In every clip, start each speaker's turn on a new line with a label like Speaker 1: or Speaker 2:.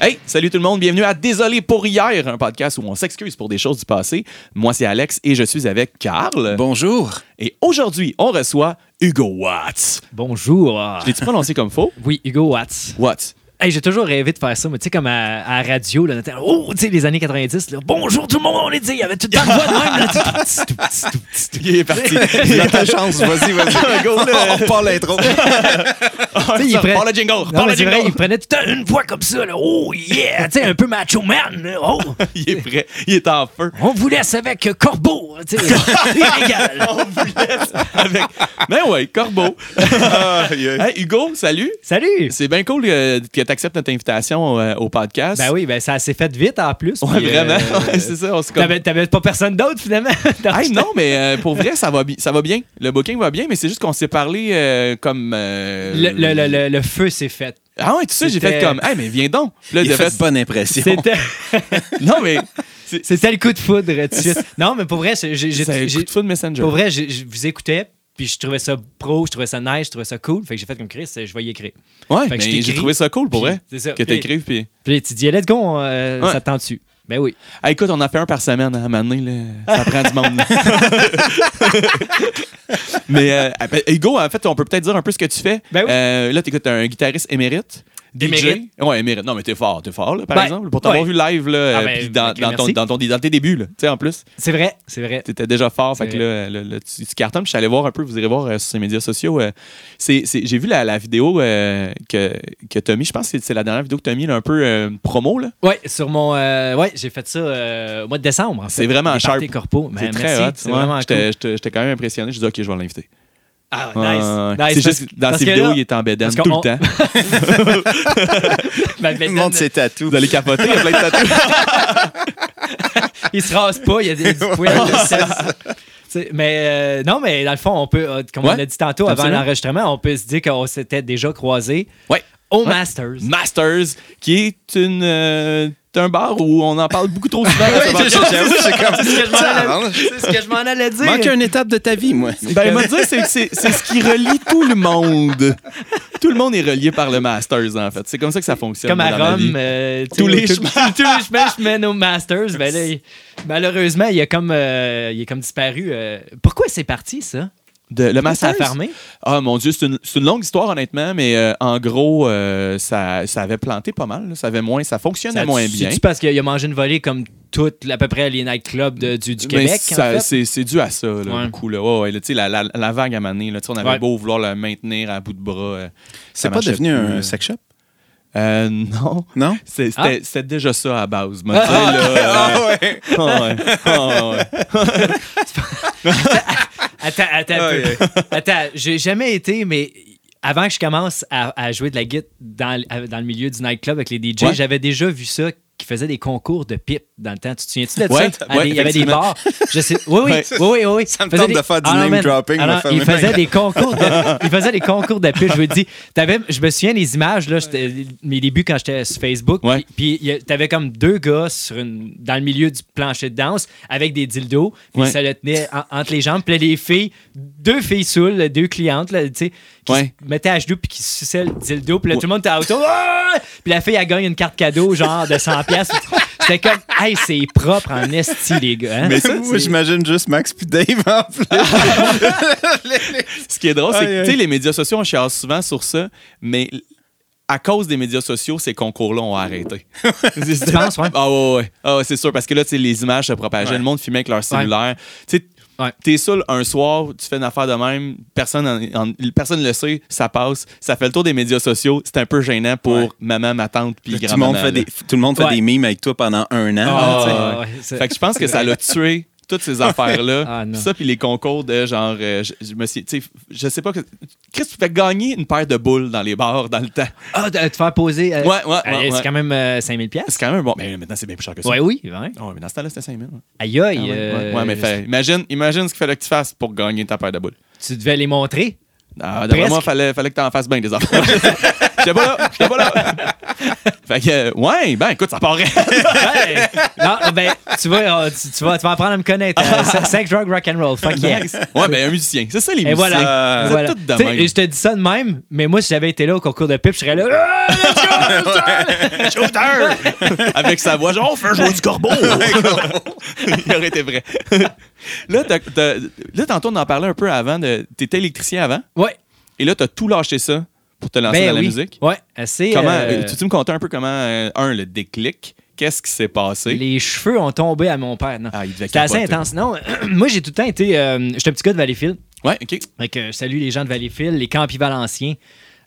Speaker 1: Hey, salut tout le monde, bienvenue à Désolé pour hier, un podcast où on s'excuse pour des choses du passé. Moi, c'est Alex et je suis avec Carl.
Speaker 2: Bonjour.
Speaker 1: Et aujourd'hui, on reçoit Hugo Watts.
Speaker 3: Bonjour.
Speaker 1: Je l'ai-tu prononcé comme faux?
Speaker 3: Oui, Hugo Watts.
Speaker 1: Watts.
Speaker 3: Hey, j'ai toujours rêvé de faire ça, mais tu sais, comme à, à la radio, là, notre- oh, tu sais, les années 90, là, bonjour tout le monde, on est dit, il y avait tout le temps une voix de même, là, tu- tu- tu- tu- tu- tu-
Speaker 1: Il est parti.
Speaker 2: T'as ta chance, vas-y, vas-y.
Speaker 1: Go, là.
Speaker 2: On part l'intro.
Speaker 3: sais, il
Speaker 1: Ça,
Speaker 3: prend-
Speaker 1: Parle le jingle,
Speaker 3: Non,
Speaker 1: parle
Speaker 3: mais
Speaker 1: le
Speaker 3: c'est vrai,
Speaker 1: jingle.
Speaker 3: il prenait tout le temps une voix comme ça, là, oh yeah, tu sais, un peu macho man, là, oh,
Speaker 1: Il est prêt, il est en feu.
Speaker 3: on vous laisse avec euh, Corbeau, tu sais, illégal.
Speaker 1: Avec... Ben ouais, Corbeau.
Speaker 2: Aïe, aïe.
Speaker 1: Hey, Hugo, salut.
Speaker 3: Salut.
Speaker 1: C'est bien cool euh, que tu acceptes notre invitation euh, au podcast.
Speaker 3: Ben oui, ben ça s'est fait vite en plus.
Speaker 1: Ouais,
Speaker 3: puis, euh,
Speaker 1: vraiment, Ouais, c'est ça, on se
Speaker 3: T'avais t'avais pas personne d'autre finalement? Dans-
Speaker 1: Hey, non, mais euh, pour vrai, ça va, bi- ça va bien. Le booking va bien, mais c'est juste qu'on s'est parlé euh, comme. euh,
Speaker 3: Le, le- le- le- le feu s'est fait.
Speaker 1: Ah ouais, tu sais, j'ai
Speaker 3: C'était-
Speaker 1: fait comme. Hey, mais viens donc. Là,
Speaker 2: Il
Speaker 1: de
Speaker 2: a fait
Speaker 1: fait-
Speaker 2: bonne impression.
Speaker 3: C'était.
Speaker 1: Non, mais.
Speaker 3: C'était le coup de foudre tout de suite. Non, mais pour vrai, j'ai- j'ai-
Speaker 1: C'est un
Speaker 3: j'ai-
Speaker 1: coup de foot messenger.
Speaker 3: pour vrai, j'ai- je vous écoutais, puis je trouvais ça pro, je trouvais ça nice, je trouvais ça cool. Fait que j'ai fait comme Chris, je vais y écrire.
Speaker 1: Ouais,
Speaker 3: Fait que je
Speaker 1: mais
Speaker 3: t'écris,
Speaker 1: j'ai trouvé ça cool pour
Speaker 3: puis-
Speaker 1: vrai.
Speaker 3: c'est ça.
Speaker 1: Que
Speaker 3: Puis-
Speaker 1: t'écrives, puis.
Speaker 3: Puis tu dis, let's go, euh,
Speaker 1: Ouais.
Speaker 3: ça te tente-tu? Ben oui.
Speaker 1: Ah, écoute, on en fait un par semaine. hein, À un moment donné, là, ça prend du monde. là. Mais euh, ben, Hugo, en fait, on peut peut-être dire un peu ce que tu fais.
Speaker 3: Ben oui.
Speaker 1: Euh, là, t'écoutes un guitariste émérite. DJ.
Speaker 3: Émérite?
Speaker 1: Ouais, émérite. Non, mais t'es fort, t'es fort, là, par
Speaker 3: Ben,
Speaker 1: exemple. Pour t'avoir
Speaker 3: ouais.
Speaker 1: vu live, là, euh,
Speaker 3: Ah, ben,
Speaker 1: puis dans,
Speaker 3: ok,
Speaker 1: dans ton,
Speaker 3: merci.
Speaker 1: dans, ton- dans tes débuts, là, tu sais, en plus,
Speaker 3: C'est vrai, c'est vrai.
Speaker 1: t'étais déjà fort. Fait que
Speaker 3: C'est
Speaker 1: là, là, là, tu, tu cartonnes. Puis je suis allé voir un peu, vous irez voir euh, sur ses médias sociaux. euh, c'est- c'est- J'ai vu la, la vidéo euh, que, que t'as mis. Je pense que c'est- c'est la dernière vidéo que t'as mis, là, un peu euh, promo, là.
Speaker 3: Ouais, sur mon. euh, ouais, j'ai fait ça euh, au mois de décembre. en fait.
Speaker 1: C'est vraiment
Speaker 3: Les
Speaker 1: sharp.
Speaker 3: parties corpo. Ben,
Speaker 1: C'est très
Speaker 3: merci,
Speaker 1: hot.
Speaker 3: C'est
Speaker 1: ouais.
Speaker 3: vraiment
Speaker 1: J'étais-
Speaker 3: cool.
Speaker 1: J'étais j'étais quand même impressionné. Je dis, OK, je vais l'inviter.
Speaker 3: Ah, nice.
Speaker 1: Ouais, ouais.
Speaker 3: nice.
Speaker 1: c'est
Speaker 3: parce-
Speaker 1: juste que dans
Speaker 3: parce
Speaker 1: ses
Speaker 3: que
Speaker 1: vidéos,
Speaker 3: là,
Speaker 1: il est en bédaine
Speaker 3: parce
Speaker 1: tout le
Speaker 3: qu'on-
Speaker 1: temps.
Speaker 3: ma
Speaker 2: Tout le
Speaker 3: bedaine,
Speaker 2: monde s'est tatoué.
Speaker 1: Vous allez capoter, il y a plein de tatouages.
Speaker 3: il se rase pas, il y a des du poil. Tu sais, mais euh, non, mais dans le fond, on peut, euh, comme
Speaker 1: Ouais,
Speaker 3: on a dit tantôt
Speaker 1: absolument.
Speaker 3: avant l'enregistrement, on peut se dire qu'on s'était déjà croisés
Speaker 1: Ouais.
Speaker 3: au
Speaker 1: Ouais.
Speaker 3: Masters.
Speaker 1: Masters, qui est une, euh, un bar où on en parle beaucoup trop souvent.
Speaker 2: Ouais,
Speaker 1: Ça va-
Speaker 2: j'ai- j'avoue, c'est comme
Speaker 3: C'est ce que je m'en
Speaker 2: ça.
Speaker 3: allais-
Speaker 2: arrange.
Speaker 3: c'est ce que je m'en allais dire.
Speaker 2: Manque une étape de ta vie, moi.
Speaker 1: ben, il m'a dit, c'est- c'est c'est ce qui relie tout le monde. Tout le monde est relié par le Masters, en fait. C'est comme ça que ça fonctionne.
Speaker 3: Comme à
Speaker 1: dans la vie.
Speaker 3: Rome, euh, tu
Speaker 1: Tous
Speaker 3: sais,
Speaker 1: les
Speaker 3: tout-
Speaker 1: chemins.
Speaker 3: tous les chemins je mène au Masters. Ben là, il- malheureusement, il a comme, euh, il est comme disparu. euh. pourquoi c'est parti, ça?
Speaker 1: De- le
Speaker 3: Pourquoi ça a
Speaker 1: Masters.
Speaker 3: fermé?
Speaker 1: Ah mon Dieu, c'est une, c'est une longue histoire honnêtement, mais euh, en gros, euh, ça, ça avait planté pas mal, là. ça avait moins, ça fonctionnait
Speaker 3: Ça-
Speaker 1: moins bien.
Speaker 3: C'est-tu parce qu'il a mangé une volée comme toutes, à peu près, les nightclubs de- du, du
Speaker 1: Mais
Speaker 3: Québec,
Speaker 1: Ben, ça-
Speaker 3: en fait?
Speaker 1: c'est, c'est dû à ça, là,
Speaker 3: Ouais.
Speaker 1: beaucoup. Là. Ouais, ouais, là, tu sais, la, la, la vague à maner, là, tu sais, on avait
Speaker 3: Ouais.
Speaker 1: beau vouloir le maintenir à bout de bras. euh, ça
Speaker 2: C'est pas
Speaker 1: marchait
Speaker 2: devenu
Speaker 1: plus,
Speaker 2: un
Speaker 1: là.
Speaker 2: sex shop,
Speaker 1: Euh, non.
Speaker 2: non?
Speaker 1: C'est- C'était,
Speaker 3: Ah.
Speaker 1: c'était déjà ça à la base. moi, tu sais, là, euh,
Speaker 2: Ah, ouais.
Speaker 1: ouais, ouais, ouais.
Speaker 3: Attends, attends, un
Speaker 2: Ouais,
Speaker 3: peu. attends. J'ai jamais été, mais avant que je commence à, à jouer de la guitare dans, l- à- dans le milieu du nightclub avec les DJ,
Speaker 1: Ouais.
Speaker 3: j'avais déjà vu ça qui faisait des concours de pipe dans le temps. Tu te souviens-tu de
Speaker 1: Ouais,
Speaker 3: ça?
Speaker 1: ouais,
Speaker 3: Allez, il y avait des
Speaker 1: effectivement.
Speaker 3: bars. Je sais. Oui, oui,
Speaker 1: Ouais.
Speaker 3: oui, oui, oui, oui.
Speaker 2: Ça me
Speaker 3: Faisait
Speaker 2: tente de faire du
Speaker 3: Ah non,
Speaker 2: name
Speaker 3: man.
Speaker 2: dropping,
Speaker 3: Ah
Speaker 2: me
Speaker 3: non,
Speaker 2: fait
Speaker 3: il
Speaker 2: même
Speaker 3: faisait des concours de, il faisait des concours de pipe. Je veux dire, t'avais- je me souviens des images là, j'étais- mes débuts quand j'étais sur Facebook.
Speaker 1: Ouais.
Speaker 3: Puis- Puis il y a- t'avais comme deux gars sur une, dans le milieu du plancher de danse avec des dildos. Puis
Speaker 1: Ouais.
Speaker 3: ça le tenait en- entre les jambes. Puis là, les filles, deux filles saoules, deux clientes, là, tu sais, qui
Speaker 1: Ouais.
Speaker 3: se mettaient à genoux puis qui se suçaient le dildo. Puis là,
Speaker 1: Ouais.
Speaker 3: tout le monde était autour. Ah! Puis la fille, elle gagne une carte cadeau, genre de 100$. piastres. C'était comme, hey, c'est propre en esti, les gars. hein.
Speaker 2: Mais ça, moi,
Speaker 3: C'est-
Speaker 2: j'imagine juste Max puis Dave en plus.
Speaker 1: Ce qui est drôle, c'est
Speaker 2: Aïe,
Speaker 1: que
Speaker 2: aïe.
Speaker 1: tu sais, les médias sociaux, on chiale souvent sur ça, mais à cause des médias sociaux, ces concours-là ont arrêté. tu
Speaker 3: penses, ouais?
Speaker 1: Ah ouais, ouais. Ah ouais, c'est sûr, parce que là, tu sais, les images se propageaient, le monde filmait avec leur cellulaire. Tu sais,
Speaker 3: Ouais.
Speaker 1: T'es seul un soir, tu fais une affaire de même, personne en- en- personne le sait, ça passe, ça fait le tour des médias sociaux, c'est un peu gênant pour
Speaker 2: Ouais.
Speaker 1: maman, ma tante, puis
Speaker 2: Tout le monde
Speaker 1: grand-maman.
Speaker 2: fait
Speaker 1: là.
Speaker 2: des, tout le monde fait
Speaker 3: Ouais.
Speaker 2: des mimes avec toi pendant un an.
Speaker 3: Ah,
Speaker 2: tu sais.
Speaker 3: ouais, ouais, c'est-
Speaker 1: Fait que je pense que ça l'a tué toutes ces affaires-là.
Speaker 3: Ah, non.
Speaker 1: ça, puis les concours de genre, euh, je, je me suis, tu sais, je sais pas, que- Chris, tu fais gagner une paire de boules dans les bars dans le temps.
Speaker 3: Ah, de te faire poser. euh,
Speaker 1: Ouais, ouais, ouais,
Speaker 3: euh,
Speaker 1: ouais.
Speaker 3: C'est quand même euh, 5000$. piastres.
Speaker 1: C'est quand même bon. Mais maintenant, c'est bien plus cher que ça. Ah
Speaker 3: Ouais, oui, ouais.
Speaker 1: Ouais, mais dans ce temps-là, c'était 5000. Ouais, Ah
Speaker 3: Aïe, aïe.
Speaker 1: ouais,
Speaker 3: euh,
Speaker 1: Ouais, mais fait- imagine, imagine ce qu'il fallait que tu fasses pour gagner ta paire de boules.
Speaker 3: Tu devais les montrer.
Speaker 1: Ah, d'après
Speaker 3: Presque.
Speaker 1: moi, fallait, fallait que tu en fasses bien des affaires. J'étais pas là, j'étais pas là. fait que, euh, ouais, ben écoute, ça paraît.
Speaker 3: Ouais. Non, ben, tu vas, tu, tu vas, tu vas apprendre à me connaître. Euh, sex, sex, drug, rock and roll. Fuck yeah.
Speaker 1: ouais, ben un musicien. C'est ça les
Speaker 3: Et
Speaker 1: musiciens.
Speaker 3: voilà.
Speaker 1: Vous êtes
Speaker 3: Voilà.
Speaker 1: tous de
Speaker 3: Tu sais,
Speaker 1: même.
Speaker 3: Je te dis ça de même, mais moi, si j'avais été là au concours de pipe, je serais là. Ah, let's go!
Speaker 1: Shooter! Avec sa voix, genre, on fait jouer du corbeau! Il aurait été vrai. là, t'as- t'as- là, tantôt, on en parlait un peu avant. de- T'étais électricien avant,
Speaker 3: Ouais.
Speaker 1: et là, t'as tout lâché ça pour te lancer
Speaker 3: Ben
Speaker 1: dans Ah, la
Speaker 3: oui.
Speaker 1: musique.
Speaker 3: Ouais. Assez.
Speaker 1: Comment,
Speaker 3: euh,
Speaker 1: tu, tu me contais un peu comment, euh, un, le déclic, qu'est-ce qui s'est passé?
Speaker 3: les cheveux ont tombé à mon père. Non.
Speaker 1: Ah, il devait
Speaker 3: C'était assez
Speaker 1: capoter.
Speaker 3: intense. Non, moi, j'ai tout le temps été. euh, J'étais un petit gars de Valleyfield.
Speaker 1: Ouais, ok.
Speaker 3: Fait que je salue les gens de Valleyfield, les campi valenciens,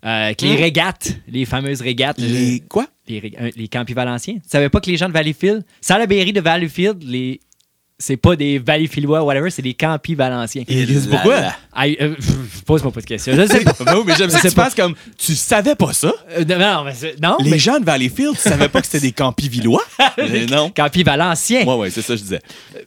Speaker 3: euh, avec les
Speaker 1: Hmm.
Speaker 3: régates, les fameuses régates.
Speaker 1: Les quoi?
Speaker 3: les, ré- euh, les campi valenciens. Tu savais pas que les gens de Valleyfield, Salaberry de Valleyfield, les c'est pas des Valleyfieldois, whatever, c'est des campi valenciens.
Speaker 1: Élise, pourquoi?
Speaker 2: là.
Speaker 3: Aïe, euh, pff, Pose-moi pas de questions. Je sais pas.
Speaker 1: Non, mais j'aime ça.
Speaker 3: Je
Speaker 1: que
Speaker 3: sais
Speaker 1: Tu penses comme, tu savais pas ça?
Speaker 3: Euh, non, mais c'est- non,
Speaker 1: les
Speaker 3: mais
Speaker 1: gens de Valleyfield, tu savais pas que c'était des Campivillois? Euh, non.
Speaker 3: campi valenciens.
Speaker 1: Ouais, ouais, c'est ça que je disais.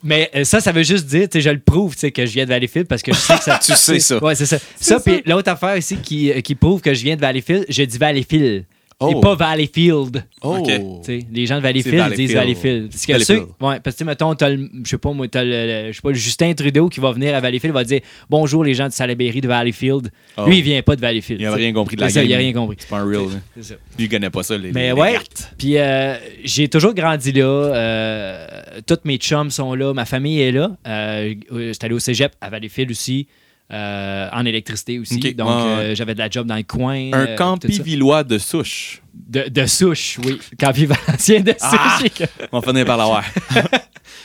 Speaker 3: Mais euh, ça, ça veut juste dire, tu sais, je le prouve, tu sais, que je viens de Valleyfield parce que je sais que ça.
Speaker 2: Tu sais ça.
Speaker 3: Ouais, c'est ça. Ça, puis l'autre affaire ici qui, euh, qui prouve que je viens de Valleyfield, je dis Valleyfield.
Speaker 1: Oh.
Speaker 3: Et pas Valleyfield.
Speaker 1: Oh!
Speaker 2: Ok.
Speaker 3: Tu sais, les gens de Valleyfield
Speaker 1: Valleyfield.
Speaker 3: disent Valleyfield. Parce que
Speaker 1: Valleyfield.
Speaker 3: ceux- ouais, parce que tu sais, mettons, t'as le, je sais pas, moi, t'as le, le- je sais pas, le Justin Trudeau qui va venir à Valleyfield, va dire bonjour les gens de Salaberry de Valleyfield.
Speaker 1: Oh.
Speaker 3: Lui, il vient pas de Valleyfield.
Speaker 1: Il avait
Speaker 3: tu sais.
Speaker 1: rien compris de la
Speaker 3: C'est ça,
Speaker 1: game.
Speaker 3: Il a rien compris.
Speaker 1: C'est pas un real. là.
Speaker 3: C'est ça.
Speaker 1: Lui, il connaît pas ça, les
Speaker 3: Mais
Speaker 1: les
Speaker 3: ouais,
Speaker 1: cartes.
Speaker 3: puis euh, j'ai toujours grandi là. euh, toutes mes chums sont là, ma famille est là. Euh, J'étais allé au cégep à Valleyfield aussi, euh, en électricité aussi.
Speaker 1: Ok,
Speaker 3: Donc
Speaker 1: ouais,
Speaker 3: euh, j'avais de la job dans le coin.
Speaker 1: Un
Speaker 3: euh, tout ça.
Speaker 1: campivillois de souche.
Speaker 3: de, de souche, oui. Campi valencien de
Speaker 1: Ah!
Speaker 3: souche.
Speaker 1: On finit par l'avoir.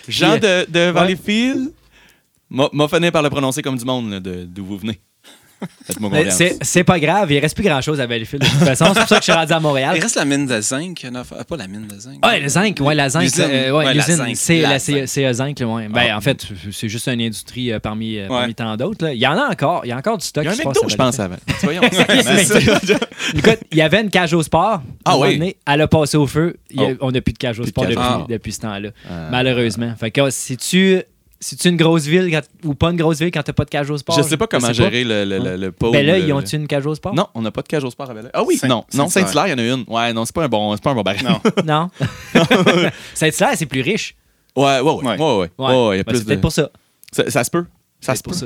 Speaker 1: Jean de, de Valleyfield, m'a m'a fini par le prononcer comme du monde, là, de- d'où vous venez. Faites-moi
Speaker 3: Mais
Speaker 1: confiance.
Speaker 3: C'est c'est pas grave, il reste plus grand chose à Valleyfield de toute façon. C'est pour ça que je suis rendu
Speaker 2: Il
Speaker 3: à
Speaker 1: Ah.
Speaker 3: Montréal.
Speaker 2: reste la mine de zinc. une affaire- Ah, pas la mine de zinc.
Speaker 3: Ah, le zinc, ouais, la zinc,
Speaker 2: L'usine.
Speaker 3: euh, ouais,
Speaker 2: Ouais, la
Speaker 3: l'usine,
Speaker 2: zinc,
Speaker 3: c'est
Speaker 2: la
Speaker 3: la C- E
Speaker 2: zinc.
Speaker 3: CE zinc, le moins. Ben,
Speaker 1: Ah.
Speaker 3: en fait, c'est juste une industrie euh, parmi, euh,
Speaker 2: Ouais.
Speaker 3: parmi tant d'autres. là. Il y en a encore, il y a encore du stock.
Speaker 1: Il y a un
Speaker 3: qui se
Speaker 1: McDo,
Speaker 3: passe à
Speaker 1: je pense, avant. Voyons.
Speaker 2: Mais ça-
Speaker 3: Valleyfield. Écoute, il y avait une cage au sport.
Speaker 1: Ah
Speaker 3: À un moment
Speaker 1: oui.
Speaker 3: donné, Elle a passé au feu. Il y a-
Speaker 1: Oh.
Speaker 3: On n'a plus de cage au
Speaker 1: Plus de
Speaker 3: sport
Speaker 1: cage au
Speaker 3: depuis,
Speaker 2: sport.
Speaker 3: depuis ce temps-là,
Speaker 1: Ah.
Speaker 3: malheureusement. Fait que oh, si tu... Si tu une grosse ville quand- ou pas une grosse ville quand t'as pas de cage au sport.
Speaker 1: Je sais pas comment gérer le, le, le, le pôle.
Speaker 3: Ben là,
Speaker 1: le-
Speaker 3: ils ont-tu une cage au sport?
Speaker 1: Non, on n'a pas de cage au sport à Belleuil. Ah oui,
Speaker 2: Saint-
Speaker 1: non. Non,
Speaker 2: Saint-Hilaire.
Speaker 1: Saint-Hilaire, il y en a une. Ouais, non, c'est pas un bon, c'est pas un bon baril.
Speaker 2: Non.
Speaker 3: Non. Saint-Hilaire, c'est plus riche.
Speaker 1: Ouais, ouais, ouais. Ouais, ouais.
Speaker 2: Ouais.
Speaker 3: Ouais.
Speaker 1: ouais, ouais, il y a
Speaker 3: Ben,
Speaker 1: plus
Speaker 3: c'est
Speaker 1: de.
Speaker 3: peut-être pour ça.
Speaker 1: Ça, ça se peut. Ça
Speaker 3: C'est
Speaker 1: se peut.
Speaker 3: pour ça.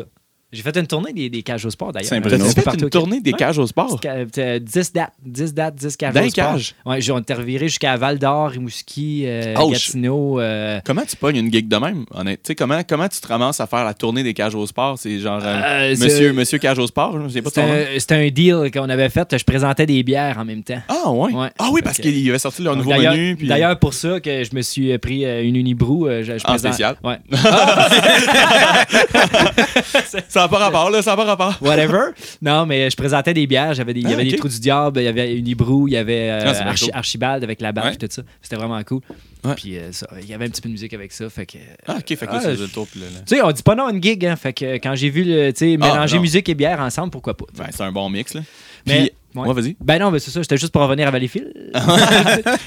Speaker 3: J'ai fait une tournée des, des cages au sport, d'ailleurs.
Speaker 2: Saint-Bruno.
Speaker 3: Un petit peu
Speaker 1: T'as fait
Speaker 3: partout
Speaker 1: une
Speaker 3: au Québec.
Speaker 1: tournée des
Speaker 3: Ouais.
Speaker 1: cages au sport?
Speaker 3: Petite ca- euh, 10 dates, 10 dates, 10 cages
Speaker 1: Dans
Speaker 3: au
Speaker 1: les
Speaker 3: sport.
Speaker 1: cages?
Speaker 3: Ouais, j'ai- on était reviré jusqu'à Val d'Or, Rimouski, euh,
Speaker 1: Ouch.
Speaker 3: Gatineau. euh,
Speaker 1: Comment tu pognes une gig de même, honnête? Tu sais, comment, comment tu te ramasses à faire la tournée des cages au sport? C'est genre euh,
Speaker 3: Euh, c'est-
Speaker 1: Monsieur, monsieur Cage au sport, je sais pas
Speaker 3: C'était
Speaker 1: ton nom.
Speaker 3: un, c'était un deal qu'on avait fait. Je présentais des bières en même temps.
Speaker 1: Ah ouais.
Speaker 3: Ouais.
Speaker 1: Ah oui, parce
Speaker 3: Ok.
Speaker 1: qu'il avait sorti leur
Speaker 3: Donc,
Speaker 1: nouveau
Speaker 3: d'ailleurs-
Speaker 1: menu. Puis...
Speaker 3: D'ailleurs, pour ça que je me suis euh, pris euh, une Unibrew. euh, je, je
Speaker 1: En
Speaker 3: présente-
Speaker 1: spécial.
Speaker 3: Ouais.
Speaker 1: ça n'a pas rapport, là, ça n'a pas rapport.
Speaker 3: Whatever. non, mais je présentais des bières. J'avais des, il y
Speaker 1: Ah,
Speaker 3: avait
Speaker 1: ok.
Speaker 3: des trous du diable, il y avait Unibrew, il y avait euh,
Speaker 1: Ah, c'est bien
Speaker 3: Archi-
Speaker 1: cool.
Speaker 3: Archibald avec la
Speaker 2: Ouais.
Speaker 3: barbe et tout ça. C'était vraiment cool.
Speaker 1: Ouais.
Speaker 3: Puis euh, ça, il y avait un petit peu de musique avec ça. Fait que,
Speaker 1: Ah, ok, fait que là,
Speaker 3: Ah,
Speaker 1: c'est
Speaker 3: je-
Speaker 1: le tour. Puis là, là.
Speaker 3: Tu sais, on dit pas non à une gig, hein. Fait que euh, quand j'ai vu le, tu sais, mélanger
Speaker 1: Ah, non.
Speaker 3: musique et bière ensemble, pourquoi pas.
Speaker 1: Ben, c'est un bon mix. Là.
Speaker 3: Mais-
Speaker 1: Puis,
Speaker 3: ouais.
Speaker 1: ouais, vas-y. Ah,
Speaker 3: Ben non, ben c'est ça, j'étais juste pour revenir à Valleyfield.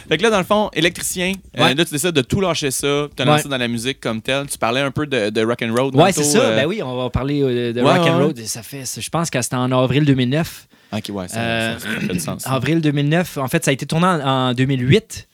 Speaker 1: Fait que là, dans le fond, électricien, euh,
Speaker 3: Ouais.
Speaker 1: là, tu décides de tout lâcher ça, te lancer
Speaker 3: Ouais.
Speaker 1: dans la musique comme telle. Tu parlais un peu de, de rock and roll.
Speaker 3: ouais, c'est ça. Ben oui, on va parler euh, de
Speaker 1: euh, Ouais,
Speaker 3: rock and
Speaker 1: ouais.
Speaker 3: roll. Ça fait, ça- je pense que c'était en avril 2009.
Speaker 1: Ok, ouais, ça, ça,
Speaker 3: Euh,
Speaker 1: ça fait du sens.
Speaker 3: Avril 2009, en fait, ça a été tourné en, en 2008.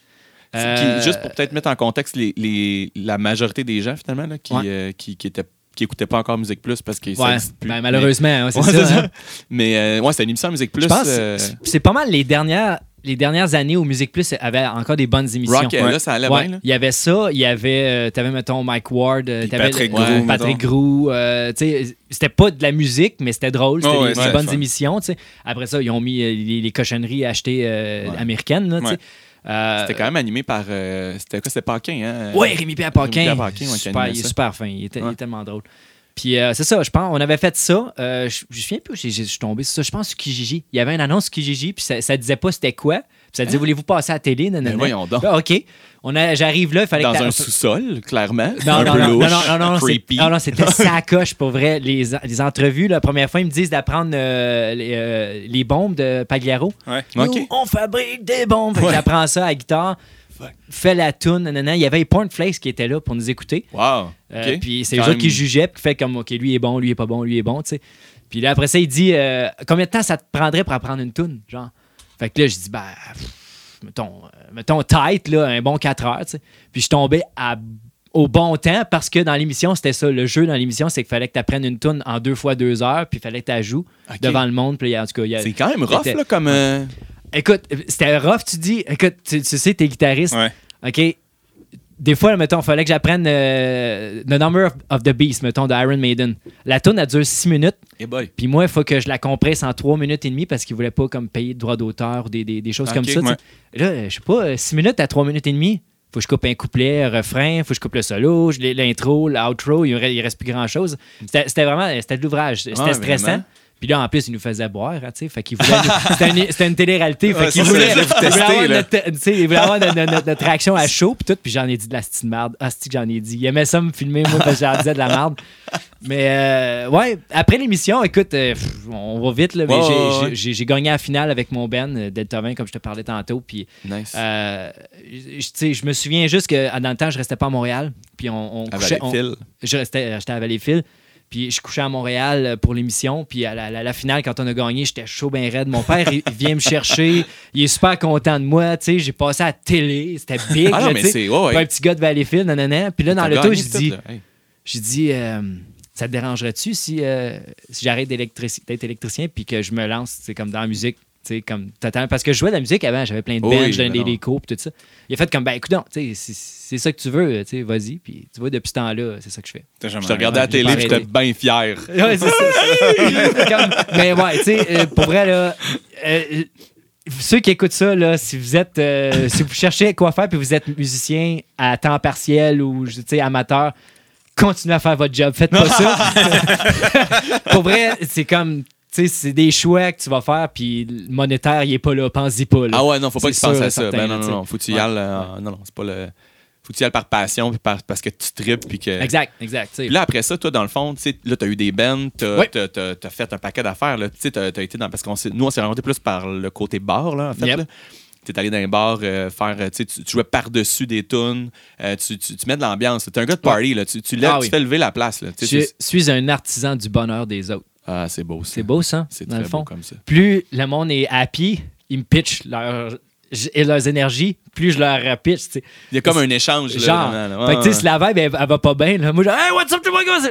Speaker 1: Qui-
Speaker 3: Euh,
Speaker 1: juste pour peut-être mettre en contexte les, les- la majorité des gens, finalement, là, qui,
Speaker 3: Ouais.
Speaker 1: euh, qui, qui, étaient- qui écoutaient pas encore Musique Plus parce qu'ils
Speaker 3: ouais, ben, malheureusement, ouais, c'est
Speaker 1: Ouais,
Speaker 3: ça.
Speaker 1: c'est ça.
Speaker 3: hein.
Speaker 1: Mais euh, ouais, c'est une émission à Musique Plus.
Speaker 3: Je pense que
Speaker 1: euh,
Speaker 3: c'est- c'est pas mal les dernières, les dernières années où Musique Plus avait encore des bonnes émissions.
Speaker 1: rock, euh, là, ça allait
Speaker 3: Ouais,
Speaker 1: bien. Là.
Speaker 3: Il y avait ça, il y avait, euh, t'avais, mettons, Mike Ward, euh,
Speaker 2: Puis
Speaker 3: t'avais
Speaker 2: Patrick
Speaker 1: Groux,
Speaker 3: ouais, Patrick Groux, euh, tu sais, c'était pas de la musique, mais c'était drôle, c'était
Speaker 2: Oh, ouais,
Speaker 3: des, des
Speaker 2: ouais,
Speaker 3: bonnes
Speaker 2: fun.
Speaker 3: émissions, tu sais. Après ça, ils ont mis euh, les, les cochonneries achetées euh,
Speaker 1: Ouais.
Speaker 3: américaines, là, tu sais.
Speaker 2: Ouais.
Speaker 3: Euh,
Speaker 1: C'était quand même animé par. euh, c'était quoi C'était Paquin, hein
Speaker 3: Ouais, Rémi Pierre Paquin.
Speaker 1: Rémi Pierre Paquin, ouais, qui
Speaker 3: super,
Speaker 1: animait
Speaker 3: il est
Speaker 1: ça.
Speaker 3: super fin. Il, était- il est
Speaker 1: Ouais.
Speaker 3: tellement drôle. Puis euh, c'est ça, je pense, on avait fait ça. euh, je je me souviens plus, où j'ai- j'ai- je suis tombé sur ça. Je pense sur Kijiji. Il y avait une annonce sur Kijiji, puis ça, ça disait pas c'était quoi. Puis ça disait, voulez-vous passer à la télé? Nanana.
Speaker 1: Hein? Mais voyons donc.
Speaker 3: Ah, OK. On a- J'arrive là, il fallait
Speaker 1: Dans
Speaker 3: que t'a-
Speaker 1: un sous-sol, clairement.
Speaker 3: non,
Speaker 1: un
Speaker 3: non,
Speaker 1: peu
Speaker 3: non,
Speaker 1: louche,
Speaker 3: non, non, non, non, c'est-
Speaker 1: creepy.
Speaker 3: non, non, c'était sacoche pour vrai. Les, les entrevues, la première fois, ils me disent d'apprendre euh, les, euh, les bombes de Pagliaro.
Speaker 2: Ouais.
Speaker 1: Ok.
Speaker 3: Nous, on fabrique des bombes. Fait que J'apprends ça à la guitare. Fais la tune, nanana. Il y avait les Pornflakes qui étaient là pour nous écouter.
Speaker 1: Wow.
Speaker 3: Euh,
Speaker 1: ok.
Speaker 3: Puis c'est
Speaker 1: Quand
Speaker 3: les autres qui
Speaker 1: même-
Speaker 3: jugeaient, puis qui fait comme, OK, lui est bon, lui est pas bon, lui est bon, tu sais. Puis là, après ça, il dit, euh, combien de temps ça te prendrait pour apprendre une toune, genre? Fait que là, je dis, ben, pff, mettons, euh, mettons tight, là, un bon 4 heures, tu sais. Puis je suis tombé à- au bon temps parce que dans l'émission, c'était ça. Le jeu dans l'émission, c'est qu'il fallait que tu apprennes une toune en deux fois deux heures, puis il fallait que tu joues
Speaker 1: Ok.
Speaker 3: devant le monde. Puis il y a- en tout cas, il y a-
Speaker 1: C'est quand même rough,
Speaker 3: C'était-
Speaker 1: là, comme. euh,
Speaker 3: Écoute, c'était rough, tu dis. Écoute, tu, tu sais, t'es guitariste.
Speaker 2: Ouais.
Speaker 3: OK. Des fois, mettons, fallait que j'apprenne euh, The Number of, of the Beast, mettons, de Iron Maiden. La tune elle dure 6 minutes,
Speaker 1: Eh boy.
Speaker 3: puis moi, il faut que je la compresse en 3 minutes et demie parce qu'ils voulaient pas comme payer de droits d'auteur ou des, des- des choses
Speaker 1: Ok,
Speaker 3: comme ça. tu sais. Là, euh, je sais pas, 6 minutes à 3 minutes et demie, faut que je coupe un couplet, un refrain, faut que je coupe le solo, je l'ai- l'intro, l'outro, il, re- il reste plus grand-chose. C'était c'était vraiment, c'était de l'ouvrage, c'était
Speaker 1: Ouais,
Speaker 3: stressant.
Speaker 1: vraiment.
Speaker 3: Puis là, en plus, ils nous faisaient boire, hein, tu sais. Fait qu'ils voulaient. nous- C'était une, c'était une télé-réalité. Fait
Speaker 2: Ouais,
Speaker 3: qu'ils
Speaker 2: ça,
Speaker 3: voulaient,
Speaker 2: ça, vous
Speaker 3: ils voulaient
Speaker 2: testez,
Speaker 3: avoir
Speaker 2: là.
Speaker 3: notre- tu sais, ils voulaient avoir notre, notre- notre réaction à chaud, puis tout. Puis j'en ai dit de la petite merde. Ah, c'est que j'en ai dit. Ils aimaient ça me filmer, moi, parce que j'en disais de la merde. Mais euh, ouais, après l'émission, écoute, euh, pff, on va vite, là. Mais
Speaker 1: Ouais,
Speaker 3: j'ai-
Speaker 1: ouais, ouais.
Speaker 3: j'ai- j'ai j'ai gagné la finale avec mon Ben, euh, Delta 20, comme je te parlais tantôt. Puis
Speaker 1: Nice.
Speaker 3: euh, je- je tu sais, je me souviens juste que ah, dans le temps, je restais pas à Montréal. Puis on, on
Speaker 1: Ah,
Speaker 3: couchait- on-
Speaker 1: Valérie Phil.
Speaker 3: je restais, j'étais à Valleyfield. Puis je couchais à Montréal euh, pour l'émission. Puis à la, la- la finale, quand on a gagné, j'étais chaud, ben raide. Mon père, il il vient me chercher. Il est super content de moi. Tu sais, j'ai passé à la télé. C'était big.
Speaker 1: Ah non,
Speaker 3: là,
Speaker 1: mais
Speaker 3: tu sais.
Speaker 1: c'est. Ouais,
Speaker 3: Pas un
Speaker 1: ouais.
Speaker 3: petit gars de Valleyfield, nanana. Puis là, dans
Speaker 1: T'as
Speaker 3: l'auto,
Speaker 1: gagné,
Speaker 3: j'ai
Speaker 1: tout,
Speaker 3: dit,
Speaker 1: là. Hey.
Speaker 3: j'ai dit, euh, ça te dérangerait-tu si, euh, si j'arrête d'électrici- d'être électricien puis que je me lance, c'est comme dans la musique, tu sais, comme totalement. Parce que je jouais de la musique avant, j'avais plein de
Speaker 1: Oui,
Speaker 3: bands, je
Speaker 1: ben
Speaker 3: donnais des,
Speaker 1: non.
Speaker 3: des cours, puis tout ça. Il a fait comme, ben écoute, donc, tu sais, si c'est ça que tu veux, tu sais, vas-y. Puis tu vois, depuis ce temps-là, c'est ça que je fais.
Speaker 1: Je te regardais à la
Speaker 3: j'ai pas
Speaker 1: télé, j'étais
Speaker 3: arrêté.
Speaker 1: bien fier.
Speaker 3: Ouais, c'est ça. Comme- mais ouais, tu sais, euh, pour vrai, là, euh, ceux qui écoutent ça, là, si vous êtes, euh, si vous cherchez quoi faire puis vous êtes musicien à temps partiel ou, je- tu sais, amateur, continuez à faire votre job. Faites pas ça. pour vrai, c'est comme, tu sais, c'est des choix que tu vas faire puis le monétaire, il est pas là. Pense-y pas, là.
Speaker 1: Ah ouais, non, faut pas que tu
Speaker 3: C'est
Speaker 1: penses
Speaker 3: sûr,
Speaker 1: à ça.
Speaker 3: certain,
Speaker 1: Ben
Speaker 3: là,
Speaker 1: non, non,
Speaker 3: tu
Speaker 1: non. Faut que tu y
Speaker 3: Ouais.
Speaker 1: ailles. euh, Non, non, c'est pas le. Faut que tu y ailles par passion, puis par- parce que tu tripes, puis que.
Speaker 3: Exact, exact. tu sais.
Speaker 1: Puis là, après ça, toi, dans le fond, tu sais, là, t'as eu des bands, t'as
Speaker 3: Oui.
Speaker 1: t'as- t'as- t'as fait un paquet d'affaires, là. Tu sais, t'as t'as été dans. Parce qu'on s'est- nous, on s'est rencontrés plus par le côté bar, là, en fait.
Speaker 3: Yep.
Speaker 1: là. T'es allé dans un bar euh, faire. euh, Tu sais, tu tu jouais par-dessus des tunes, euh, tu, tu, tu mets de l'ambiance. T'es un gars de party, là. Tu, tu, lèves-
Speaker 3: Ah
Speaker 1: tu
Speaker 3: oui.
Speaker 1: fais lever la place, là. Tu sais,
Speaker 3: Je
Speaker 1: c'est-
Speaker 3: suis un artisan du bonheur des autres.
Speaker 1: Ah, c'est beau, ça.
Speaker 3: C'est beau, ça,
Speaker 1: C'est
Speaker 3: dans
Speaker 1: très
Speaker 3: le fond.
Speaker 1: beau comme ça.
Speaker 3: plus le monde est happy, ils me pitchent leur, et leurs énergies, plus je leur euh, pitch. tu sais.
Speaker 1: Il y a comme un échange, là,
Speaker 3: Genre,
Speaker 1: vraiment, là.
Speaker 3: fait que, tu sais,
Speaker 1: Ouais,
Speaker 3: si la vibe, elle, elle va pas bien, là, moi, je dis, Hey, what's up, tout le monde, comment ça?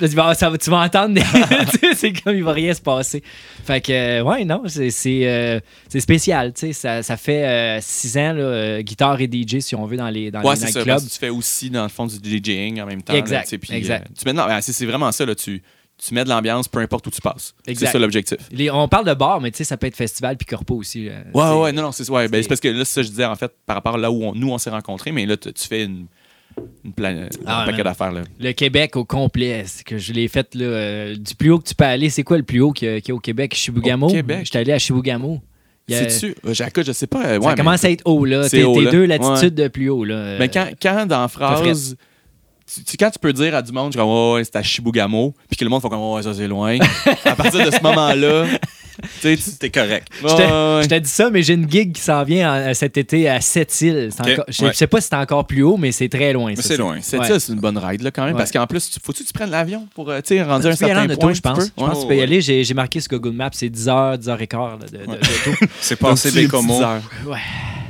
Speaker 3: Là, tu vas, ça va- tu vas entendre, des- tu sais, c'est comme il va rien se passer. Fait que, euh, ouais, non, c'est c'est, euh, c'est spécial, tu sais, ça, ça fait euh, six ans, là, euh, guitare et DJ, si on veut, dans les, dans
Speaker 1: Ouais,
Speaker 3: les
Speaker 1: c'est ça.
Speaker 3: nightclubs.
Speaker 1: parce que tu fais aussi, dans le fond, du DJing en même temps. là,
Speaker 3: Exact,
Speaker 1: tu sais, puis,
Speaker 3: exact.
Speaker 1: euh, tu mets de l'am- ah, c'est c'est vraiment ça. Là, tu, tu mets de l'ambiance peu importe où tu passes. C'est
Speaker 3: Exact.
Speaker 1: ça l'objectif.
Speaker 3: Les- on parle de bar, mais tu sais, ça peut être festival puis corpo aussi. là, tu
Speaker 1: Ouais,
Speaker 3: sais.
Speaker 1: ouais, non, non, c'est ouais, ben,
Speaker 3: c'est-
Speaker 1: c'est parce que là, ça, je disais, en fait, par rapport à là où on- nous, on s'est rencontrés, mais là, tu tu fais une, une plan-
Speaker 3: Ah,
Speaker 1: un
Speaker 3: man.
Speaker 1: paquet d'affaires. là.
Speaker 3: Le Québec au complet, c'est que je l'ai fait là, euh, du plus haut que tu peux aller. C'est quoi le plus haut qu'il y a, qu'il y a au Québec? Chibougamau?
Speaker 1: Au Québec?
Speaker 3: J'étais allé à Chibougamau. Il y a-
Speaker 1: C'est-tu? Euh, J'écoute, je sais pas. euh,
Speaker 3: Ça
Speaker 1: ouais, mais-
Speaker 3: commence à être haut, là.
Speaker 1: C'est
Speaker 3: T'es
Speaker 1: haut,
Speaker 3: t'es
Speaker 1: là.
Speaker 3: deux latitudes de plus haut, là. Euh,
Speaker 1: Mais quand, quand dans la phrase. Tu, tu- quand tu peux dire à du monde, genre, ouais, ouais, c'est à Chibougamau, puis que le monde fait comme, ouais, ça, c'est loin. à partir de ce moment-là, tu sais, tu.
Speaker 2: T'es correct.
Speaker 1: ouais,
Speaker 3: Je
Speaker 1: ouais, ouais.
Speaker 3: Je t'ai dit ça, mais j'ai une gig qui s'en vient en- cet été à Sept-Îles. C'est
Speaker 2: Ok,
Speaker 3: encore- Je
Speaker 2: ouais.
Speaker 3: je sais pas si c'est encore plus haut, mais c'est très loin.
Speaker 2: Mais
Speaker 3: ça,
Speaker 2: c'est
Speaker 3: ça.
Speaker 2: loin.
Speaker 1: C'est
Speaker 3: Ouais.
Speaker 1: ça, c'est une bonne ride là, quand même.
Speaker 3: Ouais.
Speaker 1: Parce qu'en plus, tu- faut-tu que tu prennes l'avion pour euh, tu sais, rendre un
Speaker 3: Tu peux y aller en
Speaker 1: certain
Speaker 3: auto,
Speaker 1: point?
Speaker 3: je pense.
Speaker 1: Tu
Speaker 3: Je
Speaker 1: peux?
Speaker 3: pense que tu peux
Speaker 1: Ouais.
Speaker 3: y aller. J'ai j'ai marqué sur Google Maps, c'est 10 h 10h15 là, de, de- d'auto.
Speaker 2: C'est
Speaker 1: Donc,
Speaker 2: passé
Speaker 1: tu es
Speaker 2: Bécomo.
Speaker 1: 10 heures.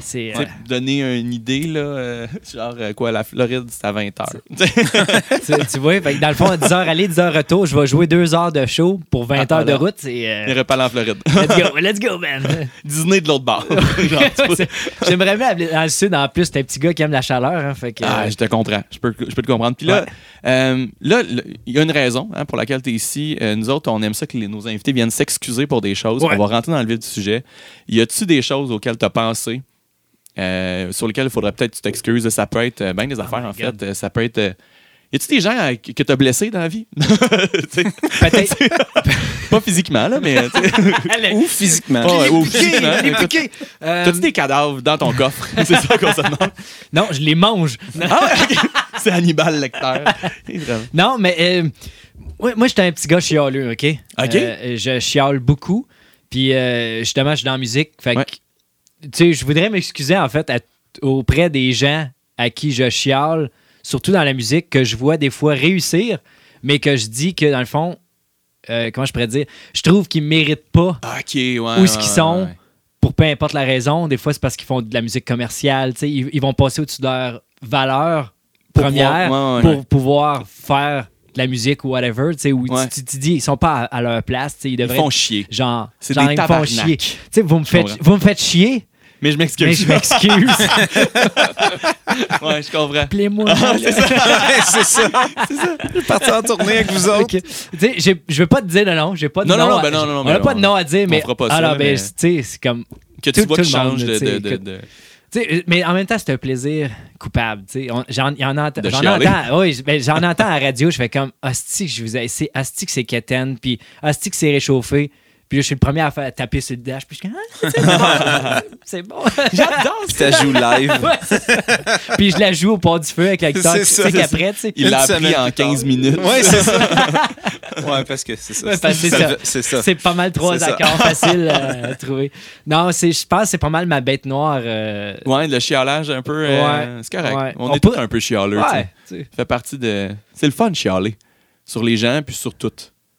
Speaker 3: C'est,
Speaker 1: Tu sais,
Speaker 3: euh,
Speaker 1: Donner une idée, là, euh, genre euh, quoi, la Floride, c'est à 20 heures.
Speaker 3: tu, tu vois, fait que dans le fond, à 10h aller, 10h retour, je vais jouer 2 heures de show pour 20
Speaker 1: Ah,
Speaker 3: heures de
Speaker 1: voilà.
Speaker 3: route. C'est, euh,
Speaker 1: Il n'y aurait pas allé en Floride.
Speaker 3: Let's go, let's go, man.
Speaker 1: Disney de l'autre bord. Genre, tu peux-
Speaker 3: C'est- J'aimerais bien aller dans le sud. En plus, t'es un petit gars qui aime la chaleur. hein, fait que,
Speaker 1: Ah, je te comprends. Je peux, je peux te comprendre. Puis là,
Speaker 3: Ouais.
Speaker 1: euh, là, le- il y a une raison hein, pour laquelle tu es ici. Euh, nous autres, on aime ça que les- nos invités viennent s'excuser pour des choses.
Speaker 3: Ouais.
Speaker 1: On va rentrer dans le vif du sujet. Y a-tu des choses auxquelles tu as pensé, euh, sur lesquelles il faudrait peut-être que tu t'excuses? Ça peut être euh, bien
Speaker 3: Ah,
Speaker 1: des affaires, en
Speaker 3: God.
Speaker 1: fait. Euh, Ça peut être... euh, y a-tu des gens euh, que tu as blessés dans la vie? Tu sais,
Speaker 3: peut-être.
Speaker 1: Pas physiquement, là, mais... euh, tu sais,
Speaker 3: Allez,
Speaker 2: Ou physiquement.
Speaker 1: ouais, ou
Speaker 3: piqué,
Speaker 1: physiquement.
Speaker 3: les
Speaker 1: Écoute,
Speaker 3: piqués. Euh,
Speaker 1: T'as-tu des cadavres dans ton coffre? C'est ça qu'on se demande.
Speaker 3: Non, je les mange.
Speaker 1: Ah, ouais, ok. C'est Hannibal Lecter. Vraiment.
Speaker 3: Non, mais euh, ouais, moi, j'étais un petit gars chialeux, OK?
Speaker 1: OK.
Speaker 3: Euh, je chiale beaucoup. Puis, euh, justement, je suis dans la musique. Fait que,
Speaker 1: Ouais.
Speaker 3: tu sais, je voudrais m'excuser, en fait, à- auprès des gens à qui je chiale, surtout dans la musique, que je vois des fois réussir, mais que je dis que, dans le fond, euh, comment je pourrais dire, je trouve qu'ils méritent pas
Speaker 1: Ok, ouais.
Speaker 3: Où est-ce
Speaker 1: ouais,
Speaker 3: qu'ils
Speaker 1: ouais,
Speaker 3: sont?
Speaker 1: ouais.
Speaker 3: pour peu importe la raison, des fois c'est parce qu'ils font de la musique commerciale, tu sais, ils, ils vont passer au-dessus de leur valeur
Speaker 1: Pour
Speaker 3: première
Speaker 1: pouvoir- ouais, ouais,
Speaker 3: pour pouvoir faire de la musique ou whatever, tu sais, où tu-
Speaker 1: Ouais.
Speaker 3: tu, tu dis, ils sont pas à, à leur place, tu sais, ils
Speaker 1: Ils
Speaker 3: devraient...
Speaker 1: font chier.
Speaker 3: Genre,
Speaker 1: C'est
Speaker 3: genre,
Speaker 1: des
Speaker 3: ils me font
Speaker 1: tabarnak.
Speaker 3: chier. Tu sais, vous me
Speaker 1: comprends.
Speaker 3: faites, vous me faites chier,
Speaker 1: Mais je m'excuse.
Speaker 3: mais je m'excuse.
Speaker 1: ouais, je comprends.
Speaker 3: Appelez-moi.
Speaker 1: Ah,
Speaker 2: c'est ça. Je vais partir en tournée avec vous autres.
Speaker 3: Ok. Tu sais, j'ai- je veux pas te dire le nom, j'ai pas de
Speaker 1: Non,
Speaker 3: nom.
Speaker 1: non, non,
Speaker 3: à-
Speaker 1: ben non, non, non,
Speaker 3: on
Speaker 1: ben
Speaker 3: a pas
Speaker 1: non.
Speaker 3: de nom à dire,
Speaker 1: On
Speaker 3: mais
Speaker 1: fera pas ça,
Speaker 3: alors ben
Speaker 1: mais-
Speaker 3: tu sais, c'est comme
Speaker 1: Que tu
Speaker 3: Tout-
Speaker 1: vois
Speaker 3: tout
Speaker 1: qu'ils
Speaker 3: le monde,
Speaker 1: changent de,
Speaker 3: tu sais,
Speaker 1: de, de,
Speaker 3: écoute.
Speaker 1: de-
Speaker 3: Tu sais, euh, mais en même temps, c'est un plaisir coupable. tu sais. On- J'en j'en ent-
Speaker 1: De
Speaker 3: j'en
Speaker 1: chialer.
Speaker 3: entends. Oui, j- ben, j'en entends à la radio. Je fais comme Hostie, que je vous ai. C'est Hostie que c'est quétaine, puis Hostie que c'est réchauffé. Puis là, je suis le premier à faire- taper sur le dash. Puis je suis comme Ah, c'est bon. c'est bon. J'adore
Speaker 2: Ça joue live.
Speaker 3: Ouais, c'est ça. Puis je la joue au port du feu avec l'acteur.
Speaker 2: C'est
Speaker 3: Tu
Speaker 2: ça,
Speaker 3: sais
Speaker 2: c'est
Speaker 3: qu'après, tu sais.
Speaker 1: Il l'a
Speaker 2: Une semaine
Speaker 1: appris en
Speaker 2: plus tard.
Speaker 1: 15 minutes.
Speaker 2: Ouais, c'est ça. ouais, parce que c'est ça.
Speaker 3: Ouais, parce que c'est ça.
Speaker 2: C'est ça.
Speaker 3: C'est pas mal trois
Speaker 2: C'est ça.
Speaker 3: accords faciles euh, à trouver. Non, c'est- je pense que c'est pas mal ma bête noire. euh,
Speaker 1: Ouais, le chialage un peu. euh, c'est correct.
Speaker 3: Ouais.
Speaker 1: On,
Speaker 3: On
Speaker 1: est
Speaker 3: peut-
Speaker 1: tous un peu chialeux. tu sais.
Speaker 3: ouais, tu sais.
Speaker 1: Ça fait partie de. C'est le fun, chialer. Sur les gens, puis sur tout.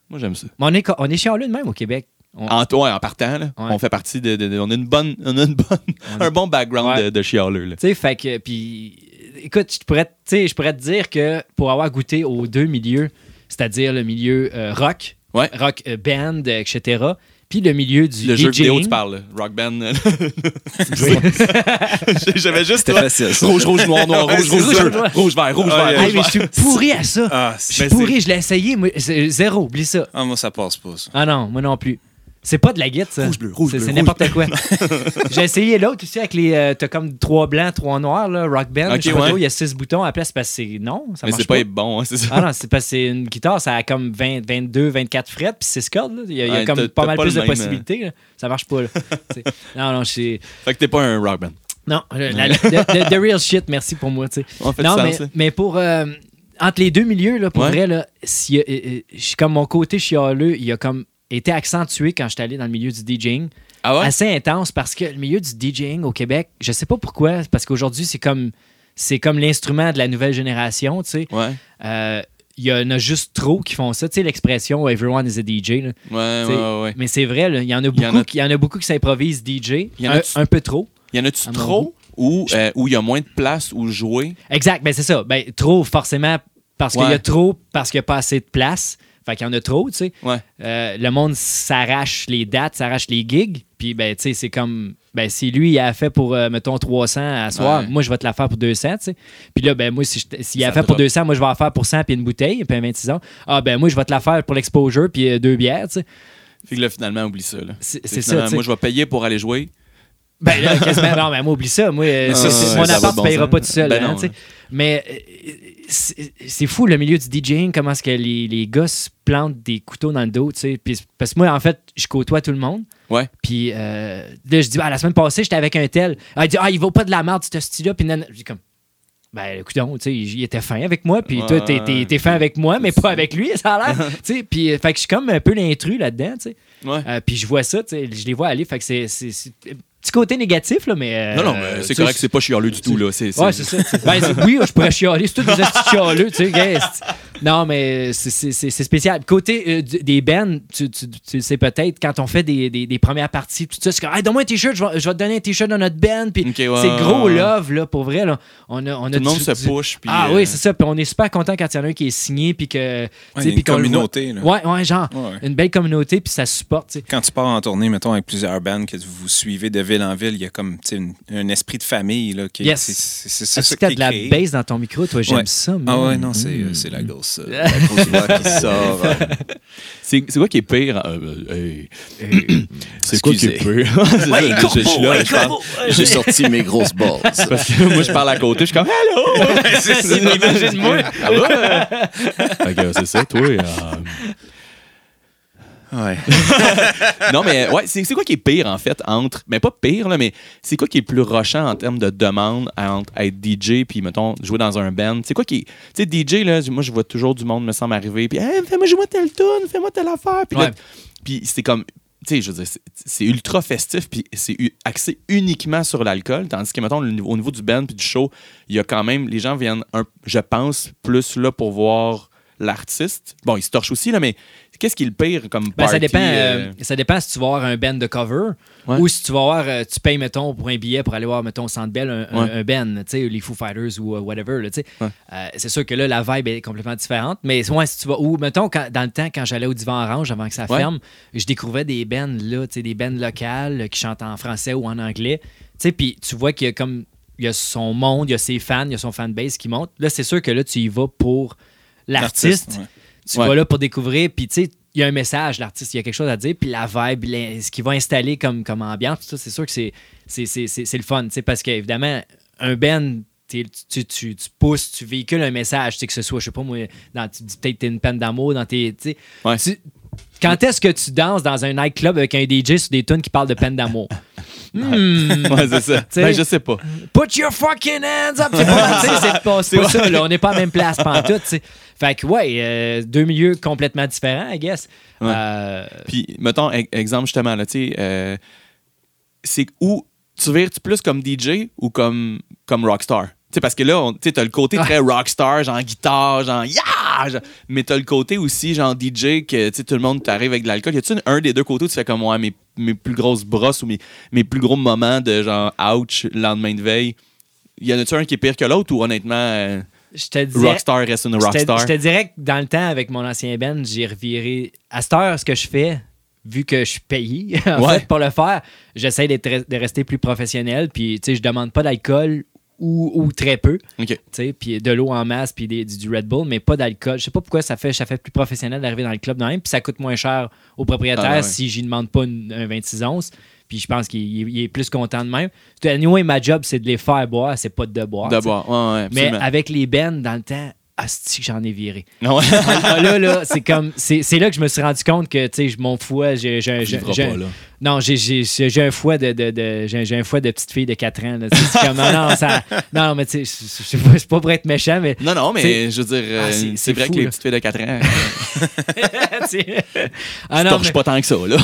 Speaker 1: Moi, j'aime ça.
Speaker 3: Mais on est, co- on est chialeux de même au Québec. On-
Speaker 1: En, ouais, en partant, là, on fait partie de. de- de- on a une bonne, on a une bonne, un bon background
Speaker 3: Ouais.
Speaker 1: de, de chialeux. là.
Speaker 3: Tu sais, fait que, puis, écoute, je pourrais, te- tu sais, je pourrais te dire que pour avoir goûté aux deux milieux, c'est-à-dire le milieu euh, rock,
Speaker 1: Ouais.
Speaker 3: rock euh, band, euh, etc., puis le milieu du
Speaker 1: Le jeu
Speaker 3: DJing.
Speaker 1: vidéo, tu parles. là. Rock band. là. J'avais juste.
Speaker 2: C'était facile. ça.
Speaker 1: Rouge, rouge, noir, noir,
Speaker 2: Ouais,
Speaker 1: rouge,
Speaker 2: c'est
Speaker 1: rouge,
Speaker 3: ça.
Speaker 1: rouge, rouge, vert, rouge,
Speaker 2: Ah,
Speaker 1: vert,
Speaker 2: yeah.
Speaker 1: rouge,
Speaker 3: Hey, mais je suis pourri à ça.
Speaker 2: Ah,
Speaker 3: Je
Speaker 2: c'est-
Speaker 3: suis
Speaker 1: mais c'est-
Speaker 3: pourri, je l'ai essayé. moi, c'est zéro, oublie ça.
Speaker 2: Ah, moi, ça passe pas, ça.
Speaker 3: Ah non, moi non plus. C'est pas de la guette, ça.
Speaker 1: Rouge bleu, rouge
Speaker 3: C'est-
Speaker 1: bleu,
Speaker 3: C'est
Speaker 1: rouge
Speaker 3: n'importe quoi. J'ai essayé l'autre aussi avec les. euh, T'as comme trois blancs, trois noirs, là, rock band.
Speaker 1: Ok,
Speaker 3: je sais pas
Speaker 1: ouais.
Speaker 3: trop, Il y a six boutons à la place parce que c'est. Non, ça
Speaker 1: Mais
Speaker 3: marche
Speaker 1: c'est pas bon, hein, c'est ça.
Speaker 3: Ah non, c'est parce que c'est une guitare, ça a comme 20, 22, 24 frettes, puis c'est ce corde, là. Il y a, il y a
Speaker 1: Ouais, t'as-
Speaker 3: comme pas
Speaker 1: t'as
Speaker 3: mal
Speaker 1: pas
Speaker 3: plus
Speaker 1: le
Speaker 3: de
Speaker 1: même,
Speaker 3: possibilités. là. Ça marche pas, là. Tu sais. non, non, c'est.
Speaker 1: Fait que t'es pas un rock band.
Speaker 3: Non, le- la- le- the, the real shit, merci pour moi, tu sais.
Speaker 1: On fait
Speaker 3: Non,
Speaker 1: du
Speaker 3: mais,
Speaker 1: sens, là.
Speaker 3: mais pour. euh, entre les deux milieux, là, pour
Speaker 1: Ouais.
Speaker 3: vrai, là, si, euh, euh, je suis comme mon côté chialeux, il a comme été accentué quand j'étais allé dans le milieu du DJing.
Speaker 1: Ah ouais?
Speaker 3: Assez intense parce que le milieu du DJing au Québec, je sais pas pourquoi, c'est parce qu'aujourd'hui, c'est comme. C'est comme l'instrument de la nouvelle génération, tu sais.
Speaker 1: Ouais.
Speaker 3: Euh, il y en a juste trop qui font ça. Tu sais, l'expression Everyone is a DJ. là.
Speaker 1: Ouais,
Speaker 3: Tu sais,
Speaker 1: ouais, ouais.
Speaker 3: Mais c'est vrai, là, il y en a beaucoup,
Speaker 1: y en a-
Speaker 3: qui- il y en a beaucoup qui s'improvisent DJ.
Speaker 1: Il y en
Speaker 3: un,
Speaker 1: a-tu-
Speaker 3: un peu trop.
Speaker 1: Y en a-tu
Speaker 3: À mon
Speaker 1: trop ou euh, où il y a moins de place où jouer?
Speaker 3: Exact, ben c'est ça. Ben, trop, forcément, parce qu'il y
Speaker 1: Ouais.
Speaker 3: a trop, parce qu'il n'y a pas assez de place. Fait qu'il y en a trop, tu sais.
Speaker 1: Ouais.
Speaker 3: Euh, le monde s'arrache les dates, s'arrache les gigs. Puis, ben, tu sais, c'est comme. Ben, si lui, il a fait pour, euh, mettons, 300 à soir,
Speaker 1: Ouais.
Speaker 3: moi, je vais te la faire pour 200, tu sais. Puis là, ben, moi, si je- s'il a
Speaker 1: Ça
Speaker 3: fait pour
Speaker 1: drop.
Speaker 3: 200, moi, je vais la faire pour 100 puis une bouteille, puis un 26 ans. Ah, ben, moi, je vais te la faire pour l'exposure puis euh, deux bières, tu sais.
Speaker 1: Fait que là, finalement, oublie ça. là.
Speaker 3: C'est-
Speaker 1: Fait que
Speaker 3: C'est ça,
Speaker 1: finalement,
Speaker 3: tu sais.
Speaker 1: Moi, je vais payer pour aller jouer.
Speaker 3: Ben là, quasiment, non, mais moi, oublie ça. Moi, euh,
Speaker 2: Mais ça,
Speaker 3: c'est-
Speaker 2: c'est-
Speaker 3: mon
Speaker 2: ça
Speaker 1: va
Speaker 3: appart
Speaker 1: de bon
Speaker 3: ne payera
Speaker 1: sens.
Speaker 3: pas tout seul.
Speaker 1: Ben
Speaker 3: hein,
Speaker 1: non,
Speaker 3: tu sais.
Speaker 1: ouais.
Speaker 3: Mais euh, c'est c'est fou, le milieu du DJing, comment est-ce que les, les gars se plantent des couteaux dans le dos, tu sais. Puis- Parce que moi, en fait, je côtoie tout le monde.
Speaker 1: Ouais.
Speaker 3: Puis euh, là, je dis, ah, la semaine passée, j'étais avec un tel. Ah, il dit, ah, il vaut pas de la merde, ce style-là. Puis nan- je dis comme, ben, écoute, tu sais, il il était fin avec moi. Puis toi, t'es, t'es- t'es fin avec moi, mais pas avec lui, ça a l'air. tu sais, puis euh, fait que je suis comme un peu l'intrus là-dedans, tu sais.
Speaker 1: Ouais.
Speaker 3: Euh, puis je vois ça, tu sais, je les vois aller. Fait que c'est. c'est- c'est- Petit côté négatif, là, mais. euh,
Speaker 1: non, non, mais c'est
Speaker 3: tu sais,
Speaker 1: correct, c'est pas chialeux du tout. là. C'est
Speaker 3: Ouais, c'est ça. tu sais. Ben, c'est- oui, je pourrais chialer. C'est tous des petits chialeux, tu sais. gars, c'est- Non, mais c'est- c'est c'est- c'est spécial. Côté euh, du- des bands, tu, tu, tu le sais peut-être, quand on fait des, des, des premières parties, tout ça, c'est comme, hey, donne-moi un t-shirt, je vais, je vais te donner un t-shirt dans notre band. Puis
Speaker 1: Ok, ouais,
Speaker 3: c'est gros
Speaker 1: ouais, ouais.
Speaker 3: love, là, pour vrai. Là. On a, on a
Speaker 1: Tout le monde
Speaker 3: du-
Speaker 1: se
Speaker 3: du-
Speaker 1: push. puis,
Speaker 3: Ah
Speaker 1: euh,
Speaker 3: oui, c'est ça. Puis on est super content quand il y en a un qui est signé. Puis que. tu
Speaker 2: Ouais, il
Speaker 3: sais,
Speaker 2: y a
Speaker 3: puis
Speaker 2: une
Speaker 3: qu'on le voit.
Speaker 2: communauté, là.
Speaker 3: Ouais, ouais, genre.
Speaker 2: Ouais, ouais.
Speaker 3: Une belle communauté, puis ça supporte, tu sais.
Speaker 2: Quand tu pars en tournée, mettons, avec plusieurs bands que vous suivez de ville en ville, il y a comme tu sais, une- un esprit de famille. Là, qui,
Speaker 3: Yes.
Speaker 2: c'est- C'est c'est ça,
Speaker 3: Est-ce
Speaker 2: ça
Speaker 3: que t'as
Speaker 2: qui
Speaker 3: de la
Speaker 2: crée.
Speaker 3: bass dans ton micro, toi? J'aime
Speaker 2: Ouais.
Speaker 3: ça,
Speaker 2: Ah
Speaker 3: man.
Speaker 2: ouais, non, c'est euh, c'est la grosse, euh, la grosse voix qui sort. euh,
Speaker 1: C'est c'est quoi qui est pire? euh, euh, hey. C'est quoi qui est
Speaker 2: Excusez.
Speaker 1: pire? C'est ça, je- je suis là, je parle-
Speaker 2: J'ai sorti mes grosses balles.
Speaker 1: Parce que moi, je parle à côté, je suis comme Ah, Hello!
Speaker 2: c'est ça.
Speaker 1: Imagine-moi! Ah ouais? Fait que c'est ça, toi. euh,
Speaker 2: Ouais.
Speaker 1: Non, mais ouais, c'est c'est quoi qui est pire, en fait, entre. Mais pas pire, là, mais c'est quoi qui est plus rochant en termes de demande entre être DJ puis, mettons, jouer dans un band? C'est quoi qui. est- Tu sais, DJ, là, moi, je vois toujours du monde me semble arriver, puis, Hey, fais-moi jouer telle tune, fais-moi telle affaire. Puis là,
Speaker 3: Ouais.
Speaker 1: puis c'est comme. Tu sais, je veux dire, c'est- c'est ultra festif, puis c'est u- axé uniquement sur l'alcool, tandis que, mettons, le niveau- au niveau du band puis du show, il y a quand même. Les gens viennent, un- je pense, plus là pour voir l'artiste. Bon, ils se torchent aussi, là, mais Qu'est-ce qui est le pire comme
Speaker 3: Ben,
Speaker 1: party?
Speaker 3: ça, dépend,
Speaker 1: euh,
Speaker 3: euh, ça dépend si tu vas avoir un band de cover
Speaker 1: Ouais.
Speaker 3: ou si tu vas avoir, euh, tu payes, mettons, pour un billet pour aller voir, mettons, au Centre Bell, un, un-
Speaker 1: Ouais.
Speaker 3: un band, tu sais, les Foo Fighters ou euh, whatever. là, tu sais.
Speaker 1: Ouais.
Speaker 3: Euh, c'est sûr que là, la vibe est complètement différente. Mais ouais, si tu vas, ou mettons, quand- dans le temps, quand j'allais au Divan Orange avant que ça
Speaker 1: Ouais.
Speaker 3: ferme, je découvrais des bands, là, tu sais, des bands locales euh, qui chantent en français ou en anglais. Tu sais, puis tu vois qu'il y a comme, il y a son monde, il y a ses fans, il y a son fanbase qui monte. Là, c'est sûr que là, tu y vas pour l'artiste
Speaker 2: ouais.
Speaker 3: tu
Speaker 1: Ouais.
Speaker 3: vas là pour découvrir, puis tu sais, il y a un message, l'artiste, il y a quelque chose à dire, puis la vibe, l'in- ce qu'il va installer comme, comme ambiance, tout ça, c'est sûr que c'est, c'est, c'est, c'est, c'est le fun, tu sais, parce qu'évidemment, un band, t'es- tu, tu, tu pousses, tu véhicules un message, tu sais, que ce soit, je sais pas moi, dans, tu dis peut-être que t'es une peine d'amour, dans tes, tu sais,
Speaker 1: Ouais.
Speaker 3: tu- quand est-ce que tu danses dans un nightclub avec un DJ sur des tunes qui parlent de peine d'amour? Hmm,
Speaker 1: ouais, c'est ça.
Speaker 3: sais-
Speaker 1: Ben, je sais pas.
Speaker 3: Put your fucking hands up! C'est pas, tu sais, c'est pas, c'est pas ça, là. On n'est pas à la même place pantoute, tu sais. Fait que, ouais, euh, deux milieux complètement différents, I guess.
Speaker 1: Ouais.
Speaker 3: Euh,
Speaker 1: Puis, mettons, e- exemple justement, là, tu sais, euh, c'est où tu vires-tu plus comme DJ ou comme, comme rockstar? Tu sais, parce que là, on- tu sais, t'as le côté très rockstar, genre guitare, genre yeah! genre- mais t'as le côté aussi, genre DJ, que tu sais, tout le monde t'arrive avec de l'alcool. Y a-tu un des deux côtés où tu fais comme, ouais, mes, mes plus grosses brosses ou mes, mes plus gros moments de genre ouch, lendemain de veille? Y en a-tu un qui est pire que l'autre ou honnêtement, euh,
Speaker 3: je te dirais-
Speaker 1: rockstar reste une
Speaker 3: je te-
Speaker 1: rockstar?
Speaker 3: Je te dirais que dans le temps, avec mon ancien band, j'ai reviré. À cette heure, ce que je fais, vu que je suis payé, en
Speaker 1: Ouais.
Speaker 3: fait, pour le faire, j'essaie d'être- de rester plus professionnel. Puis, tu sais, je demande pas d'alcool ou, ou très peu.
Speaker 1: Ok.
Speaker 3: tu sais, puis de l'eau en masse, puis des- du, du Red Bull, mais pas d'alcool. Je sais pas pourquoi ça fait, ça fait plus professionnel d'arriver dans le club de même, puis ça coûte moins cher au propriétaire
Speaker 1: Ah, ouais.
Speaker 3: si j'y demande pas une- un 26 onces, puis je pense qu'il il- il est plus content de même. Anyway, ma job, c'est de les faire boire, c'est pas de boire.
Speaker 1: De
Speaker 3: tu sais.
Speaker 1: boire. Ouais, ouais,
Speaker 3: Mais
Speaker 1: absolument.
Speaker 3: avec les bennes, dans le temps, asti que j'en ai viré.
Speaker 1: Non, ouais.
Speaker 3: Ah, là, là, c'est comme, c'est c'est là que je me suis rendu compte que, tu sais, je- mon foie, j'ai j'ai un- j'ai-
Speaker 1: Vivra
Speaker 3: j'ai
Speaker 1: pas,
Speaker 3: un-
Speaker 1: là.
Speaker 3: non, j'ai- j'ai j'ai- j'ai un foie de, de, de- j'ai j'ai un foie de petite fille de 4 ans. là. Tu sais, C'est comme, non, non, ça- non, mais tu sais, c'est- c'est pas- c'est pas pour être méchant, mais
Speaker 1: Non, non, mais
Speaker 3: C'est-
Speaker 1: je veux dire, euh,
Speaker 3: Ah, c'est-
Speaker 1: c'est
Speaker 3: c'est
Speaker 1: vrai
Speaker 3: fou,
Speaker 1: que les
Speaker 3: là.
Speaker 1: petites filles de 4 ans,
Speaker 3: Tu sais.
Speaker 1: ne
Speaker 3: ah non,
Speaker 1: torchent
Speaker 3: mais-
Speaker 1: pas tant que ça, là.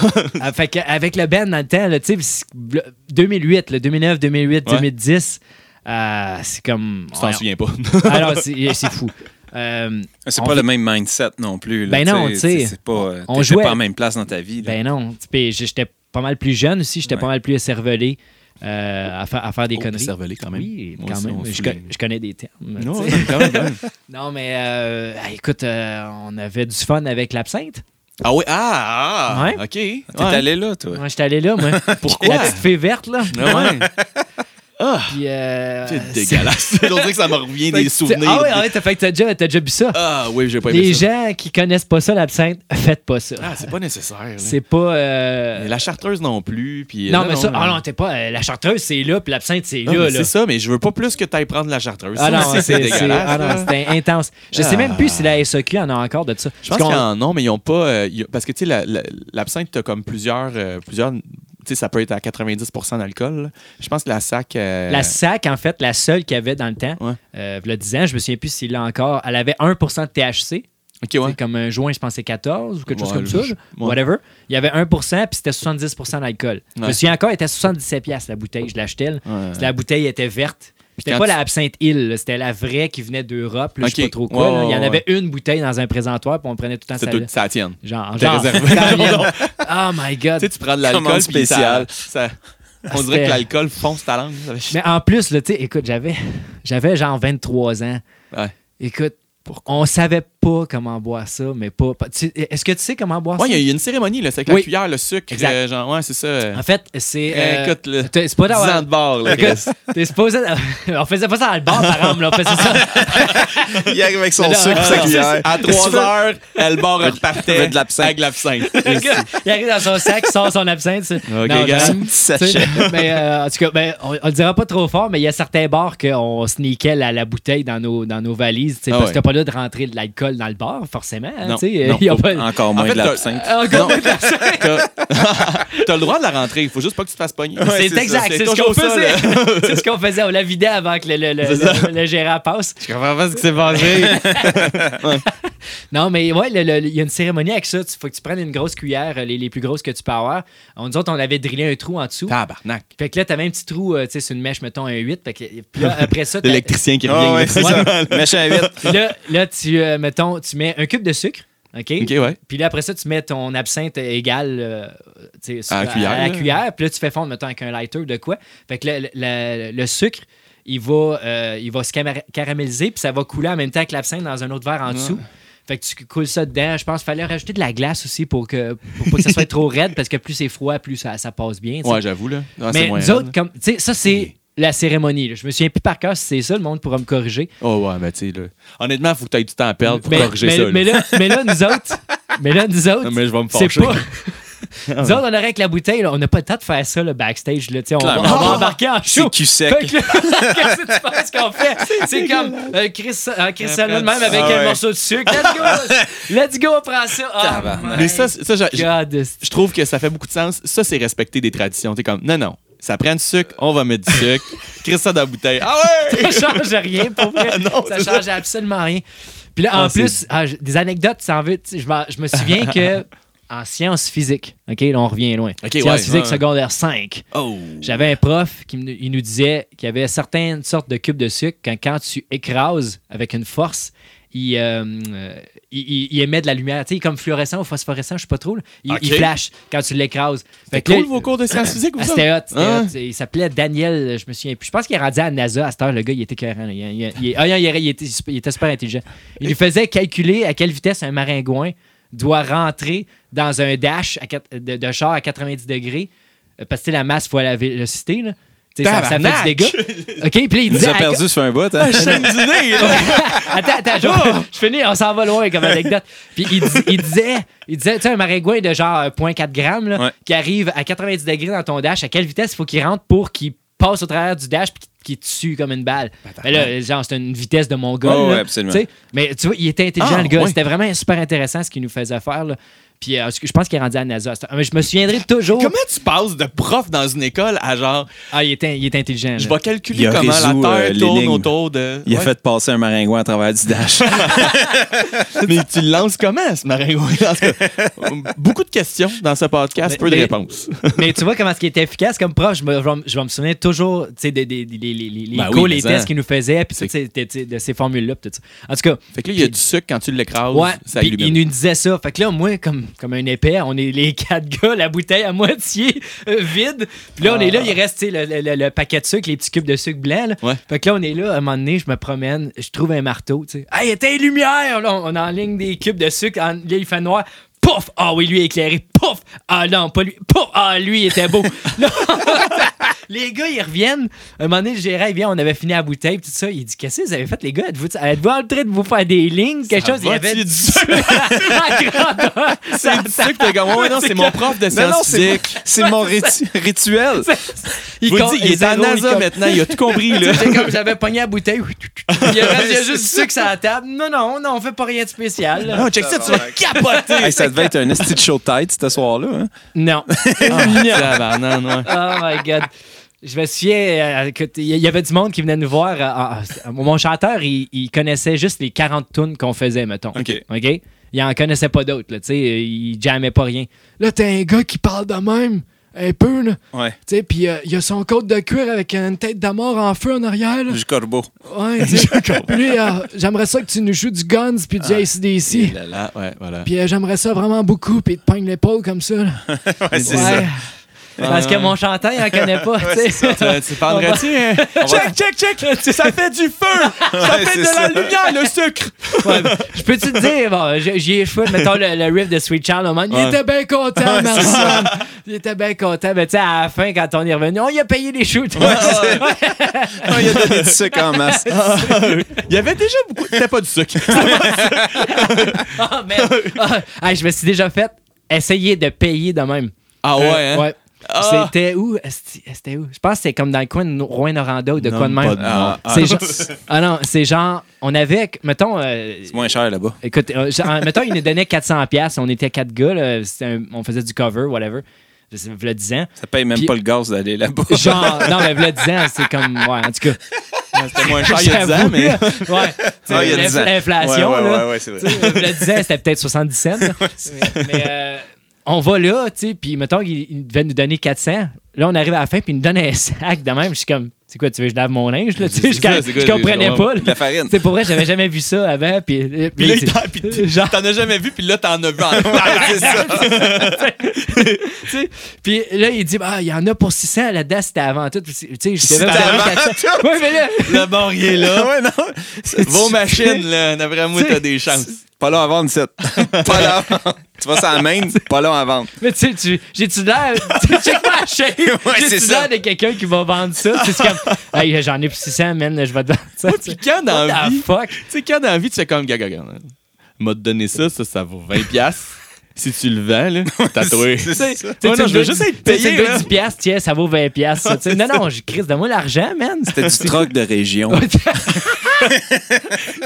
Speaker 3: ah, fait que avec le band dans le temps, là, tu sais, c'est- le- 2008, le 2009, 2008,
Speaker 1: Ouais.
Speaker 3: 2010, euh, c'est comme.
Speaker 1: tu t'en
Speaker 3: on-
Speaker 1: souviens pas.
Speaker 3: Alors, c'est c'est fou. Euh,
Speaker 2: C'est
Speaker 3: On
Speaker 2: pas
Speaker 3: fait-
Speaker 2: le même mindset non plus. là,
Speaker 3: Ben non, tu sais,
Speaker 2: C'est pas. euh,
Speaker 3: on
Speaker 2: t'étais
Speaker 3: jouait-
Speaker 2: pas en même place dans ta vie. là.
Speaker 3: ben non, tu sais, puis j'étais pas mal plus jeune aussi, j'étais pas
Speaker 2: Ouais.
Speaker 3: mal plus cervelé euh, à, fa- à faire des
Speaker 1: Oh,
Speaker 3: conneries.
Speaker 1: cervelé, quand même.
Speaker 3: Oui,
Speaker 1: Moi
Speaker 3: quand
Speaker 1: aussi, on
Speaker 3: même. Je,
Speaker 1: se
Speaker 3: co-
Speaker 1: souvient.
Speaker 3: je connais des termes. tu sais.
Speaker 1: ouais, quand même, quand même.
Speaker 3: Non, mais euh, ah, écoute, euh, on avait du fun avec l'absinthe.
Speaker 1: Ah oui, ah, ah,
Speaker 3: Ouais.
Speaker 1: ok.
Speaker 2: T'es
Speaker 1: ouais.
Speaker 2: allé là, toi.
Speaker 3: Moi, j'étais allé là, moi.
Speaker 1: Pourquoi?
Speaker 3: La petite fée verte, là.
Speaker 1: Ah ouais. Ah,
Speaker 3: Puis, euh,
Speaker 1: c'est dégueulasse. On dirait que ça me revient
Speaker 3: Fait
Speaker 1: des
Speaker 3: que tu-
Speaker 1: souvenirs.
Speaker 3: Ah ouais, ah ouais, t'as fait que t'as déjà, t'as déjà bu ça.
Speaker 1: Ah oui, j'ai pas aimé
Speaker 3: Les
Speaker 1: ça.
Speaker 3: gens qui connaissent pas ça, l'absinthe, faites pas ça.
Speaker 1: Ah, c'est pas nécessaire. là.
Speaker 3: c'est pas. euh,
Speaker 1: Mais La chartreuse non plus. Puis,
Speaker 3: non,
Speaker 1: euh,
Speaker 3: mais ça, ah
Speaker 1: là.
Speaker 3: non, t'es pas. euh, la chartreuse, c'est là, puis l'absinthe, c'est
Speaker 1: Non, mais
Speaker 3: là, là.
Speaker 1: c'est ça, mais je veux pas plus que t'ailles prendre la chartreuse. Ça
Speaker 3: Ah non,
Speaker 1: aussi,
Speaker 3: c'est
Speaker 1: c'est
Speaker 3: c'est-
Speaker 1: dégueulasse.
Speaker 3: ah non,
Speaker 1: là.
Speaker 3: c'était intense. Je sais même plus si la SEQ en a encore de ça.
Speaker 1: Je pense
Speaker 3: Parce
Speaker 1: qu'ils
Speaker 3: qu'on-
Speaker 1: en ont, mais ils ont pas. euh, y a- parce que, tu sais, la- la- l'absinthe, t'as comme plusieurs. euh, plusieurs tu sais, ça peut être à 90 d'alcool. là. Je pense que la sac. euh,
Speaker 3: La SAC, en fait, la seule qu'il y avait dans le temps,
Speaker 1: Ouais.
Speaker 3: euh, v'là 10 ans, je me souviens plus s'il l'a encore, elle avait 1% de THC.
Speaker 1: Ok, ouais.
Speaker 3: C'est comme un joint, je pensais 14 ou quelque chose
Speaker 1: Ouais,
Speaker 3: comme
Speaker 1: je-
Speaker 3: ça.
Speaker 1: je-
Speaker 3: là.
Speaker 1: ouais.
Speaker 3: Whatever. Il y avait 1 puis c'était 70 d'alcool. Je
Speaker 1: Ouais.
Speaker 3: me souviens encore, elle était 77 piastres, la bouteille. Je l'achetais. là.
Speaker 1: Ouais.
Speaker 3: La bouteille était verte. C'était
Speaker 1: quand
Speaker 3: pas
Speaker 1: tu-
Speaker 3: la Absinthe Hill, là. c'était la vraie qui venait d'Europe, là, je
Speaker 1: Ok.
Speaker 3: sais pas trop quoi.
Speaker 1: Ouais,
Speaker 3: là. Il y en
Speaker 1: ouais,
Speaker 3: avait une bouteille dans un présentoir, puis on prenait tout le temps
Speaker 1: C'est tout-
Speaker 3: celle-là.
Speaker 1: ça la tienne.
Speaker 3: Genre,
Speaker 1: T'es
Speaker 3: genre,
Speaker 1: réservé.
Speaker 3: dans la
Speaker 1: Non,
Speaker 3: mienne.
Speaker 1: non.
Speaker 3: Oh my
Speaker 1: Tu sais,
Speaker 3: God.
Speaker 1: tu prends de
Speaker 2: Commande
Speaker 1: l'alcool spécial.
Speaker 2: spéciale.
Speaker 1: on
Speaker 3: Ah,
Speaker 1: dirait
Speaker 3: c'était-
Speaker 1: que l'alcool fonce ta langue. ça fait-
Speaker 3: Mais en plus, là, tu sais, écoute, j'avais, j'avais genre 23 ans.
Speaker 1: Ouais.
Speaker 3: Écoute, on savait pas comment boire ça, mais pas. pas- tu- Est-ce que tu sais comment boire
Speaker 1: Ouais, il y
Speaker 3: ça?
Speaker 1: a- il y a une cérémonie, là. C'est avec la
Speaker 3: Oui.
Speaker 1: cuillère, le sucre.
Speaker 3: Exact.
Speaker 1: euh, genre, ouais, c'est ça.
Speaker 3: En fait, c'est.
Speaker 1: Eh,
Speaker 3: euh,
Speaker 1: écoute, là,
Speaker 3: t'as- c'est pas
Speaker 1: 10 ans
Speaker 3: d'avoir.
Speaker 1: de bord, là.
Speaker 3: Écoute,
Speaker 1: Chris.
Speaker 3: T'es supposé. On faisait pas ça dans le bar, par exemple, là. On faisait ça.
Speaker 2: Il arrive avec son
Speaker 3: Non,
Speaker 2: sucre,
Speaker 3: non,
Speaker 2: sa
Speaker 3: non,
Speaker 2: cuillère.
Speaker 1: Ah, À 3 heures, elle barre repartait
Speaker 2: Avec de l'absinthe.
Speaker 1: avec l'absinthe.
Speaker 3: Le gars, il arrive dans son sac, il sort son absinthe. Ok,
Speaker 1: gars.
Speaker 2: Sachet.
Speaker 3: mais euh, en tout cas, ben, on, on le dira pas trop fort, mais il y a certains bars qu'on sneakait la, la bouteille dans nos, dans nos valises, tu
Speaker 1: Ah
Speaker 3: sais, parce
Speaker 1: ouais.
Speaker 3: que t'as pas là de rentrer de l'alcool dans le bar, forcément. hein,
Speaker 1: Non,
Speaker 3: tu sais,
Speaker 1: non,
Speaker 3: il y a
Speaker 1: faut-
Speaker 3: pas-
Speaker 2: Encore moins
Speaker 1: fait,
Speaker 2: de l'absinthe.
Speaker 3: Ah, encore
Speaker 1: Non.
Speaker 3: une personne.
Speaker 1: T'as t'as le droit de la rentrer. Il faut juste pas que tu te fasses pogner.
Speaker 2: Ouais,
Speaker 3: c'est
Speaker 2: c'est
Speaker 3: exact,
Speaker 2: ça,
Speaker 1: c'est
Speaker 3: c'est ce qu'on
Speaker 1: toujours ça,
Speaker 3: faisait. c'est ce qu'on faisait, on la vidait avant que le, le- le-
Speaker 1: C'est ça.
Speaker 3: le- le gérant passe.
Speaker 1: Je comprends pas ce qui s'est passé.
Speaker 3: Non, mais ouais, le- le- il y a une cérémonie avec ça. Il faut que tu prennes une grosse cuillère, euh, les, les plus grosses que tu peux avoir. On, nous autres, on avait drillé un trou en dessous.
Speaker 1: Tabarnak.
Speaker 3: Fait que là, t'avais un petit trou, euh, tu sais, sur une mèche, mettons un 8. Fait que puis là, après ça, t'as-
Speaker 1: L'électricien qui
Speaker 2: Ah
Speaker 1: revient.
Speaker 2: ouais,
Speaker 1: là.
Speaker 2: c'est ça. Méchant vite.
Speaker 3: Puis là, là tu, euh, mettons, tu mets un cube de sucre, OK?
Speaker 1: OK, ouais.
Speaker 3: Puis là, après ça, tu mets ton absinthe égale euh, tu sais, sur-
Speaker 1: À la cuillère, là.
Speaker 3: cuillère. Puis là, tu fais fondre, mettons, avec un lighter de quoi. Fait que le, le- le- le sucre, il va, euh, il va se camar- caraméliser, puis ça va couler en même temps que l'absinthe dans un autre verre en dessous. Fait que tu coules ça dedans. Je pense qu'il fallait rajouter de la glace aussi pour que pour pas que ça soit trop raide, parce que plus c'est froid, plus ça, ça passe bien. tu sais.
Speaker 1: Ouais, j'avoue, là. Ah, c'est
Speaker 3: Mais
Speaker 1: moins
Speaker 3: nous autres,
Speaker 1: raide.
Speaker 3: comme, tu sais, ça, c'est la cérémonie. là. Je me souviens plus par cœur si c'est ça, le monde pourra me corriger.
Speaker 1: Oh, ouais, mais tu sais, là. Honnêtement, faut que Ah, tu aies du temps à perdre pour
Speaker 3: mais,
Speaker 1: corriger
Speaker 3: mais-
Speaker 1: ça.
Speaker 3: mais
Speaker 1: là.
Speaker 3: là, mais là, nous autres, mais là, nous autres,
Speaker 1: Non, mais je vais me
Speaker 3: c'est
Speaker 1: fâcher.
Speaker 3: pas. Nous
Speaker 1: Ah
Speaker 3: autres, on aurait avec la bouteille, là, on n'a pas le temps de faire ça, le backstage. Là, tu sais, on, va- on
Speaker 2: Clairement.
Speaker 3: va embarquer en
Speaker 2: C'est
Speaker 3: show.
Speaker 2: cul
Speaker 3: Fait
Speaker 2: sec.
Speaker 3: que là, Qu'est-ce que tu penses qu'on fait? C'est comme euh, Chris, euh, Chris Salmon, même avec
Speaker 2: Ah ouais.
Speaker 3: un morceau de sucre. Let's go! Let's go, on prend ça. Oh,
Speaker 2: Tabarnak.
Speaker 1: Mais ça, ça j'a-
Speaker 3: my God.
Speaker 1: je trouve que ça fait beaucoup de sens. Ça, c'est respecter des traditions. T'es comme, non, non, ça prend du sucre, on va mettre du sucre, crisse ça dans la bouteille. Ah ouais!
Speaker 3: ça change rien pour vrai.
Speaker 1: Ah Non,
Speaker 3: ça
Speaker 1: c'est
Speaker 3: change absolument rien. Puis là, en
Speaker 1: Ah,
Speaker 3: plus, ah, j- des anecdotes, ça en veut. tu sais, Je, m'en- je me souviens que en sciences physiques, OK, là, on revient loin.
Speaker 1: OK,
Speaker 3: sciences
Speaker 1: ouais,
Speaker 3: physiques
Speaker 1: ouais.
Speaker 3: secondaire 5.
Speaker 1: Oh!
Speaker 3: J'avais un prof qui me- il nous disait qu'il y avait certaines sortes de cubes de sucre quand, quand tu écrases avec une force, il, euh, euh, il- il- il émet de la lumière. Tu sais, comme fluorescent ou phosphorescent, je sais pas trop. là. Il,
Speaker 1: OK.
Speaker 3: il flash quand tu l'écrases. Fait
Speaker 1: Fait
Speaker 3: que là,
Speaker 1: cool vos cours de sciences physiques, vous
Speaker 3: ah,
Speaker 1: autres?
Speaker 3: c'était hot, c'était
Speaker 1: Hein?
Speaker 3: hot. Il s'appelait Daniel, je me souviens plus. Je pense qu'il est rendu à NASA à cette heure, le gars, il était cohérent. Il, il- il- ah non, il était- il était, super- il était super intelligent. Il nous faisait calculer à quelle vitesse un maringouin doit rentrer dans un dash à quat- de, de char à 90 degrés, euh, parce que tu sais, la masse fois la vélocité. Là. Tu sais, Ça, ça fait du
Speaker 1: Tabarnak!
Speaker 3: dégât. OK, puis là, il
Speaker 2: Il nous
Speaker 3: disait...
Speaker 2: a
Speaker 3: à-
Speaker 2: perdu sur un bout. hein.
Speaker 1: Chaîne du nez, là.
Speaker 3: attends, attends, je, je finis, on s'en va loin comme anecdote. Puis il, dis- il disait, il disait, tu sais, un maringouin de genre euh, 0.4 grammes, là,
Speaker 2: Ouais.
Speaker 3: qui arrive à 90 degrés dans ton dash, à quelle vitesse il faut qu'il rentre pour qu'il passe au travers du dash puis qu'il qu'il tue comme une balle. Mais là, genre, c'est une vitesse de mon gars.
Speaker 2: Oh,
Speaker 3: là,
Speaker 2: ouais, absolument.
Speaker 3: tu sais. Mais tu vois, il était intelligent,
Speaker 1: Ah,
Speaker 3: le gars.
Speaker 1: ouais.
Speaker 3: C'était vraiment super intéressant ce qu'il nous faisait faire. là. Puis euh, je pense qu'il est rendu à NASA. Mais je me souviendrai toujours.
Speaker 1: Comment tu passes de prof dans une école à genre,
Speaker 3: Ah, il était, il était intelligent. là.
Speaker 1: je vais calculer
Speaker 2: Il a
Speaker 1: comment
Speaker 2: résout,
Speaker 1: la
Speaker 2: euh,
Speaker 1: Terre
Speaker 2: l'énigme.
Speaker 1: tourne autour de.
Speaker 2: Il a
Speaker 1: Ouais.
Speaker 2: fait passer un maringouin à travers du dash.
Speaker 1: Mais tu le lances comment, ce maringouin? En tout cas, beaucoup de questions dans ce podcast,
Speaker 3: Mais-
Speaker 1: peu de
Speaker 3: mais-
Speaker 1: réponses.
Speaker 3: Mais tu vois comment ce qui était efficace comme prof, je, me- je vais me- je vais me souvenir toujours tu sais, des, des, des- les, les, les
Speaker 2: Ben oui,
Speaker 3: cours,
Speaker 2: mais
Speaker 3: les
Speaker 2: ça.
Speaker 3: tests qu'il nous faisait, puis
Speaker 1: C'est-
Speaker 3: tu sais, tu sais, de ces formules-là. puis tout ça. En tout cas,
Speaker 1: Fait que là, il y a du sucre quand tu l'écrases,
Speaker 3: ouais,
Speaker 1: ça
Speaker 3: puis
Speaker 1: illumine.
Speaker 3: il nous disait ça. Fait que là, moi, comme, comme un épais, on est les quatre gars, la bouteille à moitié euh, vide. Puis là, on est là, il reste tu sais, le, le- le- le paquet de sucre, les petits cubes de sucre blanc. là.
Speaker 1: Ouais.
Speaker 3: Fait que là, on est là, à un moment donné, je me promène, je trouve un marteau. tu sais. Hey, éteins les lumières! Là, on, on enligne des cubes de sucre, en- là, il fait noir. Pouf! Ah oui, lui est éclairé. Pouf! Ah non, pas lui. Pouf! Ah, lui, il était beau. Là, les gars, ils reviennent. Un moment donné, le gérant, il vient, on avait fini la bouteille, tout ça. Il dit Qu'est-ce que vous avez fait, les gars Êtes-vous êtes-vous en train de vous faire des lignes Quelque
Speaker 1: Ça
Speaker 3: chose. Il y
Speaker 1: va,
Speaker 3: avait
Speaker 1: tu dis ça?
Speaker 3: en grandeur. Ça-
Speaker 1: C'est du sucre, t'es comme, ouais, non, c'est mon prof de
Speaker 2: Non, non,
Speaker 1: sciences
Speaker 2: c'est
Speaker 1: physiques.
Speaker 2: mon, c'est mon ritu- rituel.
Speaker 1: Je vous le
Speaker 3: compte-
Speaker 1: dis, il est à
Speaker 3: zéro, il
Speaker 1: NASA
Speaker 3: compte.
Speaker 1: maintenant, il a tout compris, là.
Speaker 3: C'est comme j'avais pogné la bouteille. Il y a il y a juste du sucre sur la table. Non, non, non, on fait pas rien de spécial. là.
Speaker 1: Non, check ça, tu vas capoter!
Speaker 2: Hey, ça devait être un esti de show tête ce soir-là. hein.
Speaker 3: Non. Ah,
Speaker 1: Tabarnan, ouais.
Speaker 3: Oh my God. Je me souviens, euh, que t- il y avait du monde qui venait nous voir. euh, ah, ah, mon chanteur, il, il connaissait juste les 40 tunes qu'on faisait, mettons.
Speaker 2: OK.
Speaker 3: OK? Il en connaissait pas d'autres, là, tu sais, euh, il jammait pas rien. Là, t'as un gars qui parle de même, un peu, là,
Speaker 2: Ouais.
Speaker 3: tu sais, puis euh, il a son côte de cuir avec une tête d'amour en feu en arrière, là.
Speaker 2: Du corbeau.
Speaker 3: Ouais, tu sais. Puis lui, euh, j'aimerais ça que tu nous joues du Guns puis du ACDC.
Speaker 1: Ah, ouais, voilà.
Speaker 3: Puis euh, j'aimerais ça vraiment beaucoup, puis il te pogne l'épaule comme ça. là.
Speaker 2: Ouais, c'est ça.
Speaker 3: Ouais. Parce que mon chanteur, il en connaît pas, tu sais.
Speaker 1: Euh, tu parlerais-tu? hein?
Speaker 3: Ah,
Speaker 1: Check, check, check! Ça fait du feu! Ça
Speaker 2: Ouais,
Speaker 1: fait
Speaker 2: c'est
Speaker 1: de
Speaker 2: ça.
Speaker 1: la
Speaker 3: bah.
Speaker 1: lumière, le sucre!
Speaker 3: Ouais, je peux-tu te dire, bon, j'ai- j'y ai échoué, mettons le, le riff de Sweet Child, au moment, il était bien content, Marcel. Il était bien content, mais tu sais, à la fin, quand on est revenu, on y a payé les shoots.
Speaker 2: Ah, il a donné du sucre en masse.
Speaker 1: Il y avait déjà beaucoup. C'était pas du sucre.
Speaker 3: Ah, merde. Ah, ah, je me suis déjà fait essayer de payer de même.
Speaker 1: Ah ouais, hein?
Speaker 3: Ouais.
Speaker 1: Ah.
Speaker 3: C'était où? Esti- C'était où? Je pense que c'était comme dans le coin de Rouen-Noranda ou de
Speaker 1: Non,
Speaker 3: quoi de
Speaker 1: pas
Speaker 3: même.
Speaker 1: de nom.
Speaker 3: C'est genre- ah non, c'est genre, on avait, mettons, euh,
Speaker 2: C'est moins cher là-bas.
Speaker 3: Écoute, euh, je- en- mettons, il nous donnait 400$, piastres, on était quatre gars, là, c'était un- on faisait du cover, whatever. Je sais, v'là 10 ans.
Speaker 2: Ça paye même
Speaker 3: Puis-
Speaker 2: pas le gaz d'aller là-bas.
Speaker 3: Genre, non, mais v'là 10 ans, c'est comme, ouais, en tout cas.
Speaker 1: C'était moins cher il y a 10 ans,
Speaker 3: j'avoue,
Speaker 1: mais.
Speaker 3: là, Ouais, tu sais,
Speaker 2: Ah, il y a 10 ans.
Speaker 3: l'inflation,
Speaker 2: Ouais, ouais,
Speaker 3: là.
Speaker 2: ouais, ouais, c'est vrai.
Speaker 3: Tu
Speaker 1: euh,
Speaker 3: sais, v'là 10 ans, c'était peut-être 70 cents. là. mais mais, euh, on va là, tu sais, puis mettons, il, il devait nous donner 400. Là, on arrive à la fin, puis il nous donne un sac de même. Je suis comme, c'est quoi, tu veux que je lave mon linge? Là? Tu sais,
Speaker 1: C'est
Speaker 3: je,
Speaker 1: ça, c'est
Speaker 3: je
Speaker 1: quoi,
Speaker 3: comprenais
Speaker 1: j'ai-
Speaker 3: pas. là.
Speaker 2: De la farine.
Speaker 3: C'est pour vrai, j'avais jamais vu ça avant. Puis, euh,
Speaker 1: Puis
Speaker 3: puis
Speaker 1: là,
Speaker 3: c'est-
Speaker 1: il t'en- puis t-
Speaker 3: Genre-
Speaker 1: t'en as jamais vu, puis là, t'en as vu en
Speaker 2: C'est ça.
Speaker 3: Tu sais, puis là, il dit, ah, il y en a pour 600 là-dedans, c'était avant tout. Puis, Tu sais, je devais
Speaker 1: C'était avant
Speaker 3: vraiment quatre cents. Ouais, mais là,
Speaker 1: Le bord, il est là.
Speaker 2: Ah Ouais, non.
Speaker 1: Vos machines, là, d'après moi,
Speaker 3: Tu sais,
Speaker 1: t'as des chances.
Speaker 2: Pas long à vendre, cette. Pas long à vendre. Tu vas sur la main, pas long à vendre.
Speaker 3: mais tu sais, tu- j'ai-tu l'air, tu sais, check ma chaîne,
Speaker 2: c'est
Speaker 3: j'ai-tu
Speaker 2: ça.
Speaker 3: l'air de quelqu'un qui va vendre ça? Tu sais, c'est comme, hey, j'en ai pour 600, man, je vais te vendre ça.
Speaker 1: Puis quand dans la
Speaker 3: What the
Speaker 1: vie,
Speaker 3: fuck?
Speaker 1: tu sais, quand dans la vie, tu fais comme, gaga, gaga, m'a donné ça, ça, ça vaut 20$. piastres. si tu le vends, là, t'as trouvé.
Speaker 2: C'est
Speaker 1: Ouais,
Speaker 2: ça.
Speaker 3: Tu sais,
Speaker 1: Oh non,
Speaker 3: tu
Speaker 1: je veux
Speaker 3: me
Speaker 1: juste
Speaker 3: dis-
Speaker 1: être
Speaker 3: tu sais, tu
Speaker 1: payé,
Speaker 3: me dis
Speaker 1: là.
Speaker 3: 10 piastres, tiens, ça vaut 20 piastres. ça, tu sais. Non, non, je crise, donne-moi l'argent, man.
Speaker 2: C'était du troc de région.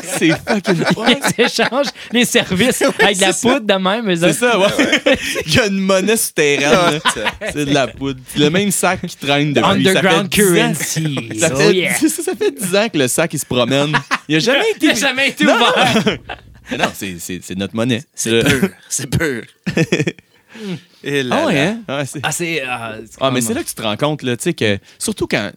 Speaker 1: C'est fucking...
Speaker 3: Ils échangent les services avec de la
Speaker 2: c'est
Speaker 3: poudre de même. eux
Speaker 1: C'est
Speaker 3: autres.
Speaker 1: ça, ouais. Il y a une monnaie
Speaker 2: Ah,
Speaker 1: souterraine, là.
Speaker 2: Ouais.
Speaker 1: C'est de la poudre. C'est le même sac qui traîne depuis.
Speaker 3: Underground
Speaker 1: ça fait 10 ans.
Speaker 3: currency.
Speaker 1: Ça
Speaker 3: Oh
Speaker 1: fait,
Speaker 3: yeah.
Speaker 1: ça fait 10 ans que le sac, il se promène. Il a jamais été...
Speaker 3: Il a jamais été ouvert.
Speaker 1: Non, c'est- c'est c'est notre monnaie.
Speaker 2: C'est pur. C'est pur. Et là,
Speaker 1: Ah ouais,
Speaker 2: là.
Speaker 1: hein? Ouais, c'est-
Speaker 3: Ah, c'est. Ah,
Speaker 1: Ah, mais c'est là que tu te rends compte, là, tu sais, que surtout quand.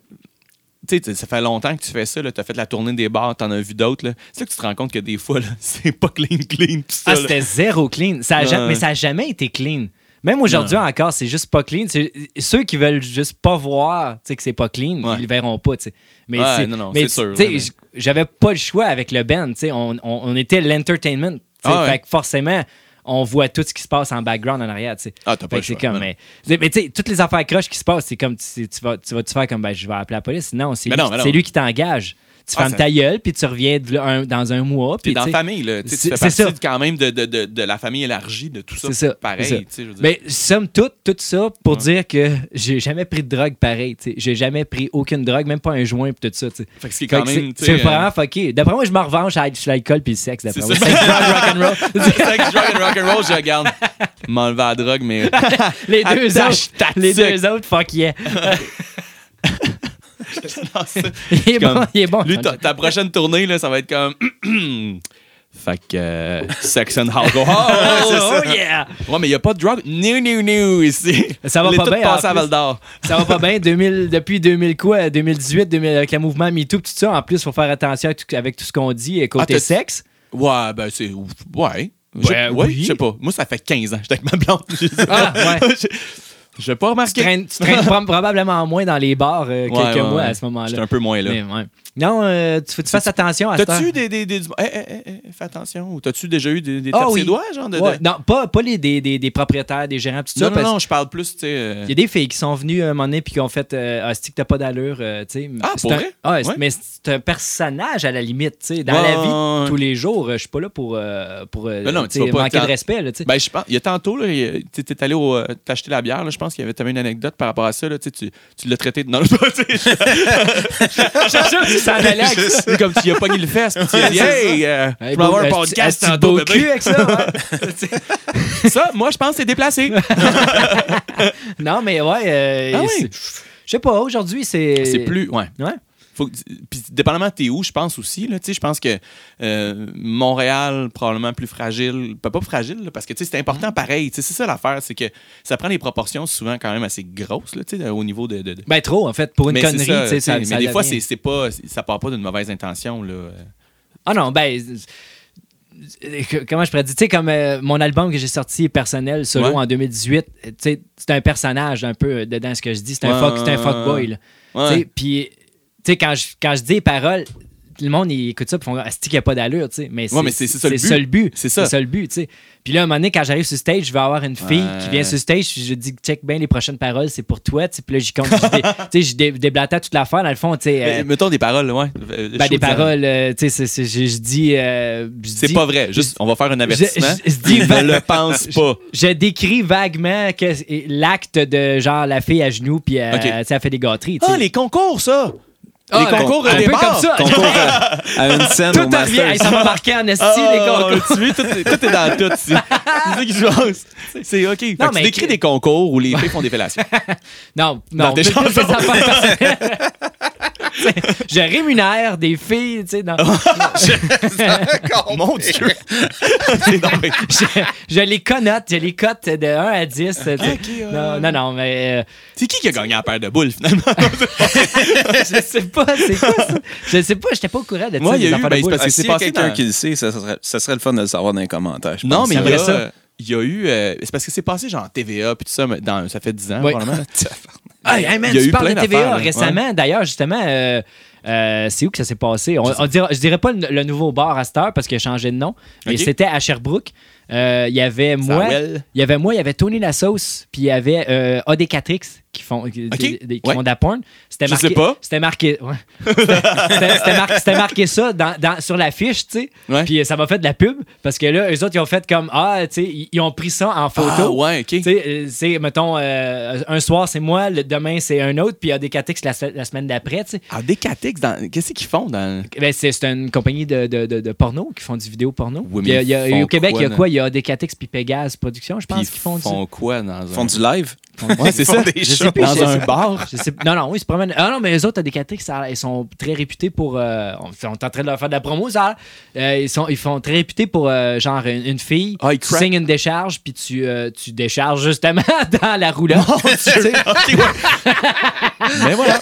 Speaker 1: Tu sais, t- ça fait longtemps que tu fais ça, tu as fait la tournée des bars, t'en as vu d'autres. là. C'est là que tu te rends compte que des fois, là, c'est pas clean, clean, tout ça.
Speaker 3: Ah,
Speaker 1: là.
Speaker 3: c'était zéro clean. Ça a
Speaker 1: Ouais.
Speaker 3: jamais- mais ça n'a jamais été clean. Même aujourd'hui encore, c'est juste pas clean. C'est- Ceux qui veulent juste pas voir tu sais, que c'est pas clean,
Speaker 1: Ouais.
Speaker 3: ils le verront pas. tu sais. Mais
Speaker 1: Ouais,
Speaker 3: c'est-
Speaker 1: non, non,
Speaker 3: mais
Speaker 1: c'est
Speaker 3: tu-
Speaker 1: sûr,
Speaker 3: tu sais,
Speaker 1: ouais,
Speaker 3: j- J'avais pas le choix avec le band. tu sais. On, on- on était l'entertainment. tu sais.
Speaker 1: Ah ouais.
Speaker 3: Fait que forcément, on voit tout ce qui se passe en background, en arrière. tu sais.
Speaker 1: Ah, t'as pas
Speaker 3: Fait
Speaker 1: le
Speaker 3: que c'est
Speaker 1: choix,
Speaker 3: comme,
Speaker 1: non.
Speaker 3: mais mais tu sais, toutes les affaires croches qui se passent, c'est comme tu, tu vas, tu vas-tu faire comme ben, je vais appeler la police. Non, c'est
Speaker 1: Mais
Speaker 3: lui,
Speaker 1: non, mais non.
Speaker 3: c'est lui qui t'engage. Tu
Speaker 1: Ah,
Speaker 3: fermes
Speaker 1: ça-
Speaker 3: ta gueule, puis tu reviens de là un- dans un mois.
Speaker 1: T'es
Speaker 3: puis
Speaker 1: dans
Speaker 3: tu
Speaker 1: la
Speaker 3: sais-
Speaker 1: famille, là. Tu sais, tu
Speaker 3: c'est-
Speaker 1: fais
Speaker 3: c'est
Speaker 1: partie
Speaker 3: ça.
Speaker 1: de- quand même de, de, de, de la famille élargie, de tout ça.
Speaker 3: C'est ça,
Speaker 1: Pareil,
Speaker 3: c'est ça.
Speaker 1: tu sais, je veux dire.
Speaker 3: Mais somme toute, tout ça pour dire que j'ai jamais pris de drogue pareil. tu sais. J'ai jamais pris aucune drogue, même pas un joint puis tout ça. tu sais.
Speaker 1: Fait que ce qui est
Speaker 3: Fait
Speaker 1: quand
Speaker 3: que
Speaker 1: même. tu
Speaker 3: C'est
Speaker 1: sais,
Speaker 3: c'est
Speaker 1: euh,
Speaker 3: vraiment fucké. D'après moi, je me revanche à- sur l'alcool puis le sexe. D'après
Speaker 1: C'est
Speaker 3: moi.
Speaker 1: ça.
Speaker 3: Sexe, drogue, rock'n'roll.
Speaker 1: Sex, drug and rock'n'roll, je regarde. M'enlever la drogue, mais.
Speaker 3: Les deux
Speaker 1: Attache ta
Speaker 3: autres. Les
Speaker 1: tuque.
Speaker 3: deux autres, fuck yeah.
Speaker 1: Non, c'est-
Speaker 3: Il est
Speaker 1: Comme-
Speaker 3: bon, il est bon.
Speaker 1: Lui, ta, ta prochaine tournée, là, ça va être comme. fait que. euh, sex and alcohol.
Speaker 3: Oh, oh yeah!
Speaker 1: Ouais, mais il n'y a pas de drogue. New, new, new ici.
Speaker 3: Ça va
Speaker 1: On est
Speaker 3: pas
Speaker 1: tous
Speaker 3: bien,
Speaker 1: passés
Speaker 3: en
Speaker 1: à
Speaker 3: plus.
Speaker 1: Val d'Or.
Speaker 3: Ça va pas bien. 2000, depuis 2000 quoi? 2018, 2000, avec le mouvement MeToo, tout ça. En plus, faut faire attention avec tout, avec tout ce qu'on dit euh, côté
Speaker 1: Ah, t'as-
Speaker 3: sexe.
Speaker 1: Ouais, ben c'est. Ouais.
Speaker 3: Ben
Speaker 1: Je, ouais,
Speaker 3: oui.
Speaker 1: je sais pas. Moi, ça fait 15 ans que j'étais avec ma blonde. Je sais pas.
Speaker 3: Ah, ouais.
Speaker 1: Je- Je vais pas
Speaker 3: Tu
Speaker 1: remarquer.
Speaker 3: traînes, tu traînes prob- probablement moins dans les bars
Speaker 1: Ouais,
Speaker 3: euh, quelques
Speaker 1: ouais,
Speaker 3: mois
Speaker 1: ouais.
Speaker 3: à ce moment-là.
Speaker 1: J'étais un peu moins là.
Speaker 3: Mais ouais. Non, euh, tu, faut que tu fasses attention à ça.
Speaker 1: T'as-tu des. des, des- du- eh, eh, eh, eh, fais attention. Ou t'as-tu déjà eu des, des
Speaker 3: Ah
Speaker 1: tapes
Speaker 3: oui.
Speaker 1: ses doigts, genre de. de-
Speaker 3: Ouais, Non, pas, pas les, des, des, des propriétaires, des gérants, tout ça.
Speaker 1: Non, non,
Speaker 3: parce
Speaker 1: non, je parle plus, tu sais. euh,
Speaker 3: Il y a des filles qui sont venues à un moment donné puis qui ont fait euh, Ah, c'est-tu que t'as pas d'allure, euh, tu sais.
Speaker 1: Ah,
Speaker 3: C'est
Speaker 1: pour
Speaker 3: un-
Speaker 1: vrai?
Speaker 3: Ah, c'est-
Speaker 1: Ouais.
Speaker 3: Mais c'est un personnage à la limite, tu sais. Dans
Speaker 1: Ouais,
Speaker 3: la vie,
Speaker 1: ouais, ouais.
Speaker 3: tous les jours, euh, je suis pas là pour, euh, pour euh,
Speaker 1: Ben non,
Speaker 3: tu
Speaker 1: tu
Speaker 3: sais,
Speaker 1: vas pas
Speaker 3: manquer de
Speaker 1: t'en-
Speaker 3: respect, là, tu sais.
Speaker 1: Ben, je pense, il y a tantôt, là, il y a- tu t'es allé au, euh, t'acheter la bière, là, je pense qu'il y avait, t'avais une anecdote par rapport à ça, là, tu, sais, tu tu l'as traité de. Non, tu sais,
Speaker 3: C'est sûr que tu s'en allais avec ça.
Speaker 1: C'est comme tu y as pogné le fest, puis tu lui as dit, hey, euh,
Speaker 3: Hey,
Speaker 1: je vais avoir un
Speaker 3: beau- euh,
Speaker 1: podcast
Speaker 3: est-ce que tu
Speaker 1: tantôt,
Speaker 3: beau
Speaker 1: bébé.
Speaker 3: cul avec ça, hein? ouais.
Speaker 1: Ça, moi, je pense que c'est déplacé.
Speaker 3: Non, mais ouais. euh,
Speaker 1: Ah ouais.
Speaker 3: c'est- Je sais pas, aujourd'hui, c'est.
Speaker 1: C'est plus. Ouais.
Speaker 3: Ouais.
Speaker 1: Faut que tu- puis, dépendamment de t'es où, je pense aussi. Là, tu sais, je pense que euh, Montréal, probablement plus fragile. Pas, pas fragile, là, parce que tu sais, c'est
Speaker 3: Mm-hmm.
Speaker 1: important pareil. Tu sais, C'est ça l'affaire, c'est que ça prend des proportions souvent quand même assez grosses là, tu sais, au niveau de. de- de-
Speaker 3: Ben trop, en fait, pour une
Speaker 1: Mais c'est
Speaker 3: connerie,
Speaker 1: ça,
Speaker 3: tu sais,
Speaker 1: tu sais,
Speaker 3: ça,
Speaker 1: mais
Speaker 3: ça
Speaker 1: des fois,
Speaker 3: devient-
Speaker 1: c'est c'est pas, ça part pas d'une mauvaise intention. Là.
Speaker 3: Ah non, ben. euh, euh, Comment je pourrais dire? Tu sais, comme euh, mon album que j'ai sorti personnel, solo
Speaker 1: Ouais.
Speaker 3: en 2018, euh, tu sais, c'est un personnage un peu euh, dedans ce que je dis. C'est
Speaker 1: Ouais,
Speaker 3: un, fuck, c'est un
Speaker 1: ouais,
Speaker 3: fuckboy.
Speaker 1: ouais.
Speaker 3: là.
Speaker 1: Ouais.
Speaker 3: Tu sais, Puis, tu sais, quand je, quand je dis les paroles, le monde, il écoute ça, puis ils font Ah, c'est-tu qu'il n'y a pas d'allure, tu sais. Mais
Speaker 1: mais c'est- c'est ça le but.
Speaker 3: but.
Speaker 1: C'est ça.
Speaker 3: C'est ça le but, tu sais. Puis là, à un moment donné, quand j'arrive sur stage, je vais avoir une fille
Speaker 1: Ouais.
Speaker 3: qui vient sur stage, je dis, check bien les prochaines paroles, c'est pour toi, tu sais. Puis là, j'y compte, je dé- tu sais, je dé- déblatais toute l'affaire, dans le fond, tu sais. euh,
Speaker 1: Mais, mettons des paroles, ouais. Euh,
Speaker 3: ben,
Speaker 1: je
Speaker 3: des
Speaker 1: trouve ça-
Speaker 3: paroles, euh, tu sais, c'est- c'est- je je dis. euh, je
Speaker 1: C'est
Speaker 3: dis-
Speaker 1: pas vrai. Juste, on va faire un avertissement.
Speaker 3: je- je dis-
Speaker 1: ne le pense pas.
Speaker 3: Je décris vaguement que c'est- l'acte de genre la fille à genoux, puis euh,
Speaker 1: Ok.
Speaker 3: tu sais, elle fait des gâteries. tu sais.
Speaker 1: Ah, les concours, ça!
Speaker 3: Ah,
Speaker 1: les concours
Speaker 3: un
Speaker 1: des
Speaker 3: peu
Speaker 1: bars.
Speaker 3: comme ça.
Speaker 2: Concours à, à une scène
Speaker 3: Tout
Speaker 2: au
Speaker 3: en revient.
Speaker 2: Masters.
Speaker 3: Hey, ça m'a marqué en esti, les
Speaker 1: Ah,
Speaker 3: concours.
Speaker 1: Tu vois, tout, est- tout est dans tout. ici. C'est ça qui se passe. C'est OK. Fait que
Speaker 3: mais-
Speaker 1: tu décris des concours où les filles font des fellations.
Speaker 3: Non, non,
Speaker 1: Dans tes
Speaker 3: peut-être
Speaker 1: chansons.
Speaker 3: que ça va pas- T'sais, je rémunère des filles, tu sais, dans...
Speaker 1: Ah. Mon Dieu! C'est donc bien-
Speaker 3: je, je les connote, je les cote de 1 à 10. t'sais. non, non, non, mais
Speaker 1: C'est qui qui a gagné la paire de boules, finalement?
Speaker 3: euh, je sais pas, c'est quoi ça? Je sais pas, j'étais pas au courant de
Speaker 1: Moi,
Speaker 3: ça,
Speaker 1: il y a
Speaker 3: des
Speaker 1: eu,
Speaker 3: affaires de
Speaker 1: ben, c'est
Speaker 3: boules.
Speaker 1: parce que
Speaker 2: Ah,
Speaker 1: c'est
Speaker 2: s'il y a
Speaker 1: passé
Speaker 2: quelqu'un
Speaker 1: dans-
Speaker 2: qui le sait, ça serait, ça serait le fun de le savoir dans les commentaires. je
Speaker 1: Non,
Speaker 2: pense.
Speaker 1: mais il y,
Speaker 3: J'aimerais
Speaker 1: a,
Speaker 3: ça.
Speaker 1: euh, il y a eu. euh, c'est parce que c'est passé genre TVA puis tout ça, mais dans, ça fait 10 ans,
Speaker 3: Oui.
Speaker 1: probablement.
Speaker 3: Hey, hey, man,
Speaker 1: Il y a
Speaker 3: tu
Speaker 1: eu
Speaker 3: parles de
Speaker 1: plein d'affaires,
Speaker 3: TVA
Speaker 1: là.
Speaker 3: récemment. D'ailleurs, justement, euh, euh, c'est où que ça s'est passé? On, on dira- je dirais pas le, le nouveau bar à cette heure parce qu'il a changé de nom, mais
Speaker 1: Ok.
Speaker 3: c'était à Sherbrooke. Euh, Il y avait moi,
Speaker 1: Sarwell.
Speaker 3: il y avait moi, il y avait Tony La Sauce, puis il y avait euh, AD4X qui font qui,
Speaker 1: Ok.
Speaker 3: qui- qui
Speaker 1: Ouais.
Speaker 3: font de la porn. C'était
Speaker 1: Je sais pas.
Speaker 3: C'était marqué. ouais. C'était c'était mar- c'était marqué ça dans, dans- sur la fiche, tu sais.
Speaker 1: Ouais.
Speaker 3: Puis euh, ça m'a fait de la pub parce que là, eux autres, ils ont fait comme ah, tu sais, ils, ils ont pris ça en photo.
Speaker 1: Ah, ouais, ok.
Speaker 3: Tu sais, euh, c'est, mettons, euh, un soir c'est moi, le, demain c'est un autre, puis il y a des catix la, se- la semaine d'après. tu sais.
Speaker 1: Ah, Décatex, dans... qu'est-ce qu'ils font dans.
Speaker 3: Ben, c'est, c'est une compagnie de, de, de- de porno qui font du vidéo porno.
Speaker 1: Oui,
Speaker 3: Puis il y a-
Speaker 1: mais
Speaker 3: il y a-
Speaker 1: ils font
Speaker 3: au Québec, il y a
Speaker 1: quoi,
Speaker 3: quoi Il y a des catix puis Pégase Productions, je
Speaker 1: Puis
Speaker 3: pense, qui font, du.
Speaker 1: quoi dans un.
Speaker 2: Ils font du live.
Speaker 1: Ouais, c'est
Speaker 2: Ils
Speaker 1: ça.
Speaker 2: font des
Speaker 3: Je sais
Speaker 2: shows.
Speaker 3: plus, je
Speaker 1: dans un
Speaker 3: sais-
Speaker 1: bar.
Speaker 3: Je sais- non, non, ils se promènent. Ah non, mais les autres, à Décatrix, ça- ils sont très réputés pour. euh, on, on est en train de leur faire de la promo, ça. Euh, ils, sont, ils font très réputés pour, euh, genre, une, une fille.
Speaker 1: Ah, ils
Speaker 3: tu
Speaker 1: crack.
Speaker 3: signes une décharge, puis tu, euh, tu décharges justement dans la roulotte. Tu sais.
Speaker 1: Mais voilà.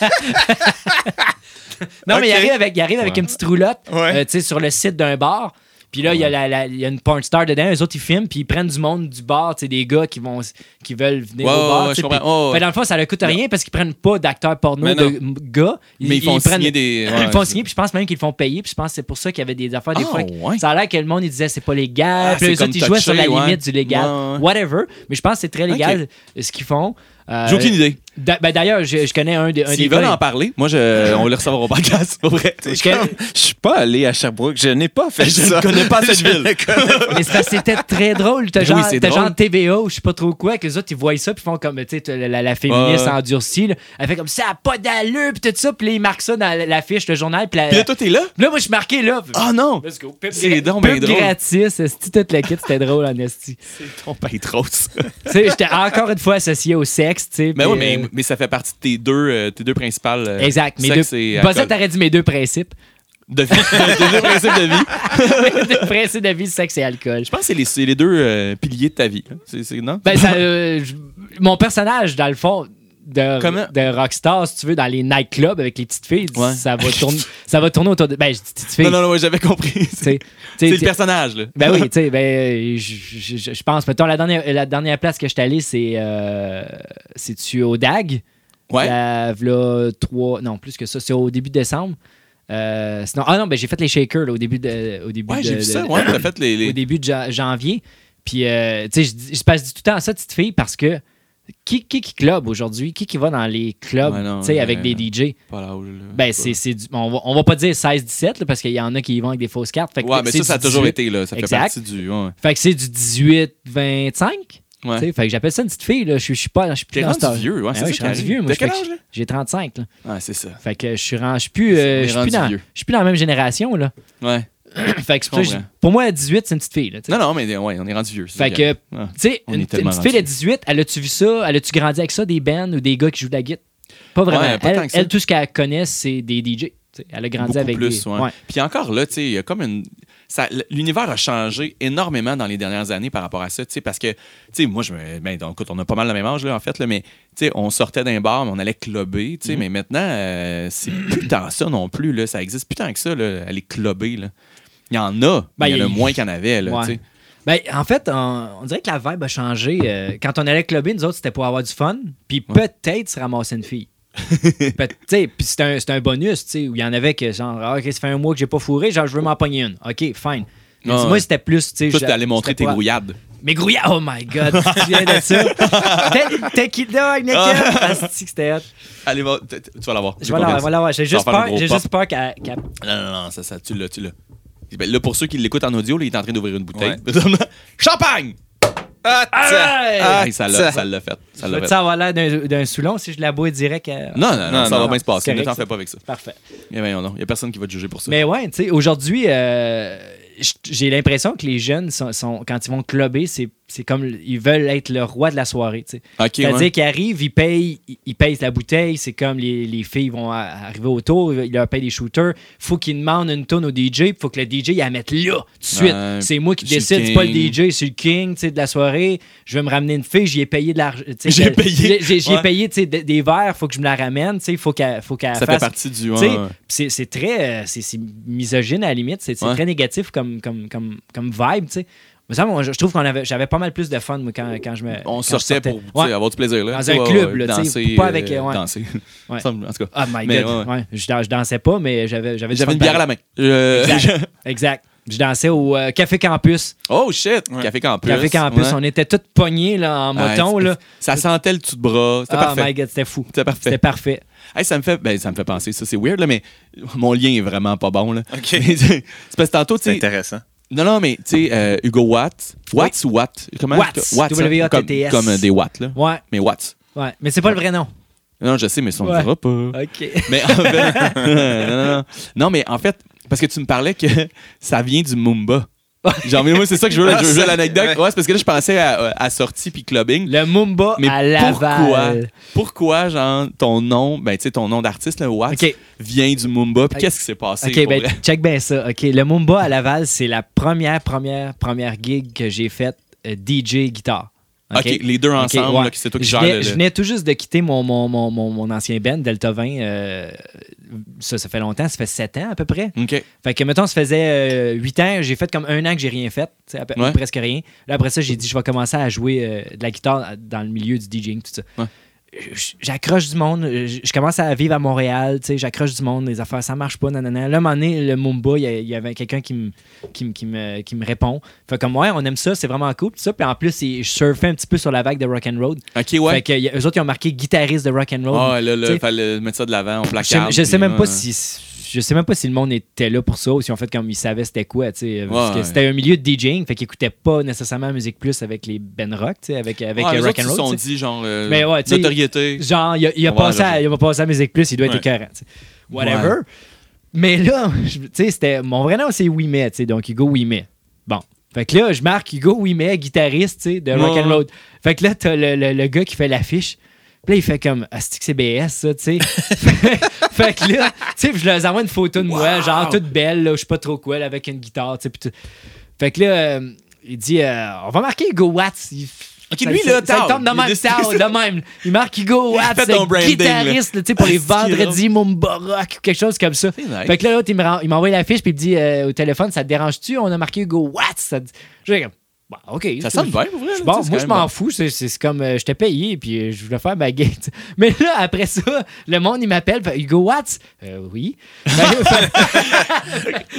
Speaker 3: Non, mais il
Speaker 2: Ok.
Speaker 3: arrive avec, il arrive avec
Speaker 1: Ouais.
Speaker 3: une petite roulotte,
Speaker 2: Ouais.
Speaker 3: euh, tu sais, sur le site d'un bar. Puis là, il y, a la- la- il y a une porn star dedans, les autres, ils filment, puis ils prennent du monde du bar, tu sais, des gars qui, vont, qui veulent venir
Speaker 1: Ouais,
Speaker 3: au
Speaker 1: ouais,
Speaker 3: bar.
Speaker 1: ouais,
Speaker 3: tu sais,
Speaker 1: je
Speaker 3: puis- ben
Speaker 1: comprends. Ouais, ouais.
Speaker 3: Fait dans le fond, ça ne coûte rien parce qu'ils prennent pas d'acteurs porno
Speaker 2: Mais
Speaker 3: de
Speaker 2: non.
Speaker 3: m- gars.
Speaker 1: Mais ils font signer des- ouais,
Speaker 3: ils font
Speaker 1: c'est-
Speaker 3: signer, puis je pense même qu'ils le font payer, puis je pense que c'est pour ça qu'il y avait des affaires des
Speaker 1: Ah,
Speaker 3: fois. que-
Speaker 1: ouais.
Speaker 3: Ça a l'air que le monde, il disait c'est pas légal,
Speaker 1: Ah, c'est
Speaker 3: puis là, les autres,
Speaker 1: comme
Speaker 3: ils jouaient sur la
Speaker 1: touché, ouais.
Speaker 3: limite du légal.
Speaker 1: Ouais, ouais.
Speaker 3: Whatever. Mais je pense que c'est très légal euh, ce qu'ils font. Euh,
Speaker 1: J'ai aucune idée.
Speaker 3: d'a- ben, D'ailleurs, je, je connais un, des- un des
Speaker 1: S'ils
Speaker 3: gars.
Speaker 1: veulent en parler, moi, je... on les recevra au podcast, c'est pas vrai.
Speaker 2: T'es
Speaker 3: Euh, Je-
Speaker 2: comme, Je suis pas allé à Sherbrooke. Je n'ai pas fait
Speaker 1: Je
Speaker 2: ça.
Speaker 1: ne connais pas cette
Speaker 2: Je
Speaker 1: ville.
Speaker 2: ne connais pas.
Speaker 3: Mais c'est parce que c'était très drôle. T'as
Speaker 1: Ben
Speaker 3: genre,
Speaker 1: oui, c'est
Speaker 3: t'as
Speaker 1: drôle.
Speaker 3: genre TVA ou je sais pas trop quoi, que les autres ils voient ça puis font comme, tu sais, t'as la, la- la féministe
Speaker 1: Ouais.
Speaker 3: endurcie, là. elle fait comme ça, a pas d'allure puis tout ça, puis là, ils marquent ça dans l'affiche, le journal. Puis la-
Speaker 1: Puis là, toi, t'es là?
Speaker 3: là, moi, je suis marqué là.
Speaker 1: Ah non!
Speaker 3: Let's go. Pub
Speaker 1: C'est
Speaker 3: gra-
Speaker 1: donc
Speaker 3: pub
Speaker 1: ben drôle.
Speaker 3: gratis, esti, toute la kit, c'était drôle en esti. tu
Speaker 1: Ton pétrose.
Speaker 3: sais, j'étais encore une fois associé au sexe, tu sais.
Speaker 1: Mais
Speaker 3: puis,
Speaker 1: oui, mais,
Speaker 3: euh,
Speaker 1: mais ça fait partie de tes deux, euh, tes deux principales. euh,
Speaker 3: Exact. Mes
Speaker 1: sexe et
Speaker 3: deux...
Speaker 1: alcool.
Speaker 3: Pas ça, t'aurais dit mes deux principes.
Speaker 1: De vie. tes deux principes de vie.
Speaker 3: mes deux principes de vie, sexe et alcool.
Speaker 1: Je pense que c'est les, c'est les deux euh, piliers de ta vie. hein. C'est, c'est- non?
Speaker 3: Ben, ça, euh, je- mon personnage, dans le fond, de,
Speaker 1: Comment?
Speaker 3: de rockstar, si tu veux, dans les nightclubs avec les petites filles,
Speaker 1: Ouais.
Speaker 3: ça, va tourner, ça va tourner autour de. Ben, je dis petites filles.
Speaker 1: non, non, non, ouais, j'avais compris.
Speaker 3: tu
Speaker 1: C'est,
Speaker 3: sais, tu sais,
Speaker 1: le
Speaker 3: tu-
Speaker 1: personnage, là.
Speaker 3: Ben oui, tu sais, ben, euh, je- je je- je pense. Mettons, la dernière, la dernière place que je suis allé, c'est. euh, C'est-tu au DAG?
Speaker 1: Ouais.
Speaker 3: La, v'là trois- non, plus que ça. C'est au début décembre. Euh, sinon, ah non, ben j'ai fait les shakers là, au début de. Au début
Speaker 1: Ouais, j'ai vu
Speaker 3: de- de-
Speaker 1: ça. Ouais, t'as fait les. les-
Speaker 3: au début de ja- janvier. Puis, euh, tu sais, je dis- je passe tout le temps à ça, petite fille, parce que qui qui, qui club aujourd'hui? Qui qui va dans les clubs,
Speaker 1: Ouais, non,
Speaker 3: tu sais, avec
Speaker 1: ouais,
Speaker 3: des DJ?
Speaker 1: Pas Oh là, là.
Speaker 3: Ben, c'est, c'est du- on, va, on va pas dire 16-17, là, parce qu'il y en a qui y vont avec des fausses cartes. Fait que
Speaker 1: Ouais, mais
Speaker 3: c'est
Speaker 1: ça, ça a
Speaker 3: du
Speaker 1: toujours
Speaker 3: 18.
Speaker 1: été, là. Ça fait
Speaker 3: Exact.
Speaker 1: partie du. Ouais.
Speaker 3: Fait que c'est du 18-25.
Speaker 1: Ouais.
Speaker 3: tu sais, Fait que j'appelle ça une petite fille, là. Je, suis- je suis pas. Je suis plus
Speaker 1: T'es
Speaker 3: dans
Speaker 1: rendu
Speaker 3: cet âge.
Speaker 1: vieux, ouais,
Speaker 3: Ben
Speaker 1: c'est ça
Speaker 3: oui, je suis
Speaker 1: qui
Speaker 3: rendu
Speaker 1: arrive.
Speaker 3: vieux, moi.
Speaker 1: T'as
Speaker 3: je
Speaker 1: quel
Speaker 3: fais-
Speaker 1: âge, là?
Speaker 3: J'ai 35, là.
Speaker 1: Ouais, c'est ça.
Speaker 3: Fait que je suis, rend- je suis plus, euh,
Speaker 1: On est
Speaker 3: je suis
Speaker 1: rendu
Speaker 3: plus dans,
Speaker 1: vieux.
Speaker 3: je suis plus dans la même génération, là.
Speaker 1: Ouais.
Speaker 3: fait que c'est pour ça que je-
Speaker 1: comprends.
Speaker 3: pour moi, à 18, c'est une petite fille, là. tu sais.
Speaker 1: Non, non, mais ouais, on est rendu vieux. c'est ça
Speaker 3: Fait que,
Speaker 1: qui
Speaker 3: tu
Speaker 1: arrive.
Speaker 3: sais,
Speaker 1: On
Speaker 3: une,
Speaker 1: est
Speaker 3: une
Speaker 1: tellement
Speaker 3: petite fille de
Speaker 1: rendu.
Speaker 3: 18, elle a-tu vu ça? Elle a-tu grandi avec ça, des bands ou des gars qui jouent de la guitare? Pas vraiment.
Speaker 1: Ouais, pas tant
Speaker 3: elle,
Speaker 1: que ça.
Speaker 3: elle, tout ce qu'elle connaît, c'est des DJ. tu sais. Elle a grandi
Speaker 1: Beaucoup
Speaker 3: avec
Speaker 1: plus,
Speaker 3: des...
Speaker 1: ouais. Puis encore là, tu sais, il y a comme une. ça- L'univers a changé énormément dans les dernières années par rapport à ça, tu sais, parce que, tu sais, moi, je me. Ben, donc, écoute, on a pas mal le même âge, là, en fait, là, mais, tu sais, on sortait d'un bar, mais on allait clubber,
Speaker 3: Mm-hmm.
Speaker 1: tu sais, mais maintenant, euh, c'est plus tant ça non plus, là. Ça existe plus tant que ça, là, aller clubber, là. Il y en a,
Speaker 3: Ben,
Speaker 1: mais il y en a
Speaker 3: il-
Speaker 1: moins qu'il y en avait, là,
Speaker 3: Ouais.
Speaker 1: tu sais.
Speaker 3: Ben, en fait, on, on dirait que la vibe a changé. euh, quand on allait clubber, nous autres, c'était pour avoir du fun, puis
Speaker 1: Ouais.
Speaker 3: peut-être se ramasser une fille. Peut- tu sais, puis c'était un, c'était un bonus, tu sais, où il y en avait que genre, ah, OK, ça fait un mois que j'ai pas fourré, genre, je veux m'en pogner une. OK, fine. Mais
Speaker 1: Ouais,
Speaker 3: dis-moi,
Speaker 1: ouais.
Speaker 3: c'était plus, tu sais...
Speaker 1: Toi,
Speaker 3: je-
Speaker 1: tu allais montrer
Speaker 3: c'était
Speaker 1: tes
Speaker 3: pas-
Speaker 1: grouillades.
Speaker 3: Mais grouillard, oh my god, tu viens de ça. Te- Tequila, Heineken,
Speaker 1: Ah.
Speaker 3: asti Ah, que c'était hot.
Speaker 1: Allez, va- t- t- tu vas l'avoir.
Speaker 3: Je vais l'avoir, je vais l'avoir. J'ai
Speaker 1: Ça va
Speaker 3: juste
Speaker 1: faire un
Speaker 3: peur,
Speaker 1: gros
Speaker 3: j'ai
Speaker 1: pop.
Speaker 3: juste peur qu'elle. qu'elle-
Speaker 1: Non, non, non, ça, ça, tu l'as, tu l'as. Ben, là, pour ceux qui l'écoutent en audio, là, il est en train d'ouvrir une bouteille. Champagne!
Speaker 2: Ah, tiens.
Speaker 3: Hey!
Speaker 1: Ah, ça l'a ça l'a fait. Ça l'a
Speaker 3: Veux-tu
Speaker 1: fait.
Speaker 3: avoir l'air d'un, d'un soulon si je la bois direct? euh,
Speaker 1: Non, non, non,
Speaker 2: Non,
Speaker 1: ça
Speaker 2: non,
Speaker 1: va
Speaker 2: non,
Speaker 1: bien se
Speaker 3: c'est
Speaker 1: passer. Ne
Speaker 3: correct,
Speaker 1: t'en
Speaker 3: ça.
Speaker 1: fais pas avec ça.
Speaker 3: Parfait.
Speaker 1: Eh ben, non, il n'y a personne qui va te juger pour ça.
Speaker 3: Mais ouais, tu sais, aujourd'hui, euh, j- j'ai l'impression que les jeunes, sont, sont- quand ils vont clubber, c'est, c'est comme ils veulent être le roi de la soirée. tu sais.
Speaker 1: Ok,
Speaker 3: C'est-à-dire
Speaker 1: ouais.
Speaker 3: qu'ils arrivent, ils payent, ils- ils payent la bouteille, c'est comme les, les filles vont a- arriver autour, ils leur payent des shooters. Faut qu'ils demandent une tonne au DJ, il faut que le DJ il la mette là, tout de suite.
Speaker 1: Ouais,
Speaker 3: c'est moi qui
Speaker 1: c'est le
Speaker 3: décide, c'est pas le
Speaker 1: king.
Speaker 3: DJ, c'est le king tu sais, de la soirée. Je vais me ramener une fille, j'y ai payé de l'argent. tu sais,
Speaker 1: J'ai
Speaker 3: que-
Speaker 1: payé.
Speaker 3: J'ai j'ai
Speaker 1: Ouais.
Speaker 3: payé tu sais, des, des verres, faut que je me la ramène, il faut qu'elle faut qu'elle
Speaker 1: Ça fait
Speaker 3: fasse-
Speaker 1: partie du.
Speaker 3: tu sais,
Speaker 1: ouais, ouais.
Speaker 3: pis C'est c'est très. euh, C'est c'est misogyne à la limite. C'est c'est
Speaker 1: Ouais.
Speaker 3: très négatif comme, comme, comme, comme vibe, tu sais. Mais ça, moi, je je trouve qu'on avait. J'avais pas mal plus de fun, moi, quand, quand je me. quand
Speaker 1: On
Speaker 3: je
Speaker 1: sortait pour tu sais,
Speaker 3: Ouais.
Speaker 1: avoir du plaisir. Là,
Speaker 3: Dans
Speaker 1: Tu sais,
Speaker 3: un
Speaker 1: ouais,
Speaker 3: club,
Speaker 1: ouais,
Speaker 3: là, tu sais,
Speaker 1: danser,
Speaker 3: pas avec-
Speaker 1: euh,
Speaker 3: ouais.
Speaker 1: Danser.
Speaker 3: Ouais.
Speaker 1: Ça me- en tout cas.
Speaker 3: Oh my
Speaker 1: Mais
Speaker 3: god.
Speaker 1: ouais,
Speaker 3: ouais. Je, dan- je dansais pas, mais j'avais j'avais du
Speaker 1: J'avais
Speaker 3: fun
Speaker 1: une bière à la main. Euh,
Speaker 3: pareil. Exact. exact. Je dansais au euh, Café Campus.
Speaker 1: Oh shit!
Speaker 2: Ouais.
Speaker 1: Café Campus.
Speaker 3: Café Campus,
Speaker 1: ouais. Ah,
Speaker 3: on était tous pognés là, en
Speaker 1: Ouais,
Speaker 3: moton.
Speaker 1: c'est-
Speaker 3: là.
Speaker 1: Ça sentait le tout de bras. C'était
Speaker 3: oh
Speaker 1: parfait.
Speaker 3: my god, c'était fou.
Speaker 1: C'était parfait.
Speaker 3: C'était parfait.
Speaker 1: Hey, ça me fait ben, ça me fait penser ça c'est weird là, mais mon lien est vraiment pas bon là.
Speaker 2: OK.
Speaker 1: Mais c'est parce que tantôt tu
Speaker 2: C'est
Speaker 1: sais
Speaker 2: intéressant.
Speaker 1: non non mais tu sais euh, Hugo Watt, Watts ou Watt, comment
Speaker 3: Watts.
Speaker 1: hein? comme,
Speaker 3: W-A-T-T-S.
Speaker 1: comme euh, des watts là.
Speaker 3: Ouais,
Speaker 1: Mais Watts.
Speaker 3: ouais. Mais c'est pas le vrai nom.
Speaker 1: Non, je sais mais ça on le
Speaker 3: Ouais.
Speaker 1: dira pas.
Speaker 3: OK.
Speaker 1: Mais en fait non, non, non. Non, mais en fait parce que tu me parlais que ça vient du Mumba. Genre mais moi c'est ça que je veux, je veux
Speaker 2: Ouais.
Speaker 1: l'anecdote. Ouais, c'est parce que là je pensais à, euh, à sortie puis clubbing.
Speaker 3: Le Mumba
Speaker 1: Mais
Speaker 3: à Laval.
Speaker 1: Pourquoi genre ton nom ben tu sais ton nom d'artiste le Watts
Speaker 3: OK.
Speaker 1: vient du Mumba puis qu'est-ce qui s'est passé
Speaker 3: OK,
Speaker 1: Ah, pour
Speaker 3: ben,
Speaker 1: vrai?
Speaker 3: check bien ça. OK, le Mumba à Laval, c'est la première, première, première gig que j'ai faite euh, DJ guitare.
Speaker 1: OK, les deux
Speaker 3: Ok,
Speaker 1: ensemble,
Speaker 3: ouais.
Speaker 1: là, qui c'est toi qui
Speaker 3: je
Speaker 1: gères
Speaker 3: venais,
Speaker 1: le-
Speaker 3: je venais tout juste de quitter mon, mon, mon, mon, mon ancien band, Delta 20. euh, ça, ça fait longtemps, ça fait 7 ans à peu près.
Speaker 1: OK.
Speaker 3: Fait que, mettons, ça faisait 8 ans, j'ai fait comme un an que j'ai rien fait, tu sais, à peu-
Speaker 1: Ouais.
Speaker 3: presque rien. Là, après ça, j'ai dit, je vais commencer à jouer euh, de la guitare dans le milieu du DJing, tout ça.
Speaker 1: Ouais.
Speaker 3: J- J'accroche du monde, je je commence à vivre à Montréal, tu sais, j'accroche du monde, les affaires, ça marche pas, nanana. Là, à un moment donné, le Mumba, il y a- il y, avait quelqu'un qui me qui, me- qui me, qui me répond. Fait comme, ouais, on aime ça, c'est vraiment cool, tout ça. Puis en plus, il- je surfais un petit peu sur la vague de rock'n'roll.
Speaker 1: OK, ouais.
Speaker 3: Fait que, il y a- eux autres, ils ont marqué guitariste de rock'n'roll.
Speaker 1: Ah, là,
Speaker 3: Tu
Speaker 1: là,
Speaker 3: sais,
Speaker 1: fallait mettre ça de l'avant, on
Speaker 3: je sais-
Speaker 1: placarde.
Speaker 3: je sais
Speaker 1: puis, hein.
Speaker 3: même pas
Speaker 1: ouais.
Speaker 3: si je sais même pas si le monde était là pour ça ou si en fait comme ils savaient c'était quoi tu sais, euh, parce que
Speaker 1: ouais.
Speaker 3: c'était un milieu de DJing fait qu'ils écoutaient pas nécessairement musique plus avec les Ben Rock tu sais, avec avec
Speaker 1: Ah,
Speaker 3: euh,
Speaker 1: les
Speaker 3: rock
Speaker 1: autres, Ils
Speaker 3: and
Speaker 1: se
Speaker 3: roll
Speaker 1: sont
Speaker 3: tu sais.
Speaker 1: dit, genre, euh,
Speaker 3: Mais ouais, tu sais,
Speaker 1: notoriété.
Speaker 3: genre il a, il a
Speaker 1: On va
Speaker 3: passé à,
Speaker 1: enregistrer.
Speaker 3: il a passé à musique plus il doit être
Speaker 2: Ouais.
Speaker 3: écœurant tu sais. whatever mais là je- tu sais c'était mon vrai nom c'est Wimet tu sais, donc Hugo Wimet bon fait que là je marque Hugo Wimet guitariste tu sais, de
Speaker 1: Ouais.
Speaker 3: rock and roll fait que là t'as le, le, le gars qui fait l'affiche puis là, il fait comme, ah, c'est que c'est BS, ça, tu sais. fait que là, tu sais, puis je leur envoie une photo de moi, genre toute belle, là, je sais pas trop quoi, là, avec une guitare, tu sais. puis tout. Fait que là, euh, il dit, euh, on va marquer Hugo Watts. Il...
Speaker 1: Ok,
Speaker 3: ça-
Speaker 1: lui,
Speaker 3: ça-
Speaker 1: là,
Speaker 3: ça
Speaker 1: tard,
Speaker 3: tombe de
Speaker 1: il
Speaker 3: même,
Speaker 1: décide-
Speaker 3: tard, de même. Il marque Hugo Watts,
Speaker 1: fait ton
Speaker 3: euh,
Speaker 1: branding, là.
Speaker 3: guitariste, là, tu sais, pour les
Speaker 1: Ah, c'est
Speaker 3: vendredis, Mumba Rock, ou quelque chose comme ça.
Speaker 1: C'est nice.
Speaker 3: Fait que là, l'autre, il me ren- il m'a envoyé l'affiche, puis il me dit, euh, au téléphone, ça te dérange-tu? On a marqué Hugo Watts. Ça te- J'ai comme, bah, ok.
Speaker 1: Ça sonne bien, pour vrai. là,
Speaker 3: Je-
Speaker 1: tu
Speaker 3: Bon,
Speaker 1: sais, c'est quand
Speaker 3: moi, je
Speaker 1: même
Speaker 3: m'en
Speaker 1: bon.
Speaker 3: fous. C'est c'est comme euh, je t'ai payé puis euh, je voulais faire ma game. tu sais. Mais là, après ça, le monde, il m'appelle. fait, Hugo Watts? Euh, oui.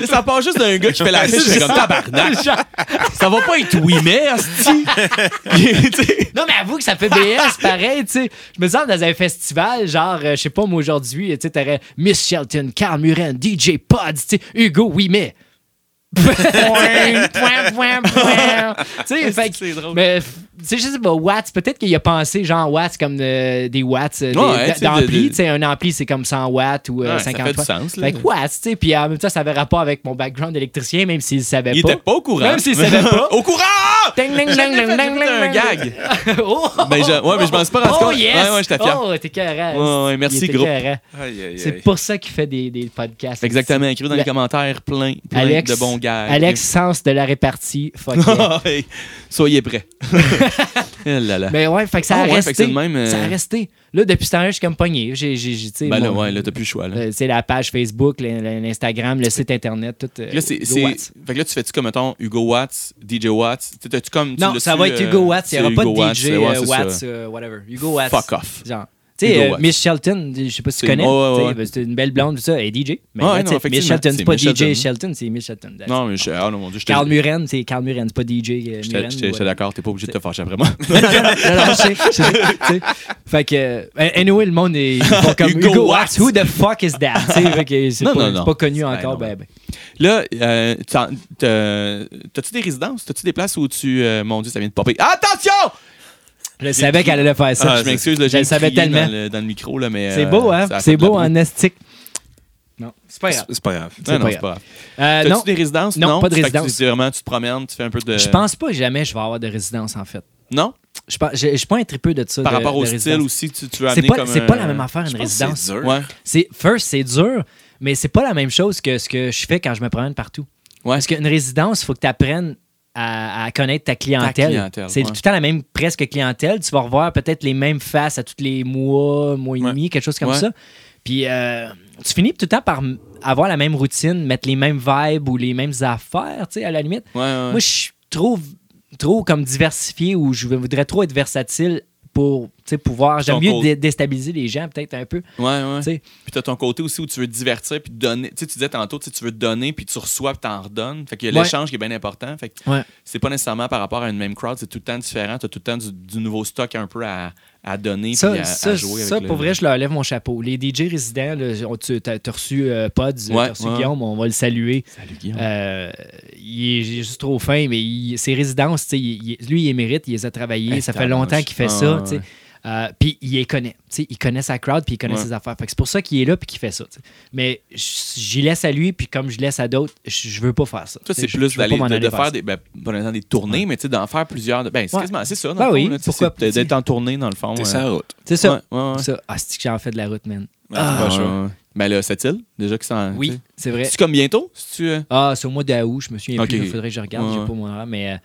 Speaker 1: Ça part juste d'un gars qui fait la fiche, c'est comme tabarnak. Ça va pas être oui, mais, asti. Tu sais,
Speaker 3: non, mais avoue que ça fait BS pareil. tu sais. Je me sens dans un festival, genre, euh, je sais pas, moi, aujourd'hui, tu sais, t'aurais Miss Shelton, Carl Muren, DJ Pods, tu sais, Hugo, oui, mais. Point, point, point, point. Tu sais, fait que-
Speaker 1: C'est drôle.
Speaker 3: Mais, f- tu sais, je sais pas, Watts, peut-être qu'il a pensé, genre, Watts comme euh, des watts euh, des-
Speaker 1: Ouais, tu sais, de- de-
Speaker 3: d'ampli. Tu sais, un ampli, c'est comme 100 watts ou euh,
Speaker 1: Ouais, ça
Speaker 3: 50
Speaker 1: fait du
Speaker 3: watts.
Speaker 1: sens, là.
Speaker 3: Fait que Watts, tu sais, puis en même temps, ça avait rapport avec mon background d'électricien, même s'il le savait
Speaker 1: Il
Speaker 3: pas.
Speaker 1: était pas au courant.
Speaker 3: Même s'il savait pas.
Speaker 1: Au courant!
Speaker 3: Ding, ding, ding,
Speaker 1: J'ai fait-
Speaker 3: ding,
Speaker 1: j'ai
Speaker 3: ding,
Speaker 1: fait un
Speaker 3: ding,
Speaker 1: gag.
Speaker 3: ding. oh,
Speaker 1: Ben, je- ouais, mais je m'en suis pas rendu
Speaker 3: oh,
Speaker 1: compte.
Speaker 3: Yes.
Speaker 1: Ouais, ouais, j'étais fier.
Speaker 3: Oh, t'es carré.
Speaker 1: Ouais, ouais, merci,
Speaker 3: Il était
Speaker 1: groupe.
Speaker 3: carré.
Speaker 2: Aïe, aïe,
Speaker 3: C'est
Speaker 2: aïe.
Speaker 3: pour ça qu'il fait des, des podcasts.
Speaker 1: Exactement, écrit dans les
Speaker 3: La-
Speaker 1: commentaires plein, plein
Speaker 3: Alex,
Speaker 1: de bons gars.
Speaker 3: Alex, sens de la répartie. Fuck yeah.
Speaker 1: Ah, Hey, Soyez prêts. Eh là là.
Speaker 3: Ben ouais, fait que ça
Speaker 1: Ah
Speaker 3: a
Speaker 1: ouais, fait
Speaker 3: resté.
Speaker 1: que c'est le même, euh,
Speaker 3: Ça a resté. Là, depuis ce temps-là, je suis comme pogné. J'ai, j'ai, j'ai, tu sais,
Speaker 1: Ben là,
Speaker 3: mon-
Speaker 1: ouais, là, t'as plus le choix. Là.
Speaker 3: euh, tu sais, la page Facebook, l'in- l'in- l'Instagram, le site Internet, tout. euh,
Speaker 1: Là, c'est,
Speaker 3: Hugo
Speaker 1: c'est-
Speaker 3: Watts.
Speaker 1: Fait que là, tu fais-tu comme, mettons, Hugo Watts, DJ Watts? Tu- t'as-tu comme, tu
Speaker 3: Non,
Speaker 1: l'as-tu,
Speaker 3: ça va être
Speaker 1: euh,
Speaker 3: Hugo Watts. Il n'y
Speaker 1: c'est
Speaker 3: aura pas
Speaker 1: Hugo
Speaker 3: de
Speaker 1: Watts,
Speaker 3: DJ
Speaker 1: ouais,
Speaker 3: euh,
Speaker 1: c'est
Speaker 3: Watts,
Speaker 1: ça.
Speaker 3: euh, whatever. Hugo Watts.
Speaker 1: Fuck off.
Speaker 3: Genre. Tu sais,
Speaker 1: Hugo
Speaker 3: euh,
Speaker 1: Watts.
Speaker 3: Miss Shelton, je sais pas si tu
Speaker 1: C'est-
Speaker 3: connais.
Speaker 1: ouais, ouais,
Speaker 3: tu sais,
Speaker 1: ouais.
Speaker 3: ben, c'est une belle blonde, tout ça. Elle est DJ. Mais
Speaker 1: Ouais, non,
Speaker 3: là, tu sais, Miss
Speaker 1: effectivement,
Speaker 3: Shelton,
Speaker 1: c'est
Speaker 3: c'est pas
Speaker 1: Miss
Speaker 3: DJ
Speaker 1: Shelton.
Speaker 3: Shelton, c'est Miss Shelton.
Speaker 1: Non, mais je, ah, non, mon Dieu, je te-
Speaker 3: Carl Muren, c'est Carl Muren, c'est pas DJ euh,
Speaker 1: je te-
Speaker 3: Muren.
Speaker 1: je te-
Speaker 3: ou,
Speaker 1: je te
Speaker 3: euh,
Speaker 1: d'accord, t'es pas obligé de te fâcher après moi.
Speaker 3: non, non, non, non, je sais, je sais, tu sais. Fait que, euh, anyway, le monde est ils font comme
Speaker 1: Hugo
Speaker 3: Hugo,
Speaker 1: Watts.
Speaker 3: Watts. Who the fuck is that? Tu sais, fait que c'est
Speaker 1: Non,
Speaker 3: pas,
Speaker 1: non, non.
Speaker 3: c'est pas connu
Speaker 1: Ben
Speaker 3: encore.
Speaker 1: non.
Speaker 3: ben, ben.
Speaker 1: Là, euh, t'en- t'as- t'as-tu des résidences? T'as-tu des places où tu. euh, mon Dieu, ça vient de popper. Attention!
Speaker 3: Je savais qu'elle allait faire ça.
Speaker 1: Ah, je m'excuse, là,
Speaker 3: je
Speaker 1: j'ai
Speaker 3: le savais
Speaker 1: crié
Speaker 3: tellement.
Speaker 1: Dans le, dans le micro, là, mais.
Speaker 3: C'est
Speaker 1: euh,
Speaker 3: beau, hein?
Speaker 1: ça a fait
Speaker 3: C'est
Speaker 1: de la
Speaker 3: beau
Speaker 1: boue.
Speaker 3: en estique. Non, c'est pas grave.
Speaker 2: C'est pas grave.
Speaker 3: C'est
Speaker 1: Non, non,
Speaker 3: pas
Speaker 1: c'est pas grave.
Speaker 3: Euh,
Speaker 1: T'as-tu
Speaker 3: non,
Speaker 1: des résidences?
Speaker 3: Non, pas de
Speaker 1: Fait que tu-
Speaker 3: résidence.
Speaker 1: tu- Vraiment, tu te promènes, tu fais un peu de.
Speaker 3: je pense pas que jamais je vais avoir de résidence, en fait.
Speaker 1: Non?
Speaker 3: Je pense- je- je suis pas un tripeux de ça.
Speaker 1: Par
Speaker 3: de-
Speaker 1: rapport au
Speaker 3: de
Speaker 1: style
Speaker 3: résidence.
Speaker 1: aussi, tu, tu veux
Speaker 3: C'est
Speaker 1: amener
Speaker 3: pas,
Speaker 1: comme
Speaker 3: c'est
Speaker 1: un-
Speaker 3: pas la même affaire, une
Speaker 2: Je pense que c'est
Speaker 3: résidence.
Speaker 2: dur.
Speaker 1: Ouais.
Speaker 3: C'est First, c'est dur, mais c'est pas la même chose que ce que je fais quand je me promène partout.
Speaker 1: Ouais.
Speaker 3: Parce qu'une résidence, il faut que tu apprennes à, à connaître ta clientèle.
Speaker 1: clientèle,
Speaker 3: c'est
Speaker 1: ouais.
Speaker 3: tout le temps la même presque clientèle. Tu vas revoir peut-être les mêmes faces à tous les mois, mois et
Speaker 2: Ouais.
Speaker 3: demi, quelque chose comme
Speaker 1: Ouais.
Speaker 3: ça. Puis euh, tu finis tout le temps par m- avoir la même routine, mettre les mêmes vibes ou les mêmes affaires, tu sais, à la limite.
Speaker 1: Ouais, ouais.
Speaker 3: Moi, je suis trop, trop comme diversifié ou je voudrais trop être versatile pour tu sais, pouvoir. J'aime
Speaker 1: Ton
Speaker 3: mieux
Speaker 1: côte.
Speaker 3: dé- déstabiliser les gens peut-être un peu.
Speaker 1: Ouais, ouais.
Speaker 3: Tu sais.
Speaker 1: Puis t'as ton côté aussi où tu veux divertir puis donner. Tu sais, tu disais tantôt, tu sais, tu veux donner puis tu reçois puis t'en redonnes. Fait qu'il y a
Speaker 3: Ouais.
Speaker 1: l'échange qui est bien important. Fait que
Speaker 3: Ouais.
Speaker 1: c'est pas nécessairement par rapport à une même crowd, c'est tout le temps différent. T'as tout le temps du, du nouveau stock un peu à, à donner
Speaker 3: Ça,
Speaker 1: puis à, à
Speaker 3: ça,
Speaker 1: jouer
Speaker 3: ça,
Speaker 1: avec le-
Speaker 3: pour vrai, je leur lève mon chapeau. Les DJ résidents, là, on- tu as, reçu euh, Pods,
Speaker 1: Ouais,
Speaker 3: t'as reçu
Speaker 1: ouais.
Speaker 3: Guillaume, on va le saluer.
Speaker 1: Salut, Guillaume.
Speaker 3: Euh, il est il est juste trop fin, mais il- ses résidences, tu sais, il- il- lui, il les mérite, il les a travaillées,
Speaker 1: Hey,
Speaker 3: ça fait
Speaker 1: tabarnouche.
Speaker 3: longtemps qu'il fait
Speaker 1: Ah,
Speaker 3: ça.
Speaker 1: ouais,
Speaker 3: tu sais.
Speaker 1: ouais.
Speaker 3: Euh, puis il les connaît. tu sais, il connaît sa crowd, puis il connaît
Speaker 1: Ouais.
Speaker 3: ses affaires. Fait que c'est pour ça qu'il est là, puis qu'il fait ça. tu sais. Mais j- j'y laisse à lui, puis comme je laisse à d'autres, je je veux pas faire ça.
Speaker 1: Toi,
Speaker 3: Tu sais,
Speaker 1: c'est
Speaker 3: je-
Speaker 1: plus
Speaker 3: je veux pas
Speaker 1: d'aller
Speaker 3: m'en
Speaker 1: de,
Speaker 3: aller
Speaker 1: de
Speaker 3: vers ça.
Speaker 1: faire des, ben, pas nécessairement des tournées, mais tu sais, d'en faire plusieurs. de- Ben, c'est
Speaker 3: Ouais.
Speaker 1: quasiment c'est ça, dans
Speaker 3: Ben
Speaker 1: le fond,
Speaker 3: oui,
Speaker 1: là, tu sais,
Speaker 3: pourquoi
Speaker 1: c'est de-
Speaker 3: petit?
Speaker 1: D'être en tournée, dans le fond.
Speaker 2: T'es
Speaker 1: euh,
Speaker 2: sur la route.
Speaker 3: C'est ça.
Speaker 1: Ouais, ouais, ouais.
Speaker 3: ça. Ah, c'est que j'en fais de la route, man.
Speaker 2: Ah, pas
Speaker 1: Ouais,
Speaker 2: chaud.
Speaker 1: ouais, ouais. Ben là, cette île, déjà que ça.
Speaker 3: Oui, c'est vrai.
Speaker 1: C'est comme bientôt, si tu. euh,
Speaker 3: Ah, c'est au mois d'août, je me souviens
Speaker 1: Ok.
Speaker 3: plus, il faudrait que je regarde,
Speaker 1: Ouais,
Speaker 3: j'ai
Speaker 1: ouais.
Speaker 3: pas mon horaire, mais euh,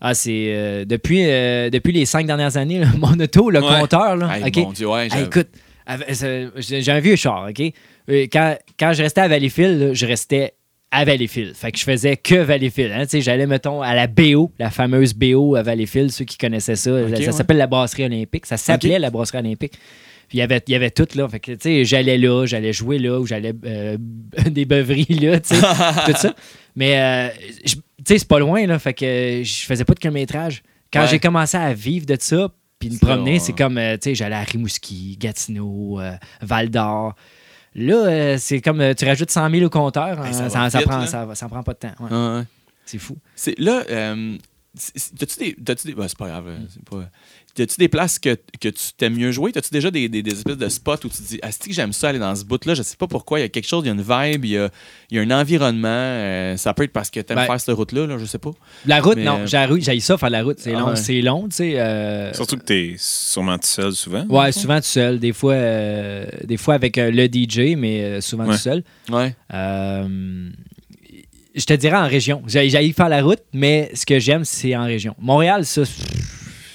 Speaker 3: ah, c'est euh, depuis, euh, depuis les cinq dernières années, là, mon auto, le
Speaker 2: Ouais.
Speaker 3: compteur, là,
Speaker 1: Hey,
Speaker 3: ok.
Speaker 1: mon Dieu, ouais,
Speaker 3: Ah,
Speaker 1: j'avais-
Speaker 3: écoute, av- c'est- j'ai j'ai un vieux char, ok. Euh, Quand, quand je restais à Valleyfield, là, je restais à Valleyfield, fait que je faisais que Valleyfield, hein, tu sais, j'allais, mettons, à la BO, la fameuse BO à Valleyfield, ceux qui connaissaient ça, ça,
Speaker 1: ouais.
Speaker 3: s'appelle la brasserie olympique, ça s'appelait la brasserie olympique. Puis il y avait, il y avait tout, là. Fait que, tu sais, j'allais là, j'allais jouer là, ou j'allais euh, des beuveries, là, tu sais, tout ça. Mais, euh, je- tu sais, c'est pas loin, là. Fait que euh, je faisais pas de kilométrage. Quand
Speaker 1: Ouais.
Speaker 3: j'ai commencé à vivre de ça, puis me
Speaker 1: C'est
Speaker 3: promener,
Speaker 1: long,
Speaker 3: c'est
Speaker 1: hein.
Speaker 3: comme, euh, tu sais, j'allais à Rimouski, Gatineau, euh, Val-d'Or. Là, euh, c'est comme, euh, tu rajoutes 100 000 au compteur, hein,
Speaker 1: Hey,
Speaker 3: ça,
Speaker 1: ça va
Speaker 3: ça
Speaker 1: vite,
Speaker 3: prend,
Speaker 1: là. Ah.
Speaker 3: ça, va- ça prend pas de temps. Ouais,
Speaker 1: Ouais, ouais.
Speaker 3: C'est fou.
Speaker 1: C'est là, euh, c'est- c'est- t'as-tu des, t'as-tu des, bah, c'est pas grave, euh, c'est pas. T'as-tu des places que, que tu t'aimes mieux jouer? T'as-tu déjà des, des, des espèces de spots où tu dis, ah, c'est que j'aime ça aller dans ce bout-là? Je sais pas pourquoi. Il y a quelque chose, il y a une vibe, il y a, il y a un environnement. euh, ça peut être parce que t'aimes
Speaker 3: Ben-
Speaker 1: faire cette route-là, là, je sais pas.
Speaker 3: La route,
Speaker 1: Mais,
Speaker 3: non,
Speaker 1: euh,
Speaker 3: j'ai j'ai ça faire la route. C'est
Speaker 1: Ah
Speaker 3: long,
Speaker 1: ouais.
Speaker 3: c'est long, tu sais. euh,
Speaker 2: Surtout que t'es sûrement tout seul souvent.
Speaker 3: Ouais, souvent tout seul. Des fois, euh, des fois avec euh, le DJ, mais euh, souvent
Speaker 2: Ouais.
Speaker 3: tout seul.
Speaker 1: Ouais.
Speaker 3: Euh, je te dirais en région. J'ai j'aille faire la route, mais ce que j'aime, c'est en région. Montréal, ça. c'est-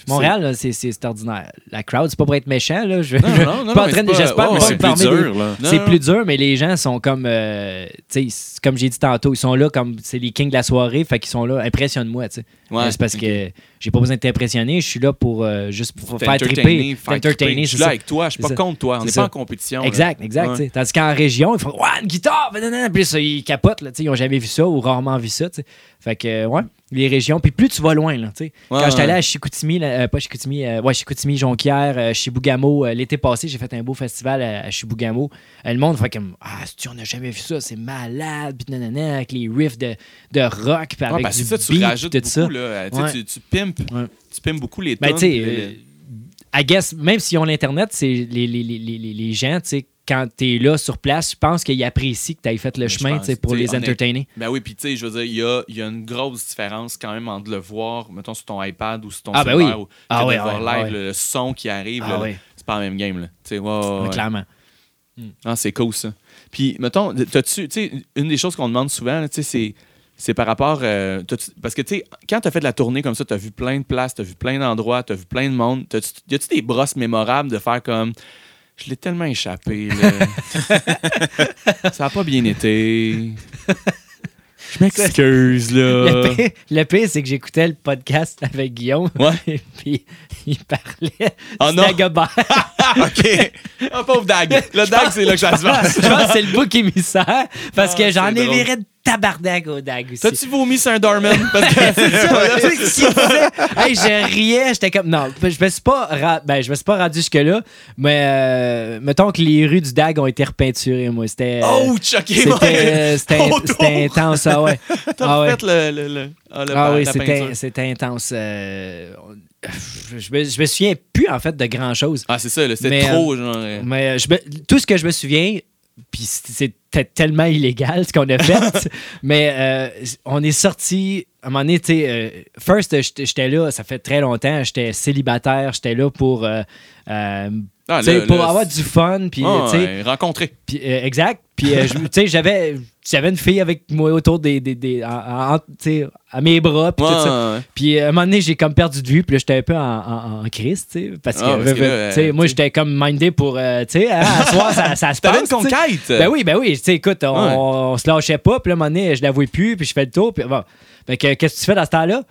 Speaker 3: Montréal, là, c'est- c'est c'est ordinaire. La crowd, c'est pas pour être méchant, là. Je,
Speaker 1: Non, non,
Speaker 3: je-
Speaker 1: non,
Speaker 3: je
Speaker 1: non,
Speaker 3: pas en
Speaker 1: mais
Speaker 3: train de-
Speaker 1: c'est pas-
Speaker 3: J'espère
Speaker 1: oh,
Speaker 3: pas
Speaker 2: Mais
Speaker 1: ouais.
Speaker 3: me
Speaker 2: c'est plus
Speaker 3: parler de-
Speaker 2: dur, là.
Speaker 1: Non,
Speaker 3: c'est
Speaker 1: non.
Speaker 3: plus dur, mais les gens sont comme, euh, tu sais, c'est- comme j'ai dit tantôt, ils sont là comme, c'est les kings de la soirée, fait qu'ils sont là, impressionne-moi, tu sais.
Speaker 1: Ouais,
Speaker 3: Mais c'est parce que j'ai pas besoin de t'impressionner, je suis là pour euh, juste pour faire triper,
Speaker 1: T'entertainer, faire triper. Je
Speaker 3: c'est
Speaker 1: suis là
Speaker 3: ça.
Speaker 1: avec toi, je suis
Speaker 3: C'est
Speaker 1: pas
Speaker 3: ça.
Speaker 1: contre toi. On
Speaker 3: C'est
Speaker 1: n'est
Speaker 3: ça.
Speaker 1: pas en compétition. là.
Speaker 3: Exact, exact.
Speaker 1: Ouais.
Speaker 3: tu sais. Tandis qu'en région, ils font Ouais, une guitare, ben, nan, nan. puis ça, ils capotent, là, tu sais, ils ont jamais vu ça ou rarement vu ça. tu sais. Fait que, euh, ouais, les régions, puis plus tu vas loin, là, tu sais.
Speaker 1: Ouais,
Speaker 3: Quand j'étais allé
Speaker 1: ouais.
Speaker 3: à Chicoutimi, là, euh, pas Chicoutimi, euh, ouais, Chicoutimi, Jonquière, euh, Chibougamau, euh, l'été passé, j'ai fait un beau festival à, à Chibougamau. Euh, le monde fait comme Ah, si on n'a jamais vu ça, c'est malade, puis nanana, avec les riffs de, de rock, puis
Speaker 1: Ouais,
Speaker 3: avec
Speaker 1: parce
Speaker 3: du
Speaker 1: que ça, tu
Speaker 3: beat,
Speaker 1: rajoutes
Speaker 3: puis tout ça.
Speaker 1: beaucoup. là. Tu sais,
Speaker 3: Ouais.
Speaker 1: Tu tu pimpes.
Speaker 3: Ouais.
Speaker 1: Tu pimpes beaucoup les
Speaker 3: Ben,
Speaker 1: tunes,
Speaker 3: tu sais,
Speaker 1: puis les-
Speaker 3: euh, I guess, même s'ils ont l'Internet, c'est les, les, les, les, les- les gens, tu sais, quand t'es là sur place, je pense qu'ils apprécient que t'aies fait le
Speaker 1: Ben, je
Speaker 3: chemin,
Speaker 1: pense,
Speaker 3: tu sais, pour
Speaker 1: tu sais,
Speaker 3: les
Speaker 1: honnête-
Speaker 3: entertainer.
Speaker 1: Ben oui, puis tu sais, je veux dire, il y a, il y a une grosse différence quand même entre le voir, mettons, sur ton iPad ou sur ton
Speaker 3: Ah, ben
Speaker 1: cellulaire,
Speaker 3: oui.
Speaker 1: ou, que
Speaker 3: Ah
Speaker 1: de
Speaker 3: ouais,
Speaker 1: le voir
Speaker 3: ouais,
Speaker 1: live,
Speaker 3: ouais.
Speaker 1: le, le son qui arrive,
Speaker 3: Ah
Speaker 1: là, le-
Speaker 3: ouais.
Speaker 1: c'est pas la même game, là. Tu sais, ouais, ouais, ouais.
Speaker 3: Clairement.
Speaker 1: Ah, c'est cool, ça. Puis, mettons, t'as-tu, tu sais, une des choses qu'on demande souvent, là, tu sais, c'est, c'est par rapport, euh, t'as-tu- parce que, tu sais, quand t'as fait de la tournée comme ça, t'as vu plein de places, t'as vu plein d'endroits, t'as vu plein de monde, t'as-tu, y a-tu des brosses mémorables de faire comme... Je l'ai tellement échappé, là. ça a pas bien été. Je m'excuse, Euh. là.
Speaker 3: Le pire, le pire, c'est que j'écoutais le podcast avec Guillaume,
Speaker 1: Ouais.
Speaker 3: et puis il parlait
Speaker 1: Ah
Speaker 3: de
Speaker 1: non.
Speaker 3: Dagobert.
Speaker 1: OK. Ah, pauvre Dag. Le Dag, Ah, c'est là que ça se passe.
Speaker 3: je pense que c'est le bouc émissaire, parce
Speaker 1: Ah,
Speaker 3: que j'en
Speaker 1: c'est
Speaker 3: ai
Speaker 1: drôle.
Speaker 3: viré de tabarnak au Dag aussi.
Speaker 1: T'as-tu vomi sur un Dorman? Parce que
Speaker 3: C'est ça, tu sais, ce qu'il disait. Hey, je riais, j'étais comme non, je me suis pas ra- ben, je me suis pas rendu jusque là, mais euh, mettons que les rues du Dag ont été repeinturées moi, c'était euh,
Speaker 1: Oh, choqué,
Speaker 3: c'était euh, c'était-
Speaker 1: Oh,
Speaker 3: c'était intense ah ouais.
Speaker 1: T'as
Speaker 3: Ah ouais.
Speaker 1: refait le, le, le, ah, le
Speaker 3: Ah
Speaker 1: pa-
Speaker 3: oui,
Speaker 1: la
Speaker 3: c'était
Speaker 1: peinture.
Speaker 3: c'était intense. euh, on- je, me, je me souviens plus en fait de grand-chose.
Speaker 1: Ah, c'est ça, là, c'était
Speaker 3: Mais,
Speaker 1: trop, genre... euh,
Speaker 3: Mais euh, je me- tout ce que je me souviens, puis c'était tellement illégal ce qu'on a fait. mais euh, on est sorti, à un moment donné, tu sais, euh, first, j'étais j'étais là, ça fait très longtemps, j'étais célibataire, j'étais là pour, euh, euh,
Speaker 1: Ah,
Speaker 3: tu sais,
Speaker 1: le-
Speaker 3: pour
Speaker 1: le-
Speaker 3: avoir du fun, puis
Speaker 1: Ah,
Speaker 3: tu sais,
Speaker 1: ouais, rencontrer.
Speaker 3: puis, euh, exact. Puis, euh, je- tu sais, j'avais, j'avais une fille avec moi autour des. des, des- en- en- tu sais, à mes bras. Puis,
Speaker 1: Ouais,
Speaker 3: tout ça.
Speaker 1: ouais.
Speaker 3: puis euh, à un moment donné, j'ai comme perdu de vue. Puis là, j'étais un peu en, en, en crise, tu sais. Parce que,
Speaker 1: Ah, parce que là, euh,
Speaker 3: tu sais, moi,
Speaker 1: tu-
Speaker 3: j'étais comme mindé pour. euh, tu sais, hein, à soir, ça, ça se passe.
Speaker 1: T'avais une
Speaker 3: tu sais.
Speaker 1: conquête.
Speaker 3: Ben oui, ben oui. Tu sais, écoute, on,
Speaker 1: Ouais.
Speaker 3: on se lâchait pas. Puis là, à un moment donné, je l'avouais plus. Puis je fais le tour. Puis bon. Fait que, qu'est-ce que tu fais dans ce temps-là?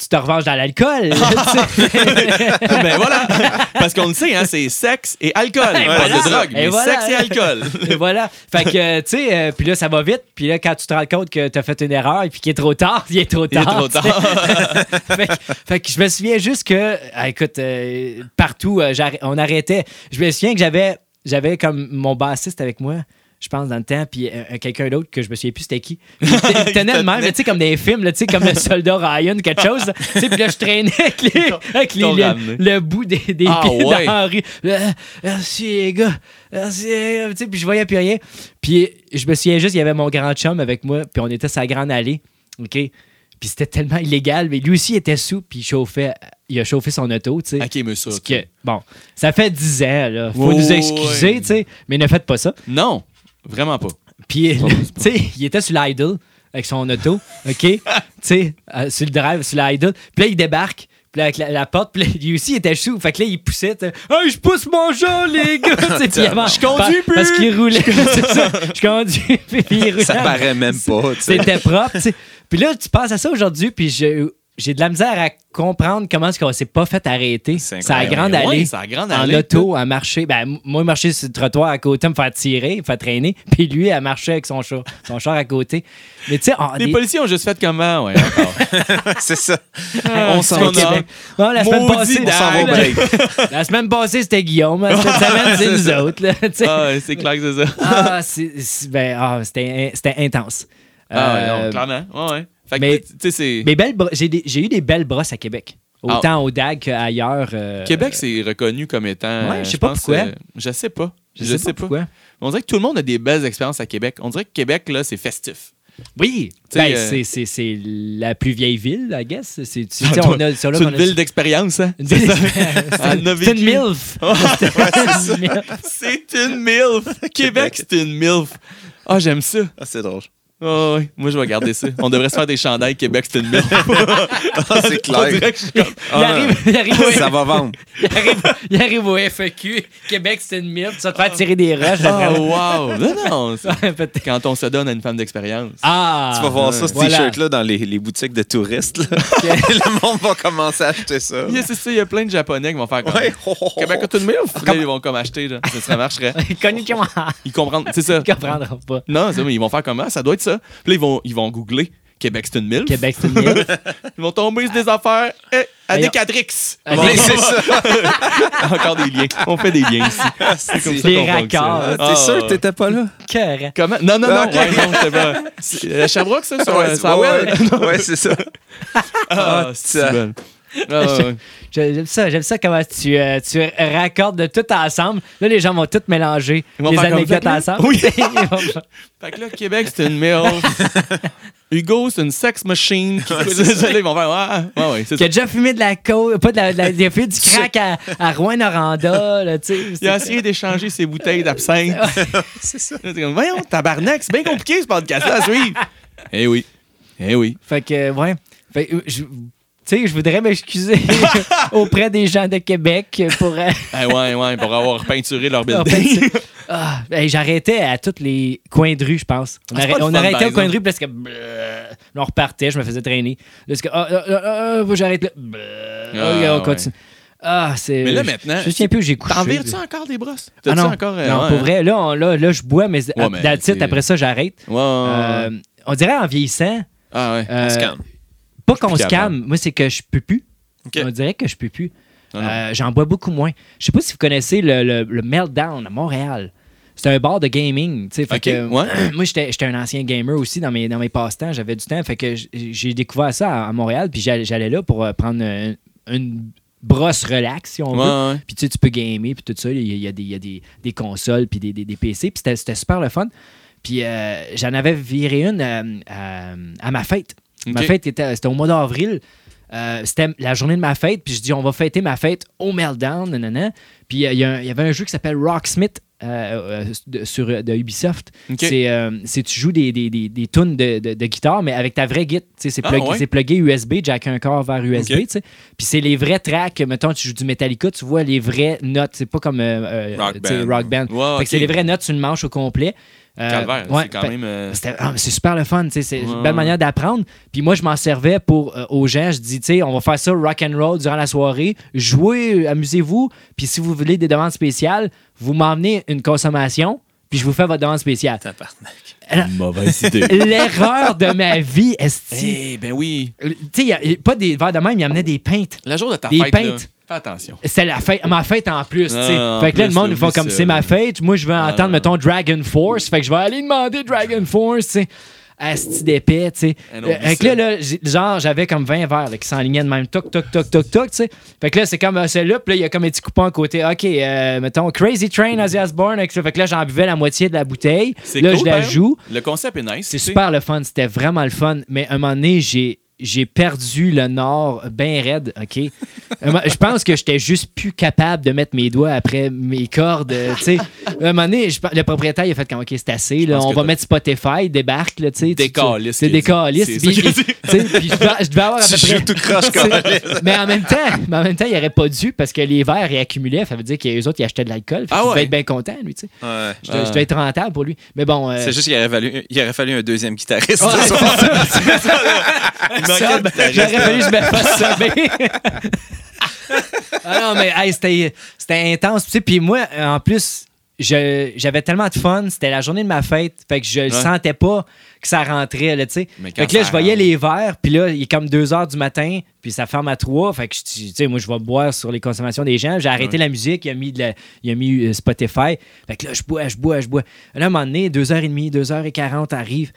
Speaker 3: Tu te revenges dans l'alcool. tu sais.
Speaker 1: ben voilà. Parce qu'on le sait, hein, c'est sexe et alcool.
Speaker 3: Et
Speaker 1: pas
Speaker 3: voilà.
Speaker 1: de drogue,
Speaker 3: Et
Speaker 1: mais
Speaker 3: voilà.
Speaker 1: sexe et alcool.
Speaker 3: Et voilà. Fait que, euh, tu sais, euh, puis là, ça va vite. Puis là, quand tu te rends compte que t'as fait une erreur et puis qu'il est trop tard, il est trop
Speaker 1: Il est
Speaker 3: tard.
Speaker 1: trop
Speaker 3: tu sais.
Speaker 1: tard.
Speaker 3: fait, que, fait que je me souviens juste que, ah, écoute, euh, partout, euh, j'arr- on arrêtait. Je me souviens que j'avais, j'avais comme mon bassiste avec moi. Je pense dans le temps, puis euh, quelqu'un d'autre que je me souviens plus c'était qui. Il te- il me tenait de même, tu sais, comme dans les films, là, tu sais, comme le soldat Ryan ou quelque chose. là. Tu sais, puis là, je traînais avec, les- avec les-
Speaker 1: t'ont
Speaker 3: le-
Speaker 1: ramené.
Speaker 3: le bout des, des
Speaker 1: Ah,
Speaker 3: pieds
Speaker 1: ouais.
Speaker 3: dans la rue. Là, merci les gars, merci les gars. Tu sais, Puis je voyais plus rien. Puis je me souviens juste, il y avait mon grand chum avec moi, puis on était sa grande allée. OK? Puis c'était tellement illégal, mais lui aussi il était sous, puis il chauffait, il a chauffé son auto, tu sais.
Speaker 1: ok, mais ça.
Speaker 3: Parce que, bon, ça fait 10 ans, là. Faut
Speaker 1: Ouais,
Speaker 3: nous
Speaker 1: ouais,
Speaker 3: excuser,
Speaker 1: ouais.
Speaker 3: tu sais, mais ne faites pas ça.
Speaker 1: Non, vraiment pas.
Speaker 3: Puis, tu sais, il était sur l'idle avec son auto, OK? tu sais, euh, sur le drive, sur l'idle. Puis là, il débarque. Puis là, avec la, la porte, puis là, lui aussi, il était chou. Fait que là, il poussait. tu sais, Hey, je pousse mon genre, les gars! Tu sais, puis avant-
Speaker 1: Je conduis plus!
Speaker 3: Parce qu'il roulait. c'est ça. Je conduis, puis il roulait.
Speaker 2: Ça paraît même pas. tu sais.
Speaker 3: C'était propre, tu sais. Puis là, tu penses à ça aujourd'hui, puis je- J'ai de la misère à comprendre comment est-ce qu'on s'est pas fait arrêter.
Speaker 2: C'est
Speaker 3: C'est à
Speaker 2: incroyable.
Speaker 3: grande
Speaker 1: Ben, Ouais,
Speaker 3: allée
Speaker 1: c'est la grande
Speaker 3: en
Speaker 1: allée.
Speaker 3: auto, à marcher. Ben, m- moi, marcher sur le trottoir à côté, me faire tirer, me faire traîner. Puis lui, à marcher avec son char, son char à côté. Mais tu sais, on-
Speaker 1: Les
Speaker 3: des-
Speaker 1: policiers ont juste fait comment, ouais, encore.
Speaker 2: C'est ça.
Speaker 1: on
Speaker 3: au
Speaker 1: s'en
Speaker 3: Québec. Bon, la semaine
Speaker 1: Maudit
Speaker 3: passée,
Speaker 1: dingue.
Speaker 2: On s'en va au break.
Speaker 3: la semaine passée, c'était Guillaume. hein, Cette semaine, c'est nous autres. là, tu sais.
Speaker 1: Ah, ouais, c'est clair que c'est ça.
Speaker 3: Ah, c'est- c'est- ben, ah, c'était in- c'était intense.
Speaker 1: Ah, ouais,
Speaker 3: Euh,
Speaker 1: non, clairement. Ouais, ouais. Fait
Speaker 3: mais-
Speaker 1: que, tu sais, c'est.
Speaker 3: mes belles bro- j'ai des- j'ai eu des belles brosses à Québec. Autant au DAG qu'ailleurs. euh,
Speaker 1: Ah. Québec, c'est reconnu comme étant.
Speaker 3: Ouais,
Speaker 1: euh,
Speaker 3: je sais pas
Speaker 1: pense,
Speaker 3: pourquoi.
Speaker 1: euh, je sais pas.
Speaker 3: Je sais, pas, pourquoi.
Speaker 1: On dirait que tout le monde a des belles expériences à Québec. On dirait que Québec, là, c'est festif.
Speaker 3: Oui,
Speaker 1: Tu sais,
Speaker 3: Ben,
Speaker 1: euh,
Speaker 3: c'est- c'est c'est la plus vieille ville, I guess. C'est tu sais,
Speaker 1: Ah,
Speaker 3: on a- c'est là
Speaker 1: C'est
Speaker 3: qu'on
Speaker 1: une
Speaker 3: a-
Speaker 1: ville d'expérience, hein?
Speaker 3: Une ville
Speaker 1: Elle en a
Speaker 3: d'expérience. C'est une
Speaker 1: vécu.
Speaker 3: MILF. C'est une MILF.
Speaker 1: C'est une MILF! Québec, c'est une MILF! Ah, j'aime ça!
Speaker 2: Ah, c'est drôle.
Speaker 1: Ah ouais, moi je vais garder ça. On devrait se faire des chandails Québec, c'est une MILF.
Speaker 2: Ah, c'est
Speaker 1: On dirait
Speaker 2: clair.
Speaker 1: que je suis comme-
Speaker 3: Il arrive,
Speaker 1: Ah.
Speaker 3: il arrive au-
Speaker 2: Ça va vendre.
Speaker 3: il arrive- il arrive au FAQ. Québec, c'est une MILF. Tu vas te faire tirer des rushs. après.
Speaker 1: Oh, wow! Non, non! c'est-
Speaker 3: Ouais, peut-être.
Speaker 1: Quand on se donne à une femme d'expérience.
Speaker 3: Ah!
Speaker 2: Tu vas voir ça, ce
Speaker 3: Voilà.
Speaker 2: t-shirt-là, dans les, les boutiques de touristes. là. le monde va commencer à acheter ça.
Speaker 1: Yeah, c'est ça, il y a plein de Japonais qui vont faire comme.
Speaker 2: Ouais.
Speaker 1: Québec, c'est une MILF!
Speaker 3: Ah,
Speaker 1: Puis là, ils vont comme acheter, là. Ça, ça marcherait.
Speaker 3: Konnichiwa.
Speaker 1: Ils comprennent, c'est ça.
Speaker 3: Ils comprendront pas.
Speaker 1: Non, c'est- ils vont faire comment? Ça doit être ça. Puis là, ils vont, ils vont googler Québec, c'est une MILF.
Speaker 3: Québec, c'est une MILF.
Speaker 1: Ils vont tomber sur des affaires eh, à
Speaker 3: Voyons.
Speaker 1: des cadrix.
Speaker 3: À
Speaker 1: Bon,
Speaker 2: Mais c'est ça.
Speaker 1: Encore des liens. On fait des liens ici. C'est comme ça
Speaker 3: Les
Speaker 1: qu'on fonctionne.
Speaker 3: raccords.
Speaker 2: Ah, T'es
Speaker 1: Ah,
Speaker 2: sûr
Speaker 1: ouais.
Speaker 2: que t'étais pas là?
Speaker 3: Cœur.
Speaker 1: Comment? Non, non, non.
Speaker 2: Ah, ok.
Speaker 1: ouais, non, c'est pas. C'est- à Sherbrooke, ça, sur,
Speaker 2: Ouais,
Speaker 1: ouais,
Speaker 2: c'est- ouais, ouais. Ouais, c'est ça.
Speaker 1: Ah, c'est
Speaker 2: ça.
Speaker 1: bon. Ah, ouais, ouais.
Speaker 3: Je- J'aime ça, j'aime ça comment tu, euh, tu raccordes de tout ensemble. Là, les gens vont tout mélanger.
Speaker 1: Ils vont
Speaker 3: les
Speaker 1: faire comme
Speaker 3: anecdotes
Speaker 1: ça.
Speaker 3: ensemble.
Speaker 1: Oui.
Speaker 3: Ils vont faire-
Speaker 1: Fait que là, Québec, c'est une merde. Hugo, c'est une sex machine. Qui... Ils vont faire. Ah, ouais, ouais, c'est
Speaker 3: qui
Speaker 1: ça.
Speaker 3: a déjà fumé de la coke, pas de la, de la- il a fait du crack à, à Rouen-Noranda, là, tu sais.
Speaker 1: Il a
Speaker 3: c'est-
Speaker 1: essayé d'échanger ses bouteilles d'absinthe.
Speaker 2: C'est ça.
Speaker 1: Là, t'es comme, Voyons, tabarnak, c'est bien compliqué ce podcast-là à suivre. Eh oui. Eh oui.
Speaker 3: Fait que, ouais. Fait que, je, tu sais, je voudrais m'excuser auprès des gens de Québec pour. euh,
Speaker 1: Eh ouais, ouais, pour avoir peinturé leur
Speaker 3: en
Speaker 1: building.
Speaker 3: fait, c'est- ah, ben, J'arrêtais à tous les coins de rue, je pense. On,
Speaker 1: Ah, c'est
Speaker 3: arrêt-
Speaker 1: pas le
Speaker 3: on
Speaker 1: fun,
Speaker 3: arrêtait
Speaker 1: par
Speaker 3: au coin de
Speaker 1: exemple.
Speaker 3: rue, parce que. bleu, là, on repartait, je me faisais traîner. Là, c'est que. Ah, ah, ah, ah, faut que j'arrête là. Bleu,
Speaker 1: Ah,
Speaker 3: ok, on continue. Ah, c'est.
Speaker 1: Mais là,
Speaker 3: je-
Speaker 1: maintenant,
Speaker 3: Je me souviens plus où j'ai couché.
Speaker 1: T'en vires-tu encore des brosses?
Speaker 3: Ah
Speaker 1: T'as-tu
Speaker 3: non,
Speaker 1: encore. euh,
Speaker 3: non
Speaker 1: ouais,
Speaker 3: pour vrai, là, on- là, là, je bois, mais,
Speaker 1: Ouais,
Speaker 3: à-
Speaker 1: mais
Speaker 3: that's it,
Speaker 1: c'est-
Speaker 3: après ça, j'arrête.
Speaker 1: Ouais, ouais, ouais.
Speaker 3: Euh, on dirait en vieillissant,
Speaker 1: ah ouais.
Speaker 3: euh,
Speaker 2: On se calme.
Speaker 3: pas qu'on
Speaker 1: plus
Speaker 3: se
Speaker 1: capable.
Speaker 3: calme, moi c'est que je peux plus.
Speaker 2: Ok.
Speaker 3: On dirait que je peux plus.
Speaker 1: Non, non.
Speaker 3: Euh, J'en bois beaucoup moins. Je sais pas si vous connaissez le, le- le Meltdown à Montréal. C'est un bar de gaming. tu sais, fait
Speaker 1: Ok,
Speaker 3: que-
Speaker 1: ouais.
Speaker 3: moi, j'étais j'étais un ancien gamer aussi dans mes, dans mes passe-temps. J'avais du temps. Fait que j- j'ai découvert ça à, à Montréal. Puis j'allais j'allais là pour euh, prendre euh, une, une- brosse relax, si on
Speaker 1: Ouais,
Speaker 3: veut.
Speaker 1: ouais.
Speaker 3: Puis tu sais, tu peux gamer, puis tout ça. Il y a, il y a des, il y a des, des consoles, puis des, des- des PC. Puis c'était- c'était super le fun. Puis euh, j'en avais viré une euh, à, à ma fête. Ma
Speaker 1: Ok.
Speaker 3: fête, était, c'était au mois d'avril. Euh, c'était la journée de ma fête. Puis je dis, on va fêter ma fête au Meltdown. nanana. Puis euh, il y, a un- il y avait un jeu qui s'appelle Rocksmith. euh, euh, de, sur, de Ubisoft.
Speaker 1: Ok.
Speaker 3: C'est, euh, c'est- tu joues des, des, des, des tunes de, de- de guitare, mais avec ta vraie guitare. Tu sais, C'est,
Speaker 1: Ah,
Speaker 3: plug-
Speaker 1: ouais.
Speaker 3: c'est plugué USB, jack un corps vers USB.
Speaker 2: Ok.
Speaker 3: tu sais. Puis c'est les vrais tracks. Mettons, tu joues du Metallica, tu vois les vraies notes. C'est pas comme euh, euh,
Speaker 2: Rock
Speaker 3: tu sais,
Speaker 2: Band.
Speaker 3: rock band.
Speaker 1: Ouais,
Speaker 3: Fait
Speaker 1: ok.
Speaker 3: que c'est les vraies notes sur une manche au complet. Euh,
Speaker 1: Calvaire,
Speaker 3: ouais,
Speaker 1: c'est quand
Speaker 3: fait-
Speaker 1: même. euh,
Speaker 3: c'était- ah, mais c'est super le fun, tu sais, c'est
Speaker 1: Ouais.
Speaker 3: une belle manière d'apprendre. Puis moi, je m'en servais pour euh, aux gens, je dis, tu sais, on va faire ça rock and roll durant la soirée, jouez, euh, amusez-vous. Puis si vous voulez des demandes spéciales, vous m'emmenez une consommation, puis je vous fais votre demande spéciale.
Speaker 2: Tabarnak.
Speaker 1: une mauvaise idée.
Speaker 3: L'erreur de ma vie, esti.
Speaker 1: Eh ben oui.
Speaker 3: Tu sais, il y a- il y a pas des verres de même, il amenait des peintes.
Speaker 1: La jour de ta
Speaker 3: Des
Speaker 1: fête, là,
Speaker 3: peintes.
Speaker 1: fais attention.
Speaker 3: C'est la fête, ma fête en plus, tu sais.
Speaker 1: Ah, en
Speaker 3: Fait que là,
Speaker 1: plus,
Speaker 3: le monde,
Speaker 1: là,
Speaker 3: ils font
Speaker 1: oui,
Speaker 3: comme
Speaker 1: c'est- Ah.
Speaker 3: c'est ma fête. Moi, je vais entendre,
Speaker 1: non, non.
Speaker 3: mettons, Dragon Force. Fait que je vais aller demander Dragon Force, tu sais. Asti d'épais, tu sais.
Speaker 1: Ah non,
Speaker 3: Euh,
Speaker 1: oublie
Speaker 3: Fait que
Speaker 1: ça.
Speaker 3: là, là, j'ai- genre, j'avais comme 20 verres là, qui s'enlignaient de même. Toc, toc, toc, toc, toc, tu sais. Fait que là, c'est comme euh, celui-là. Puis là, il y a comme un petit coupon à côté. OK, euh, mettons, Crazy Train, Asias Born. Avec ça. Fait que là, j'en buvais la moitié de la bouteille.
Speaker 1: C'est
Speaker 3: Là,
Speaker 1: cool, ben.
Speaker 3: je la
Speaker 1: par exemple.
Speaker 3: joue.
Speaker 1: Le concept est nice. tu
Speaker 3: C'est
Speaker 1: sais.
Speaker 3: super le fun, c'était vraiment le fun. Mais à un moment donné, j'ai, j'ai perdu le nord bien raide, OK? Un moment- Je pense que j'étais juste plus capable de mettre mes doigts après mes cordes, euh, tu sais. À un moment donné, je pe- le propriétaire, il a fait comme, OK, c'est assez, là,
Speaker 1: pense
Speaker 3: on
Speaker 1: que
Speaker 3: va
Speaker 1: t'as-
Speaker 3: mettre Spotify, débarque, là, tu sais. Tu- tu-
Speaker 1: Décaliste,
Speaker 3: C'est
Speaker 1: qu'il a dit.
Speaker 3: décaliste.
Speaker 1: C'est
Speaker 3: Puis-
Speaker 1: ça qu'il a
Speaker 3: puis-
Speaker 1: dit.
Speaker 3: tu sais, puis je devais- je devais avoir à peu
Speaker 2: Tu
Speaker 3: près
Speaker 2: joues tout croche comme
Speaker 3: mais en même temps, mais en même temps, il aurait pas dû parce que les verres réaccumulaient. Ça veut dire qu'eux autres, ils achetaient de l'alcool. Fait
Speaker 1: Ah
Speaker 3: qu'il
Speaker 1: ouais.
Speaker 3: devait être bien content, lui, tu sais.
Speaker 2: Ouais.
Speaker 3: Je devais-
Speaker 1: Ah.
Speaker 3: je devais être rentable pour lui. Mais bon. euh,
Speaker 2: C'est juste qu'il aurait, fallu, il aurait fallu un deuxième guitariste. ce
Speaker 3: Ouais, c'est
Speaker 2: soir.
Speaker 3: ça, c'est ça. Sub, J'aurais fallu que je me fasse subber. ah non, mais hey, c'était c'était intense. tu sais, Puis moi, euh, en plus, je- j'avais tellement de fun. C'était la journée de ma fête. Fait que je le
Speaker 1: Ouais.
Speaker 3: sentais pas que ça rentrait. Là, tu sais.
Speaker 1: Mais quand
Speaker 3: fait que là,
Speaker 1: ça
Speaker 3: je voyais
Speaker 1: rentre.
Speaker 3: les verres. Puis là, il est comme 2 h du matin. Puis ça ferme à 3. Fait que je- tu sais, moi, je vais boire sur les consommations des gens. J'ai arrêté la musique. Il a mis, de la- il a mis euh, Spotify. Fait que là, je bois, je bois, je bois. Là, à un moment donné, 2h30, 2h40 arrive.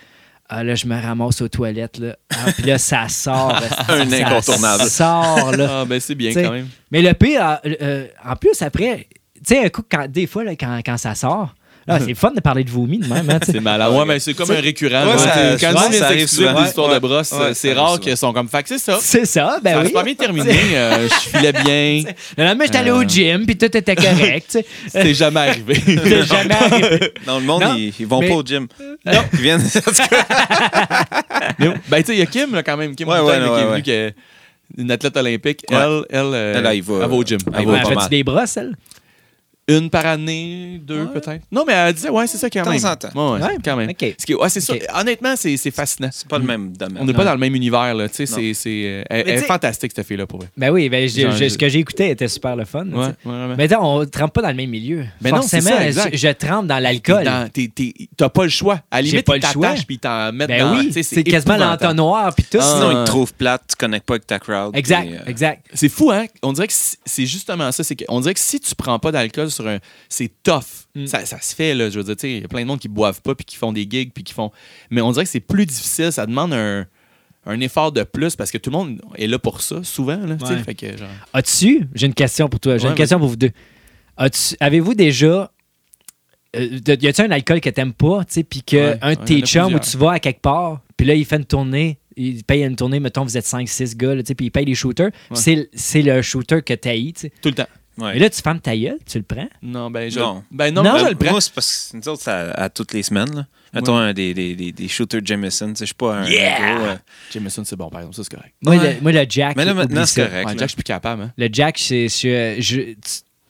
Speaker 3: Ah, là, je me ramasse aux toilettes. Là. Ah, puis là, ça sort.
Speaker 2: Un
Speaker 3: ça
Speaker 2: incontournable.
Speaker 3: sort, là.
Speaker 1: Ah, ben c'est bien
Speaker 3: T'sais.
Speaker 1: quand même.
Speaker 3: Mais le pire, euh, euh, en plus, après, tu sais, un coup, quand, des fois, là, quand, quand ça sort, là, c'est fun de parler de vomi de même. hein, tu sais.
Speaker 1: C'est malade. Ouais, mais c'est comme un récurrent.
Speaker 2: Ouais,
Speaker 1: là.
Speaker 2: ça-
Speaker 1: T'sais,
Speaker 2: souvent,
Speaker 1: quand tu
Speaker 2: ça
Speaker 1: les
Speaker 2: arrive
Speaker 1: excuses
Speaker 2: souvent.
Speaker 1: des histoires
Speaker 2: Ouais.
Speaker 1: de brosse,
Speaker 2: Ouais,
Speaker 1: euh,
Speaker 2: ça
Speaker 1: c'est
Speaker 2: arrive
Speaker 1: rare
Speaker 2: souvent.
Speaker 1: qu'ils sont comme. Fait que c'est ça.
Speaker 3: C'est ça, ben
Speaker 1: Ça
Speaker 3: oui.
Speaker 1: s'est pas bien terminé. euh, Je filais bien.
Speaker 3: Le lendemain, j'étais allé au gym, puis tout était correct. tu sais.
Speaker 1: Euh. C'est jamais arrivé.
Speaker 3: C'était jamais arrivé.
Speaker 2: Dans le monde,
Speaker 3: Non,
Speaker 2: ils, ils vont
Speaker 3: mais-
Speaker 2: pas au gym. Non. Ils viennent.
Speaker 1: Mais- ben, tu sais, il y a Kim, là, quand même. Kim
Speaker 2: Ouais,
Speaker 1: Boutin,
Speaker 2: ouais,
Speaker 1: là,
Speaker 2: ouais,
Speaker 1: qui est
Speaker 2: ouais.
Speaker 1: venue, qui est une athlète olympique.
Speaker 2: Ouais.
Speaker 1: Elle, elle, euh,
Speaker 2: Elle, elle va,
Speaker 1: au gym.
Speaker 2: elle
Speaker 1: Elle
Speaker 2: va
Speaker 1: va au
Speaker 2: pas
Speaker 3: ben, Elle
Speaker 1: gym.
Speaker 3: fait-tu
Speaker 2: mal.
Speaker 3: des brosses, elle?
Speaker 1: Une par année, deux
Speaker 2: Ouais.
Speaker 1: peut-être. Non, mais elle disait, ouais, c'est ça quand
Speaker 2: De temps
Speaker 1: même.
Speaker 2: en temps.
Speaker 1: Ouais, ouais,
Speaker 3: Ouais,
Speaker 1: quand même.
Speaker 3: ok.
Speaker 1: Ce qui est- ouais, c'est
Speaker 3: Ok.
Speaker 1: ça. Honnêtement, c'est c'est fascinant.
Speaker 2: C'est pas le même domaine.
Speaker 1: On n'est pas dans le même univers, là. Tu sais,
Speaker 2: Non.
Speaker 1: c'est. c'est, euh, Elle,
Speaker 3: Mais
Speaker 1: elle
Speaker 3: tu
Speaker 1: est
Speaker 3: sais-
Speaker 1: fantastique, cette fille-là, pour vrai.
Speaker 3: Ben oui, ben, j'ai-
Speaker 1: Genre,
Speaker 3: j'ai-
Speaker 1: je-
Speaker 3: ce que j'ai écouté était super le fun. tu sais.
Speaker 1: Ouais, ouais, vraiment.
Speaker 3: Mais attends, on ne trempe pas dans le même milieu.
Speaker 1: Ben non, c'est
Speaker 3: Forcément,
Speaker 1: ça, exact.
Speaker 3: je, je trempe dans l'alcool.
Speaker 1: Dans- t'es- t'es- T'as pas le choix. À la
Speaker 3: J'ai
Speaker 1: limite,
Speaker 3: pas
Speaker 1: ils
Speaker 3: le choix.
Speaker 1: t'attachent puis ils t'en mettent
Speaker 3: Ben
Speaker 1: dans.
Speaker 3: oui,
Speaker 1: tu sais,
Speaker 3: c'est quasiment
Speaker 1: épouvantable.
Speaker 3: l'entonnoir, puis tout.
Speaker 1: Ah,
Speaker 2: Sinon, ils
Speaker 1: Euh.
Speaker 2: te trouvent plate, tu connectes pas avec ta crowd.
Speaker 3: exact,
Speaker 2: puis, euh,
Speaker 3: exact.
Speaker 1: C'est fou, hein? On dirait que si- c'est justement ça. c'est que- On dirait que si tu prends pas d'alcool sur un. C'est tough.
Speaker 3: Mm.
Speaker 1: Ça, ça se fait, là. Je veux dire, tu sais, il y a plein de monde qui boivent pas puis qui font des gigs puis qui font. Mais on dirait que c'est plus difficile. Ça demande un, un effort de plus parce que tout le monde est là pour ça, souvent, là. tu sais,
Speaker 3: Ouais.
Speaker 1: Fait que, genre.
Speaker 3: As-tu, j'ai une question pour toi, j'ai
Speaker 1: Ouais,
Speaker 3: une question pour vous deux. As-tu- Avez-vous déjà. euh, de- y a-tu un alcool que t'aimes pas, tu sais, puis que
Speaker 1: Ouais,
Speaker 3: un
Speaker 1: ouais,
Speaker 3: de tes
Speaker 1: y en a
Speaker 3: chums
Speaker 1: plusieurs.
Speaker 3: où tu vas à quelque part, puis là, il fait une tournée, il paye une tournée, mettons, vous êtes 5-6 gars, là, tu sais, puis il paye des shooters, puis c'est- c'est le shooter que t'as eu, tu sais.
Speaker 1: Tout le temps.
Speaker 2: ouais.
Speaker 3: Mais là, tu fermes ta gueule, tu le prends.
Speaker 1: Non, ben, je.
Speaker 2: Non.
Speaker 1: Ben, non,
Speaker 3: Non,
Speaker 1: moi,
Speaker 2: Ben,
Speaker 1: je le prends.
Speaker 2: Moi, c'est parce que nous autres, c'est à, à toutes les semaines. Là. Mettons un des, des, des, des shooters Jameson. tu sais, Je suis pas un.
Speaker 3: Yeah!
Speaker 2: gros, euh,
Speaker 1: Jameson, c'est bon, par exemple. Ça, c'est correct.
Speaker 3: Moi,
Speaker 2: Ouais.
Speaker 3: le, moi, le Jack.
Speaker 2: Mais là,
Speaker 3: oublie
Speaker 2: maintenant, c'est
Speaker 3: ça.
Speaker 2: correct.
Speaker 1: Ouais,
Speaker 2: là.
Speaker 1: Jack, je suis plus capable, hein?
Speaker 3: Le Jack, c'est. c'est- je- tu,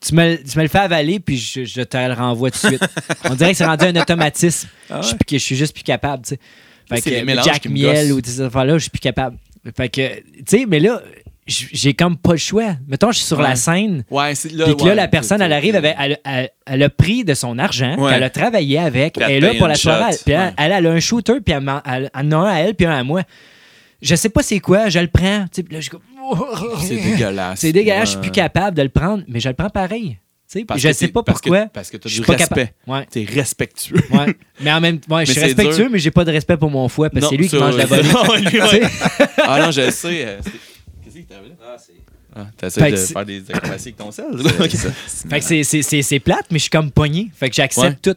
Speaker 3: tu me, le- tu me le fais avaler, puis je, je te le renvoie tout de suite. On dirait que c'est rendu un automatisme. je, suis, plus- je suis juste plus capable, tu sais.
Speaker 1: Ah
Speaker 3: Fait
Speaker 1: C'est
Speaker 3: que,
Speaker 1: les
Speaker 3: euh,
Speaker 1: mélanges
Speaker 3: Jack
Speaker 1: qui me
Speaker 3: Miel
Speaker 1: gossent.
Speaker 3: ou des affaires-là, je suis plus capable. Fait que, tu sais, mais là, j- j'ai comme pas le choix. Mettons, je suis sur la
Speaker 1: Ouais.
Speaker 3: scène,
Speaker 1: Ouais, c'est là.
Speaker 3: puis que
Speaker 1: ouais,
Speaker 3: là, la
Speaker 1: c'est-
Speaker 3: personne,
Speaker 1: c'est-
Speaker 3: elle arrive, avec, elle, elle- elle a pris de son argent,
Speaker 2: Ouais.
Speaker 3: qu'elle a travaillé avec,
Speaker 2: Puis elle
Speaker 3: elle est là
Speaker 2: paye
Speaker 3: pour
Speaker 2: une
Speaker 3: la soirée.
Speaker 2: shot.
Speaker 3: Puis elle,
Speaker 2: Ouais.
Speaker 3: elle, elle a un shooter, puis elle, m'en- elle- elle en a un à elle, puis un à moi. Je sais pas c'est quoi, je le prends. Tu sais, puis là, je suis comme-
Speaker 1: C'est dégueulasse.
Speaker 3: c'est dégueulasse, je suis
Speaker 1: Ouais.
Speaker 3: plus capable de le prendre, mais je le prends pareil. Tu sais, puis
Speaker 1: Parce
Speaker 3: je
Speaker 1: que
Speaker 3: sais
Speaker 1: t'es-
Speaker 3: pas
Speaker 1: parce que-
Speaker 3: pourquoi.
Speaker 1: Parce que t'as
Speaker 3: Je
Speaker 1: du
Speaker 3: suis pas capable.
Speaker 1: respect.
Speaker 3: Ouais,
Speaker 1: T'es respectueux.
Speaker 3: ouais. Mais en même temps, ouais, je
Speaker 1: Mais
Speaker 3: suis
Speaker 1: c'est
Speaker 3: respectueux,
Speaker 1: dur.
Speaker 3: mais j'ai pas de respect pour mon foie parce que c'est lui qui mange la bonne.
Speaker 1: bonne.
Speaker 3: Tu sais,
Speaker 1: Ah non, je le sais. euh, c'est- Qu'est-ce qui t'arrive là? Ah, T'essayes
Speaker 3: Fait
Speaker 1: de
Speaker 3: que c'est-
Speaker 1: faire des acrobaties avec ton sel.
Speaker 2: C'est- c'est-
Speaker 3: Fait que c'est- c'est- c'est c'est plate, mais je suis comme pogné. Fait que j'accepte tout.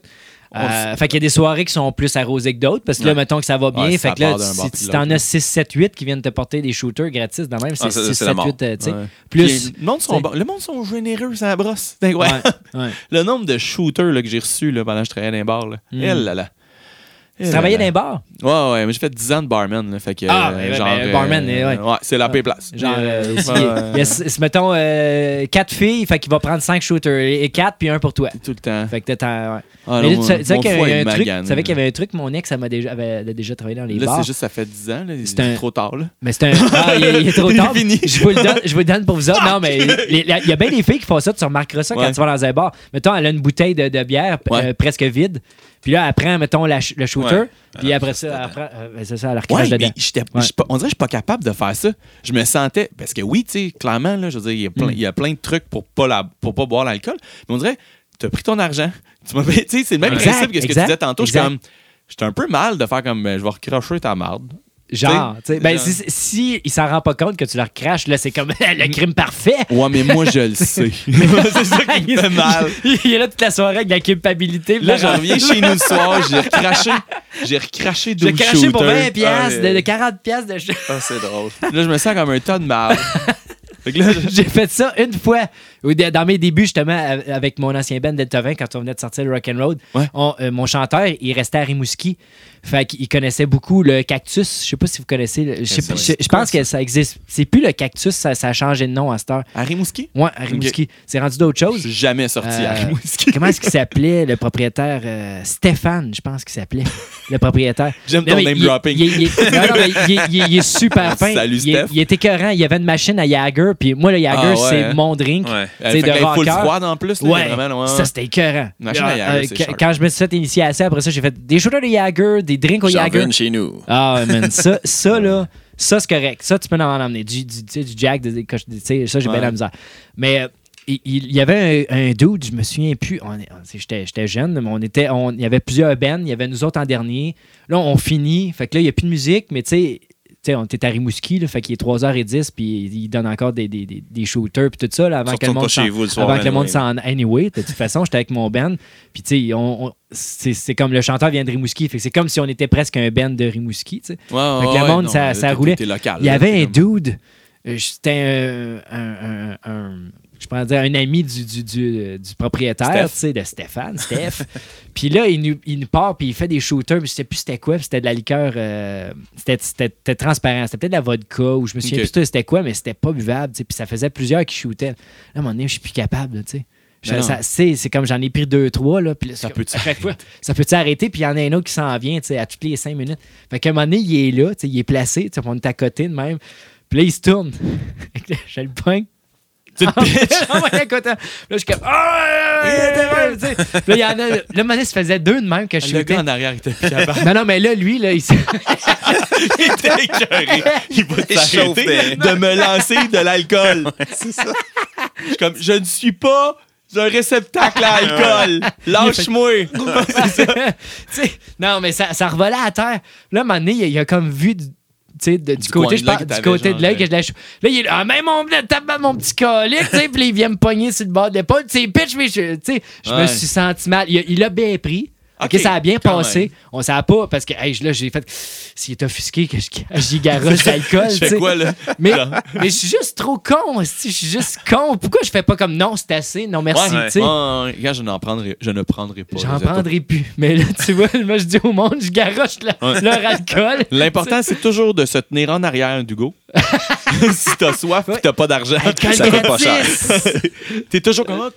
Speaker 3: Euh, fait qu'il y a des soirées qui sont plus arrosées que d'autres parce que là,
Speaker 1: Ouais.
Speaker 3: mettons que ça va bien.
Speaker 1: Ouais, ça
Speaker 3: fait que là,
Speaker 1: part d'un
Speaker 3: si
Speaker 1: bord
Speaker 3: si
Speaker 1: puis de
Speaker 3: t'en
Speaker 1: l'autre.
Speaker 3: as 6, 7, 8 qui viennent te porter des shooters gratis, de même, c'est
Speaker 2: Ah, ça,
Speaker 3: 6,
Speaker 2: c'est la
Speaker 3: 7,
Speaker 2: mort.
Speaker 3: 8, euh, tu sais.
Speaker 1: Ouais.
Speaker 3: Plus.
Speaker 1: Puis, le, monde sont
Speaker 3: t'sais.
Speaker 1: bon- le monde sont généreux, ça brosse. C'est incroyable.
Speaker 3: Ouais, ouais.
Speaker 1: Le nombre de shooters là, que j'ai reçus là, pendant que je travaillais dans les bars. Là.
Speaker 3: Mm.
Speaker 1: Eh là là.
Speaker 3: Tu travaillais dans un bar?
Speaker 1: Ouais, ouais, mais j'ai fait 10 ans de barman. là, fait que,
Speaker 3: Ah,
Speaker 1: euh,
Speaker 3: mais ouais,
Speaker 1: genre,
Speaker 3: mais barman, eh, ouais.
Speaker 1: c'est la paix place.
Speaker 3: Genre,
Speaker 1: Euh,
Speaker 3: euh,
Speaker 1: ouais,
Speaker 3: s'il y a-
Speaker 1: ouais.
Speaker 3: il y a s- s- mettons, 4 filles, fait qu'il va prendre 5 shooters et 4 puis un pour toi.
Speaker 1: tout le temps.
Speaker 3: Fait que t'es en- ouais.
Speaker 1: Ah,
Speaker 3: Mais
Speaker 1: non,
Speaker 3: là, tu sais- tu
Speaker 1: mon
Speaker 3: sais qu'il y
Speaker 1: foie,
Speaker 3: avait
Speaker 1: il
Speaker 3: un
Speaker 1: me
Speaker 3: truc-
Speaker 1: magane,
Speaker 3: tu savais
Speaker 1: là.
Speaker 3: qu'il y avait un truc, mon ex, elle m'a déjà, avait- elle a déjà travaillé dans les
Speaker 1: Là,
Speaker 3: bars.
Speaker 1: c'est juste ça fait 10 ans. là,
Speaker 3: C'est
Speaker 1: C'est
Speaker 3: un-
Speaker 1: trop tard. Là.
Speaker 3: Mais c'est un. Ah, il, est- il est trop
Speaker 1: Il est
Speaker 3: tard.
Speaker 1: fini.
Speaker 3: Je vous le donne, je vous le donne pour vous autres. Non, mais il il y a bien des filles qui font ça. Tu remarqueras ça quand
Speaker 1: Ouais.
Speaker 3: tu vas dans un bar. Mettons, elle a une bouteille de, de bière p-
Speaker 1: Ouais.
Speaker 3: euh, presque vide. Puis là, elle prend, mettons, la ch- le shooter.
Speaker 2: Ouais.
Speaker 3: Puis après ça, elle prend. euh, ben, c'est ça, elle recrache
Speaker 1: Ouais,
Speaker 3: dedans.
Speaker 1: mais j'étais-
Speaker 3: Ouais.
Speaker 1: j'suis pas- on dirait que je suis pas capable de faire ça. Je me sentais. Parce que oui, tu sais, clairement, là, je veux dire, il y a plein-
Speaker 3: Mm.
Speaker 1: il y, a plein de trucs pour pas, la, pour pas boire l'alcool. Mais on dirait, tu as pris ton argent. Tu m'as payé- tu sais, c'est le même
Speaker 3: Exact,
Speaker 1: principe que ce que
Speaker 3: exact,
Speaker 1: tu disais tantôt. Je suis
Speaker 3: exact.
Speaker 1: comme. J'étais un peu mal de faire comme ben, je vais recrocher ta marde.
Speaker 3: Genre, tu sais, ben,
Speaker 2: genre-
Speaker 3: si, si il s'en rend pas compte que tu le recraches, là, c'est comme le crime parfait.
Speaker 1: Mm. Ouais, mais moi je le sais. c'est ça qui me fait mal.
Speaker 3: il est là toute la soirée avec la culpabilité. puis
Speaker 1: Là, je reviens chez nous le soir, j'ai recraché. J'ai recraché 12
Speaker 3: J'ai craché pour
Speaker 1: shooters.
Speaker 3: 20 piastres,
Speaker 2: Ah, mais-
Speaker 3: de, de 40 piastres de
Speaker 2: Ah, c'est drôle.
Speaker 1: Là, je me sens comme un tas de marde. Fait que là, je-
Speaker 3: J'ai fait ça une fois. Au dé- Dans mes débuts, justement, a- avec mon ancien band Delta 20, quand on venait de sortir le Rock'n'Roll,
Speaker 1: Ouais.
Speaker 3: on- euh, mon chanteur, il restait à Rimouski. Fait qu'il connaissait beaucoup le cactus. Je sais pas si vous connaissez. le- Je, sais
Speaker 2: Ça
Speaker 3: pas- je-
Speaker 2: existe
Speaker 3: je pense que ça existe. C'est plus le cactus, ça, ça a changé de nom à cette heure.
Speaker 1: à Rimouski,
Speaker 3: Ouais, à Rimouski. C'est rendu d'autres
Speaker 1: je
Speaker 3: choses.
Speaker 1: suis jamais sorti à
Speaker 3: Euh,
Speaker 1: Rimouski.
Speaker 3: Comment est-ce qu'il s'appelait le propriétaire euh, Stéphane, je pense qu'il s'appelait le propriétaire.
Speaker 1: J'aime
Speaker 3: Non,
Speaker 1: ton
Speaker 3: mais
Speaker 1: name
Speaker 3: il-
Speaker 1: dropping.
Speaker 3: il- il- non, non, mais il- il- il est super fin.
Speaker 1: Salut,
Speaker 3: il, est-
Speaker 1: Steph.
Speaker 3: il est écœurant. Il y avait une machine à Jagger. Puis moi, le Jagger,
Speaker 1: Ah ouais,
Speaker 3: c'est
Speaker 1: hein?
Speaker 3: mon drink.
Speaker 2: Ouais.
Speaker 1: Euh,
Speaker 3: t'sais,
Speaker 1: fait
Speaker 3: de
Speaker 1: que là, il faut le
Speaker 3: rocker.
Speaker 1: froid en plus. là,
Speaker 3: Ouais,
Speaker 1: vraiment, ouais,
Speaker 3: ça
Speaker 1: ouais.
Speaker 3: c'était écœurant. euh,
Speaker 1: Machine à Jagger, c'est
Speaker 3: quand-
Speaker 1: sharp.
Speaker 3: quand je me suis fait initier à ça, après ça, j'ai fait des shooters de Jagger, des drinks au
Speaker 2: J'en veux
Speaker 3: Jagger.
Speaker 2: une chez nous.
Speaker 3: Ah, ouais, man, ça, ça là, ça c'est correct. Ça, tu peux en emmener. Du, du, tu sais, du Jack, des- des- coche- tu sais, ça, j'ai bien
Speaker 1: Ouais.
Speaker 3: la misère. Mais euh, il, il y avait un, un dude, je me souviens plus, on est- on- c'est- j'étais j'étais jeune, mais on était, on- il y avait plusieurs bands, il y avait nous autres en dernier. Là, on finit, fait que là, il n'y a plus de musique, mais tu sais, tu sais, on était à Rimouski, là, fait qu'il est 3h10, puis il donne encore des, des, des, des shooters, puis tout ça, là, avant
Speaker 2: Surtout
Speaker 3: que le
Speaker 2: pas
Speaker 3: monde
Speaker 2: chez
Speaker 3: s'en-
Speaker 2: vous le soir,
Speaker 3: avant que le monde
Speaker 2: anyway.
Speaker 3: s'en anyway. De toute façon, j'étais avec mon band. Puis, tu sais, on, on- c'est c'est comme le chanteur vient de Rimouski. Fait que c'est comme si on était presque un band de Rimouski, tu sais.
Speaker 1: Ouais, ouais,
Speaker 3: Fait que le
Speaker 1: ouais,
Speaker 3: monde,
Speaker 1: non,
Speaker 3: ça-
Speaker 1: là,
Speaker 3: ça
Speaker 1: t'es-
Speaker 3: roulait.
Speaker 1: t'es local,
Speaker 3: Il y
Speaker 1: là,
Speaker 3: avait
Speaker 1: t'es
Speaker 3: un
Speaker 1: comme-
Speaker 3: dude. euh, C'était un, un- un- un- je pourrais dire un ami du, du, du, euh, du propriétaire,
Speaker 1: Steph.
Speaker 3: tu sais, de Stéphane, Steph. puis là, il nous, il nous part, puis il fait des shooters, puis je sais plus c'était quoi, puis c'était de la liqueur, euh, c'était- c'était c'était transparent, c'était peut-être de la vodka, ou je me souviens
Speaker 1: Ok.
Speaker 3: plus tout c'était quoi, mais c'était pas buvable, tu sais, puis ça faisait plusieurs qui shootaient. Là, à un moment donné, je suis plus capable, là, tu sais. Je-
Speaker 1: Mais Ben non.
Speaker 3: Ben ça- C'est c'est comme j'en ai pris deux, trois, là, puis là,
Speaker 1: Ça
Speaker 3: c'est
Speaker 1: peut-tu
Speaker 3: à chaque fois, ça peut arrêter, puis il y en a un autre qui s'en vient, tu sais, à toutes les cinq minutes. Fait qu'à un moment donné, il est là, tu sais, il est placé, tu sais, on est à côté de même. Puis là, il se tourne. je le pogne.
Speaker 1: Tu te pitches.
Speaker 3: Ah, ouais, à côté. Puis Là, je suis comme. Ah, ouais, ouais, ouais, ouais, tu sais. Puis Là, il y en a. Là, à un moment donné, ça faisait deux de même que je
Speaker 1: Le
Speaker 3: suis.
Speaker 1: gars en arrière était capable.
Speaker 3: Non, non, mais là, lui, là, il s'est.
Speaker 1: Il était écœuré. Il va
Speaker 2: Il chauffe
Speaker 1: s'arrêter
Speaker 2: des-
Speaker 1: de me lancer de l'alcool. C'est ça. Je suis comme, je ne suis pas un réceptacle à alcool. Lâche-moi.
Speaker 3: Tu sais, non, mais ça, ça revolait à terre. Là, à un moment donné, il a, il a comme vu du, tu sais, de- du
Speaker 1: Du coin
Speaker 3: côté,
Speaker 1: de
Speaker 3: je
Speaker 1: l'œil
Speaker 3: pense-
Speaker 1: que
Speaker 3: du
Speaker 1: t'avais,
Speaker 3: côté de
Speaker 1: genre,
Speaker 3: l'œil
Speaker 1: euh,
Speaker 3: que je lâche. Là, il est là, ah, mais mon, le tape à mon petit colique, tu sais, puis là, il vient me pogner sur le bord de l'épaule, tu sais, pitch, mais je, tu sais, je me
Speaker 1: Ouais.
Speaker 3: suis senti mal. Il a, il a bien pris. OK,
Speaker 1: Ok,
Speaker 3: ça a bien
Speaker 1: quand
Speaker 3: passé.
Speaker 1: même.
Speaker 3: On savait pas parce que hey, je- là, j'ai fait. S'il est offusqué, que je- j'y garoche l'alcool.
Speaker 1: Je
Speaker 3: tu sais.
Speaker 1: fais quoi, là?
Speaker 3: Mais, mais je suis juste trop con. hostie, Je suis juste con. Pourquoi je fais pas comme non, c'est assez, non, merci.
Speaker 2: Ouais, ouais.
Speaker 3: tu sais.
Speaker 1: Regarde, je n'en prendrai, je ne prendrai pas.
Speaker 3: J'en
Speaker 1: les autos.
Speaker 3: prendrai plus. Mais là, tu vois, moi, je dis au monde, je garoche le-
Speaker 1: Ouais.
Speaker 3: leur alcool.
Speaker 1: L'important, c'est toujours de se tenir en arrière, Dugo. si t'as soif et t'as pas d'argent,
Speaker 3: Alcool
Speaker 1: ça coûte pas cher.
Speaker 3: gratis!
Speaker 1: T'es toujours comme, OK.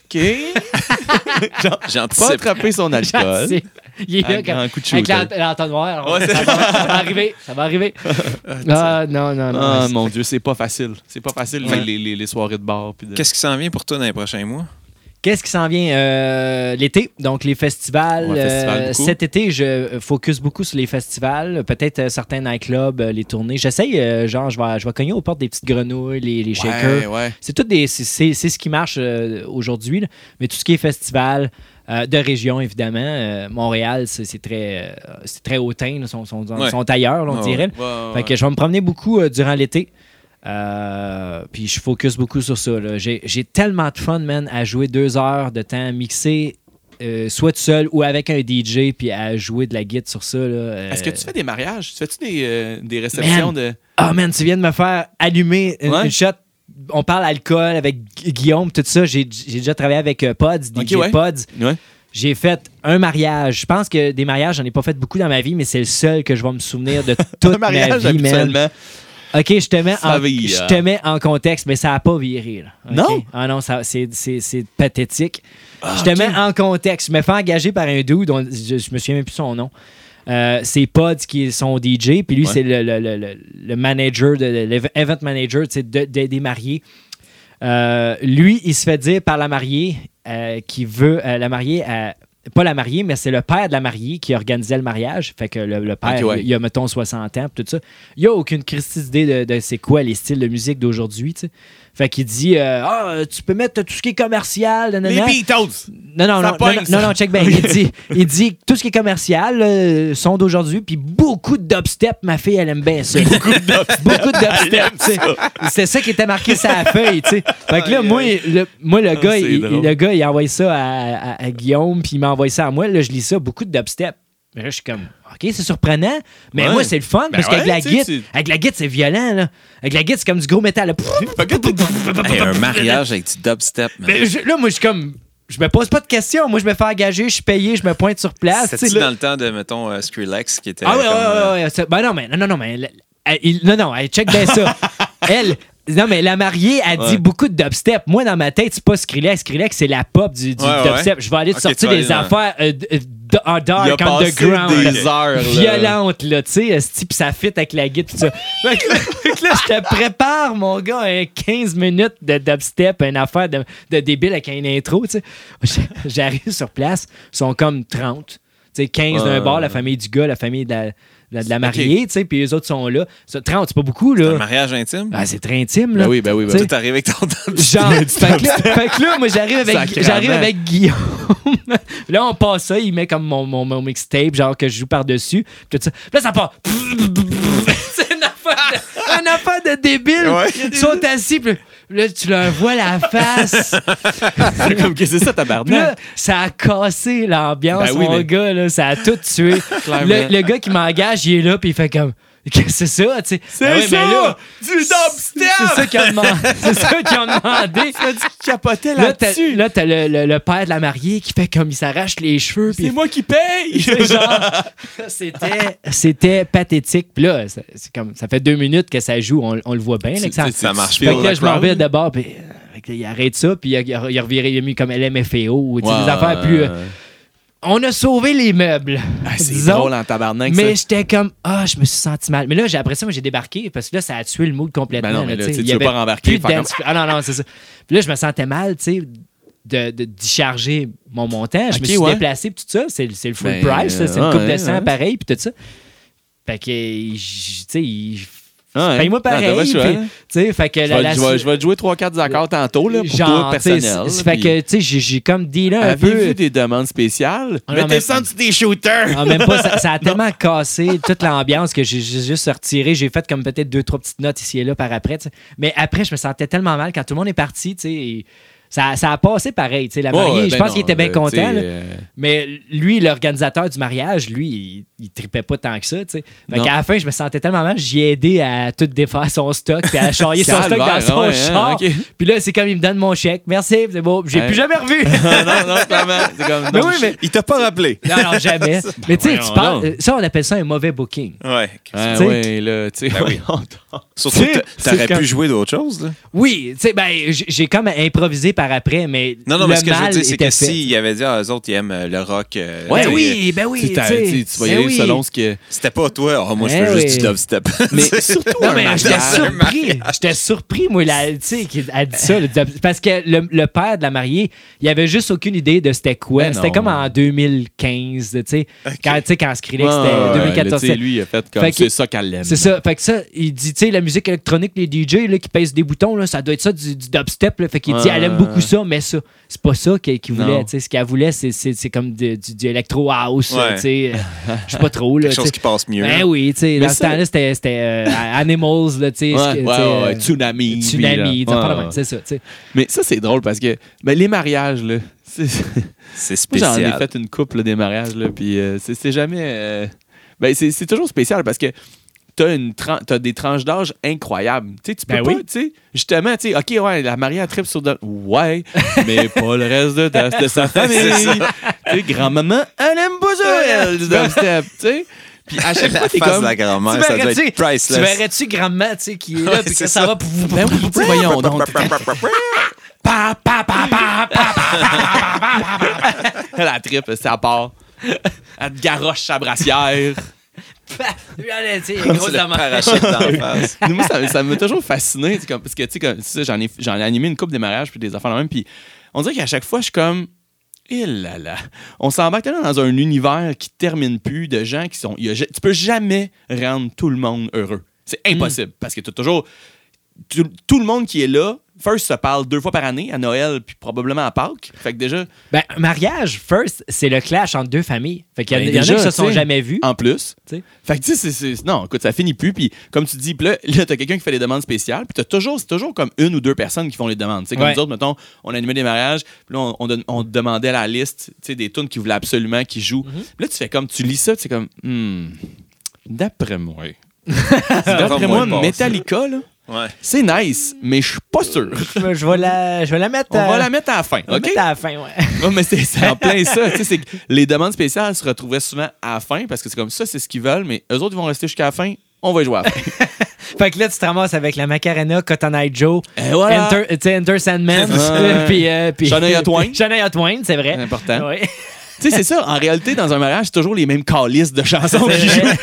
Speaker 1: Genre, pas
Speaker 2: J'anticipe.
Speaker 1: attraper son
Speaker 3: Je
Speaker 1: alcool.
Speaker 3: sais. Il est là
Speaker 1: Un
Speaker 3: quand-
Speaker 1: grand coup de
Speaker 3: avec
Speaker 1: shooter.
Speaker 3: l'ent- l'entonnoir. alors,
Speaker 1: Ouais,
Speaker 3: ça, va, ça va arriver. Ça va arriver. Ah, non, non, non.
Speaker 1: Ah
Speaker 3: c'est-
Speaker 1: mon Dieu, c'est pas facile. C'est pas facile
Speaker 2: Ouais.
Speaker 1: fait, les, les- les soirées de bar. puis de-
Speaker 2: Qu'est-ce qui s'en vient pour toi dans les prochains mois?
Speaker 3: Qu'est-ce qui s'en vient euh, l'été? Donc, les festivals.
Speaker 1: Ouais, festivals,
Speaker 3: euh,
Speaker 1: beaucoup.
Speaker 3: cet été, je focus beaucoup sur les festivals. Peut-être euh, certains nightclubs, euh, les tournées. J'essaye, euh, genre, je vais, je vais cogner aux portes des petites grenouilles, les, les shakers.
Speaker 1: Ouais, ouais.
Speaker 3: C'est tout des. c'est- C'est c'est ce qui marche euh, aujourd'hui, là. mais tout ce qui est festival euh, de région, évidemment. euh, Montréal, c'est c'est très, euh, c'est très hautain, ils sont, sont-
Speaker 2: Ouais.
Speaker 3: sont ailleurs, là,
Speaker 2: Ouais,
Speaker 3: on dirait.
Speaker 1: Ah Ouais, ouais,
Speaker 3: Fait que je vais me promener beaucoup euh, durant l'été. Euh, puis je focus beaucoup sur ça. là. J'ai j'ai tellement de fun, man, à jouer deux heures de temps, mixer euh, soit tout seul ou avec un DJ, puis à jouer de la guitare sur ça. là. Euh,
Speaker 1: Est-ce que tu fais des mariages? Tu fais-tu des, euh, des réceptions de.
Speaker 3: Ah, man, tu viens de me faire allumer une,
Speaker 1: Ouais.
Speaker 3: une shot. On parle alcool avec Gu- Guillaume, tout ça. J'ai j'ai déjà travaillé avec euh, Pods, DJ
Speaker 1: Ok, ouais.
Speaker 3: Pods.
Speaker 1: Ouais.
Speaker 3: J'ai fait un mariage. Je pense que des mariages, j'en ai pas fait beaucoup dans ma vie, mais c'est le seul que je vais me souvenir de toute ma vie, man.
Speaker 1: habituellement.
Speaker 3: OK, je te mets,
Speaker 1: Ça
Speaker 3: en,
Speaker 1: vire.
Speaker 3: je te mets en contexte, mais ça n'a pas viré. là. OK?
Speaker 1: Non? Ah,
Speaker 3: Ah non, ça- c'est- c'est c'est pathétique. je te
Speaker 1: ok.
Speaker 3: mets en contexte. Je me fais engager par un dude, dont je, je me souviens même plus son nom. Euh, c'est Pods qui est son DJ, puis lui,
Speaker 1: Ouais.
Speaker 3: c'est le, le- le- le- le manager, de, l'event event manager tu sais, de- de- des mariés. Euh, lui, il se fait dire par la mariée euh, qui veut euh, la mariée à- Pas la mariée, mais c'est le père de la mariée qui organisait le mariage. Fait que le, le père,
Speaker 1: Ok, ouais.
Speaker 3: il, il a, mettons, 60 ans, puis tout ça. Il n'y a aucune christie idée de, de c'est quoi les styles de musique d'aujourd'hui, tu sais. Fait qu'il dit euh, Ah, tu peux mettre tout ce qui est commercial,
Speaker 1: Les
Speaker 3: nanana.
Speaker 1: Beatles!
Speaker 3: Non, non,
Speaker 1: Ça
Speaker 3: non,
Speaker 1: pogne,
Speaker 3: non,
Speaker 1: ça.
Speaker 3: non, non, check bien. Il dit, il dit tout ce qui est commercial, euh, sont d'aujourd'hui, puis beaucoup de dubstep, ma fille, elle aime bien ça. beaucoup de dubstep. tu sais. C'est ça qui était marqué sur la feuille, tu sais. Fait que là,
Speaker 1: Aïe,
Speaker 3: moi,
Speaker 1: aïe. Ah,
Speaker 3: le, moi, le, gars,
Speaker 1: c'est
Speaker 3: il,
Speaker 1: drôle.
Speaker 3: le gars, il envoie ça à, à- à Guillaume, puis il m'a envoyé ça à moi. Là, je lis ça, beaucoup de dubstep. Mais là, je suis comme, OK, c'est surprenant, mais
Speaker 1: Ouais.
Speaker 3: moi, c'est le fun,
Speaker 1: Ben
Speaker 3: parce qu'avec
Speaker 1: ouais,
Speaker 3: la
Speaker 1: tu sais,
Speaker 3: guitare,
Speaker 1: c'est-
Speaker 3: avec la guitare, c'est violent, là. Avec la guitare, c'est comme du gros métal. là.
Speaker 2: Hey, un mariage avec du dubstep, man.
Speaker 3: Mais je- là, moi, je suis comme. Je me pose pas de questions. Moi, je me fais engager, je suis payé, je me pointe sur place. tu
Speaker 2: C'était-tu
Speaker 3: sais, là.
Speaker 2: dans le temps de, mettons, euh, Skrillex qui était.
Speaker 3: Ah ouais,
Speaker 2: comme,
Speaker 3: ouais,
Speaker 2: euh,
Speaker 3: ouais, ouais, ça- Ben non, mais non, non, non, mais. la- elle- il- non, non, elle check bien ça. elle. Non, mais la mariée a dit
Speaker 1: Ouais.
Speaker 3: beaucoup de dubstep. Moi, dans ma tête, c'est pas Skrillex. Skrillex, c'est la pop du, du
Speaker 2: Ouais, ouais.
Speaker 3: dubstep. Je vais aller te
Speaker 2: Ok,
Speaker 3: sortir
Speaker 2: tu vas
Speaker 3: des
Speaker 2: aller dans-
Speaker 3: affaires euh, d- euh, d- en
Speaker 1: Il a
Speaker 3: dark,
Speaker 1: passé
Speaker 3: underground.
Speaker 1: des heures. là.
Speaker 3: violente, là, tu sais, esti, pis ça fit avec la guide, pis ça. Fait que là, fait que là, je te prépare, mon gars, un 15 minutes de dubstep, une affaire de, de débile avec une intro, tu sais. J'- J'arrive sur place, ils sont comme 30. Tu sais, 15 d'un
Speaker 1: Ouais.
Speaker 3: bar, la famille du gars, la famille de la, de la- de la mariée, tu sais, puis les autres sont là. Ça, 30, c'est pas beaucoup,
Speaker 2: Un
Speaker 3: là.
Speaker 2: mariage intime?
Speaker 3: Ah, c'est très intime, là.
Speaker 1: Ben oui, ben oui, ben
Speaker 3: Tu sais,
Speaker 1: oui.
Speaker 2: Tout arrive avec ton dubstep.
Speaker 3: Genre, fait que, là, fait que là, moi, j'arrive avec,
Speaker 1: Sacrément.
Speaker 3: j'arrive avec Guillaume. là, on passe ça, il met comme mon, mon, mon mixtape, genre que je joue par-dessus. Puis tout ça. Puis là, ça part. C'est une affaire de, une affaire de débile.
Speaker 2: Ouais.
Speaker 3: Ils sont assis, puis là, tu leur vois la face.
Speaker 1: comme que c'est ça,
Speaker 3: Puis là,
Speaker 1: tabarnak.
Speaker 3: ça a cassé l'ambiance,
Speaker 1: Ben oui,
Speaker 3: mon
Speaker 1: mais-
Speaker 3: gars, là, ça a tout tué.
Speaker 1: Clairement.
Speaker 3: le, le gars qui m'engage, il est là, puis il fait comme. Qu'est-ce que c'est ça, tu sais? Ben oui, mais là,
Speaker 1: Du dubstep!
Speaker 3: c'est ça qu'ils ont demandé. C'est ça qu'ils ont demandé.
Speaker 1: Capoté
Speaker 3: Là, t'as,
Speaker 1: là-dessus.
Speaker 3: là, t'as le, le- le père de la mariée qui fait comme il s'arrache les cheveux.
Speaker 1: C'est
Speaker 3: Puis
Speaker 1: moi qui paye!
Speaker 3: genre, c'était, c'était pathétique. Puis là, c'est, c'est comme, ça fait deux minutes que ça joue, on, on le voit bien. Là, que ça,
Speaker 1: C'est-
Speaker 3: fait
Speaker 1: c'est-
Speaker 2: ça marche
Speaker 1: c'est-
Speaker 2: pas.
Speaker 3: que là, je m'en vais d'abord, puis euh, fait que là, il arrête ça, puis il, a- il a il a reviré, il a mis comme LMFAO, ou tu sais, des
Speaker 1: Ouais,
Speaker 3: affaires plus. euh,
Speaker 1: ouais.
Speaker 3: on a sauvé les meubles.
Speaker 1: Ah, c'est
Speaker 3: disons.
Speaker 1: drôle en tabarnak,
Speaker 3: Mais
Speaker 1: ça.
Speaker 3: j'étais comme, ah, je me suis senti mal. Mais là, j'ai, après ça, moi, j'ai débarqué parce que là, ça a tué le mood complètement.
Speaker 1: Ben non, mais là,
Speaker 3: tu sais,
Speaker 1: tu
Speaker 3: il
Speaker 1: veux
Speaker 3: y avait
Speaker 1: pas rembarquer,
Speaker 3: plus de
Speaker 1: faire
Speaker 3: dance- Ah non, non, c'est ça. Puis là, je me sentais mal, tu sais, de, de, d'y charger mon montant. Je
Speaker 1: Ok,
Speaker 3: me suis
Speaker 1: ouais.
Speaker 3: déplacé, puis tout ça. C'est, le- c'est le full
Speaker 1: Ben,
Speaker 3: price, là, c'est
Speaker 1: ouais,
Speaker 3: une coupe de
Speaker 1: ouais,
Speaker 3: sang
Speaker 1: ouais.
Speaker 3: pareil, puis tout ça. Fait que, euh, j- tu sais, il-
Speaker 1: Ouais.
Speaker 3: paye-moi
Speaker 1: Non, Ah, hein? t'as
Speaker 3: pareil.
Speaker 1: pas le
Speaker 3: puis,
Speaker 1: choix,
Speaker 3: Tu
Speaker 1: hein.
Speaker 3: sais, fait que
Speaker 1: Je
Speaker 3: la-
Speaker 1: vais,
Speaker 3: la-
Speaker 1: je vais- je vais te jouer 3-4 accords tantôt là, pour toi
Speaker 3: tu sais,
Speaker 1: personnel.
Speaker 3: Euh, c'est- Fait
Speaker 1: puis-
Speaker 3: que, tu sais, j'ai- j'ai comme dealé un peu.
Speaker 1: Avez-vous des demandes spéciales?
Speaker 3: Ah non,
Speaker 1: Mettez
Speaker 3: mais-
Speaker 1: ça en dessous des shooters!
Speaker 3: Ah, même pas, ça, ça a tellement cassé toute l'ambiance que j'ai j'ai juste retiré. J'ai fait comme peut-être deux, trois petites notes ici et là par après. tu sais. Mais après, je me sentais tellement mal quand tout le monde est parti. tu sais, et Ça, ça a passé pareil. tu sais, La mariée,
Speaker 1: Ouais, ouais,
Speaker 3: je
Speaker 1: ben
Speaker 3: pense
Speaker 1: non,
Speaker 3: qu'il était bien
Speaker 1: euh,
Speaker 3: content.
Speaker 1: t'sais,
Speaker 3: là.
Speaker 1: euh,
Speaker 3: Mais lui, l'organisateur du mariage, lui, il, il tripait pas tant que ça. tu sais. Fait
Speaker 1: Non.
Speaker 3: qu'à la fin, je me sentais tellement mal. J'y ai aidé à tout défaire son stock puis à charrier son stock dans
Speaker 1: Calvaire,
Speaker 3: son
Speaker 1: ouais, hein,
Speaker 3: char.
Speaker 1: ok.
Speaker 3: Puis là, c'est comme il me donne mon chèque. Merci, c'est beau. J'ai
Speaker 1: Ouais.
Speaker 3: plus jamais revu.
Speaker 1: non, non, clairement. C'est comme.
Speaker 3: Mais
Speaker 1: non,
Speaker 3: oui,
Speaker 1: je-
Speaker 3: mais-
Speaker 2: Il t'a pas rappelé.
Speaker 3: non, non, jamais. mais tu sais,
Speaker 1: voyons
Speaker 3: tu parles. euh,
Speaker 1: donc.
Speaker 3: Ça, on appelle ça un mauvais booking.
Speaker 2: Ouais.
Speaker 1: Ah,
Speaker 3: t'sais-
Speaker 1: ouais, là, tu sais.
Speaker 2: Ben oui.
Speaker 1: voyons donc.
Speaker 2: Surtout que
Speaker 3: C'est-
Speaker 2: t'a- t'aurais
Speaker 3: c'est quand-
Speaker 2: pu jouer d'autres choses, là.
Speaker 3: Oui, tu sais, ben, j- j'ai comme improvisé par après, mais.
Speaker 2: Non, non,
Speaker 3: le
Speaker 2: mais ce que je veux
Speaker 3: mal
Speaker 2: dire, c'est que
Speaker 3: était fait.
Speaker 2: s'il avait dit, ah, eux autres, ils aiment euh, le rock. euh,
Speaker 1: Ouais,
Speaker 2: tu
Speaker 3: Ben
Speaker 2: sais,
Speaker 3: oui, ben oui.
Speaker 1: Tu sais, t'as-
Speaker 3: tu sais,
Speaker 1: tu sais, tu vas y
Speaker 3: ben
Speaker 1: aller
Speaker 3: oui.
Speaker 1: selon ce que.
Speaker 2: C'était pas toi. Oh, moi, je
Speaker 3: Ben
Speaker 2: fais juste
Speaker 3: oui.
Speaker 2: du dubstep.
Speaker 1: Mais surtout,
Speaker 3: Non,
Speaker 1: un
Speaker 3: mais j'étais
Speaker 1: mariage.
Speaker 3: surpris. J'étais surpris, moi, là, tu sais, qu'il a dit ça. le- parce que le, le père de la mariée, il avait juste aucune idée de c'était quoi.
Speaker 1: Ben
Speaker 3: c'était
Speaker 1: non.
Speaker 3: comme en 2015, tu sais. Quand, tu sais, quand Skrillex,
Speaker 1: Ouais,
Speaker 3: c'était
Speaker 1: ouais, là,
Speaker 3: 2014.
Speaker 1: tu sais, lui, il a fait comme.
Speaker 3: Fait que-
Speaker 1: C'est ça qu'elle aime.
Speaker 3: C'est ça. Fait que ça, il dit, tu sais, la musique électronique, les DJ là, qui pèsent des boutons, là, ça doit être ça du, du dubstep. là. Fait qu'il dit,
Speaker 1: Ouais,
Speaker 3: elle aime
Speaker 1: ouais,
Speaker 3: beaucoup ça, mais ça. C'est pas ça qu'elle qu'il voulait.
Speaker 1: Non.
Speaker 3: tu sais. Ce qu'elle voulait, c'est- c'est c'est comme de- du, du électro house.
Speaker 2: Ouais.
Speaker 3: tu sais. Euh, Je sais pas trop. Là,
Speaker 2: Quelque
Speaker 3: tu
Speaker 2: chose
Speaker 3: sais.
Speaker 2: qui passe mieux.
Speaker 3: Ben oui, tu sais,
Speaker 1: Mais
Speaker 3: dans ce
Speaker 1: ça-
Speaker 3: temps-là, c'était c'était, euh, Animals, là, tu sais.
Speaker 1: Ouais,
Speaker 3: ce
Speaker 1: ouais,
Speaker 3: que- tu sais,
Speaker 1: ouais, ouais,
Speaker 3: euh,
Speaker 1: tsunami. puis,
Speaker 3: Tsunami, des
Speaker 1: là.
Speaker 3: affaires de
Speaker 1: Ouais,
Speaker 3: même,
Speaker 1: ouais.
Speaker 3: c'est ça, tu sais.
Speaker 1: Mais ça, c'est drôle parce que ben, les mariages, là, c'est-
Speaker 2: C'est
Speaker 1: Moi, j'en ai
Speaker 2: spécial.
Speaker 1: fait une couple là, des mariages, là, puis euh, c'est- c'est jamais. euh, ben, c'est c'est toujours spécial parce que t'as une tran- t'as des tranches d'âge incroyables. Tu sais, tu peux
Speaker 3: Ben
Speaker 1: pas,
Speaker 3: oui.
Speaker 1: tu sais, justement, tu sais, OK, ouais, la mariée, elle tripe sur... de- Ouais, mais pas le reste de, ta- de sa famille. tu sais, grand-maman, elle aime pas ça, elle, du dubstep, tu sais. Puis à chaque fois,
Speaker 2: La
Speaker 1: t'es
Speaker 2: face
Speaker 1: comme...
Speaker 2: de la grand-mère,
Speaker 3: tu
Speaker 2: ça doit
Speaker 3: verrais-tu-
Speaker 2: être
Speaker 3: Tu
Speaker 2: priceless.
Speaker 3: verrais-tu grand-mère, tu sais, qui est là,
Speaker 2: Ouais,
Speaker 3: puis que
Speaker 2: c'est
Speaker 3: ça,
Speaker 2: ça.
Speaker 3: va...
Speaker 1: Ben oui, tu sais, voyons donc.
Speaker 3: Pa, pa, pa, pa, pa,
Speaker 1: La tripe, c'est à part. Elle te garoche sa brassière.
Speaker 3: pa. Lui, allez, tu sais,
Speaker 2: C'est
Speaker 3: grosse
Speaker 2: le
Speaker 3: dame.
Speaker 2: parachute d'en face.
Speaker 1: Moi, ça, ça m'a toujours fasciné. tu sais, comme- parce que, tu sais, comme, ça, j'en ai, j'en ai animé une coupe des mariages puis des affaires de même. Puis on dirait qu'à chaque fois, je suis comme. Eh là là. On s'embarque tellement dans un univers qui termine plus de gens qui sont. il y a ja- tu peux jamais rendre tout le monde heureux. C'est impossible. Parce que tu toujours. Tout, tout le monde qui est là, First se parle deux fois par année, à Noël puis probablement à Pâques. Fait que déjà,
Speaker 3: Ben, mariage, first, c'est le clash entre deux familles. Fait qu'il y, en-
Speaker 1: Ben,
Speaker 3: il y en a
Speaker 1: déjà,
Speaker 3: qui se
Speaker 1: tu
Speaker 3: sont
Speaker 1: sais.
Speaker 3: jamais vus.
Speaker 1: en plus.
Speaker 3: tu sais.
Speaker 1: Fait que tu sais, c'est- c'est- non, écoute, ça finit plus. Puis comme tu dis, pis là, là t'as quelqu'un qui fait des demandes spéciales. Puis t'as toujours, c'est toujours comme une ou deux personnes qui font les demandes. Tu sais, comme
Speaker 3: Ouais.
Speaker 1: nous autres, mettons, on animait des mariages. Puis là, on, on don- on demandait la liste, tu sais, des tunes qu'ils voulaient absolument qu'ils jouent.
Speaker 3: Mm-hmm.
Speaker 1: Puis là, tu fais comme, tu lis ça, tu sais, comme, hmm, d'après moi. d'après moi,
Speaker 2: Vraiment pas,
Speaker 1: Metallica, là,
Speaker 2: Ouais.
Speaker 1: c'est nice, mais je suis pas sûr.
Speaker 3: Je vais- Je vais la, je vais la mettre
Speaker 1: On va
Speaker 3: euh,
Speaker 1: la mettre à la fin,
Speaker 3: je vais la
Speaker 1: OK?
Speaker 3: mettre à la fin, ouais.
Speaker 1: Non, mais c'est c'est en plein ça. Tu sais, c'est que les demandes spéciales se retrouvaient souvent à la fin parce que c'est comme ça, c'est ce qu'ils veulent, mais eux autres, ils vont rester jusqu'à la fin. On va y jouer à la fin.
Speaker 3: Fait que là, tu te ramasses avec la Macarena, Cotton Eye Joe,
Speaker 1: Et voilà.
Speaker 3: Enter, tu sais, Enter Sandman,
Speaker 1: Ouais.
Speaker 3: puis, euh, puis-
Speaker 1: Shania Twain.
Speaker 3: Shania Twain, c'est vrai.
Speaker 1: Important.
Speaker 3: Ouais.
Speaker 1: Tu sais, c'est ça. En réalité, dans un mariage, c'est toujours les mêmes calices de chansons
Speaker 3: C'est
Speaker 1: qui jouent.
Speaker 3: vrai.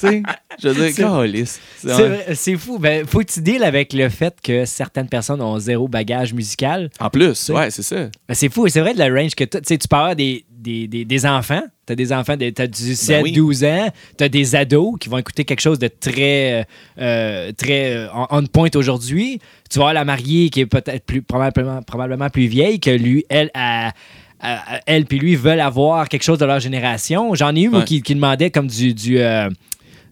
Speaker 1: Tu sais, je veux dire,
Speaker 3: C'est-
Speaker 1: calices. C'est-
Speaker 3: C'est vrai, C'est fou. Ben, faut que tu deals avec le fait que certaines personnes ont zéro bagage musical.
Speaker 1: En plus, ouais, c'est ça.
Speaker 3: Ben, c'est fou. Et c'est vrai de la range que t'as. tu sais, tu peux avoir des, des, des, des enfants. Tu as des enfants, de- t'as du 7,
Speaker 1: Ben oui.
Speaker 3: 12 ans. Tu as des ados qui vont écouter quelque chose de très, euh, euh, très euh, on on point aujourd'hui. Tu vas avoir la mariée qui est peut-être plus, probablement, probablement plus vieille que lui, elle, a. a- a- Elle puis lui veulent avoir quelque chose de leur génération. J'en ai eu, moi,
Speaker 1: Ouais.
Speaker 3: qui, qui demandait comme du, du, euh,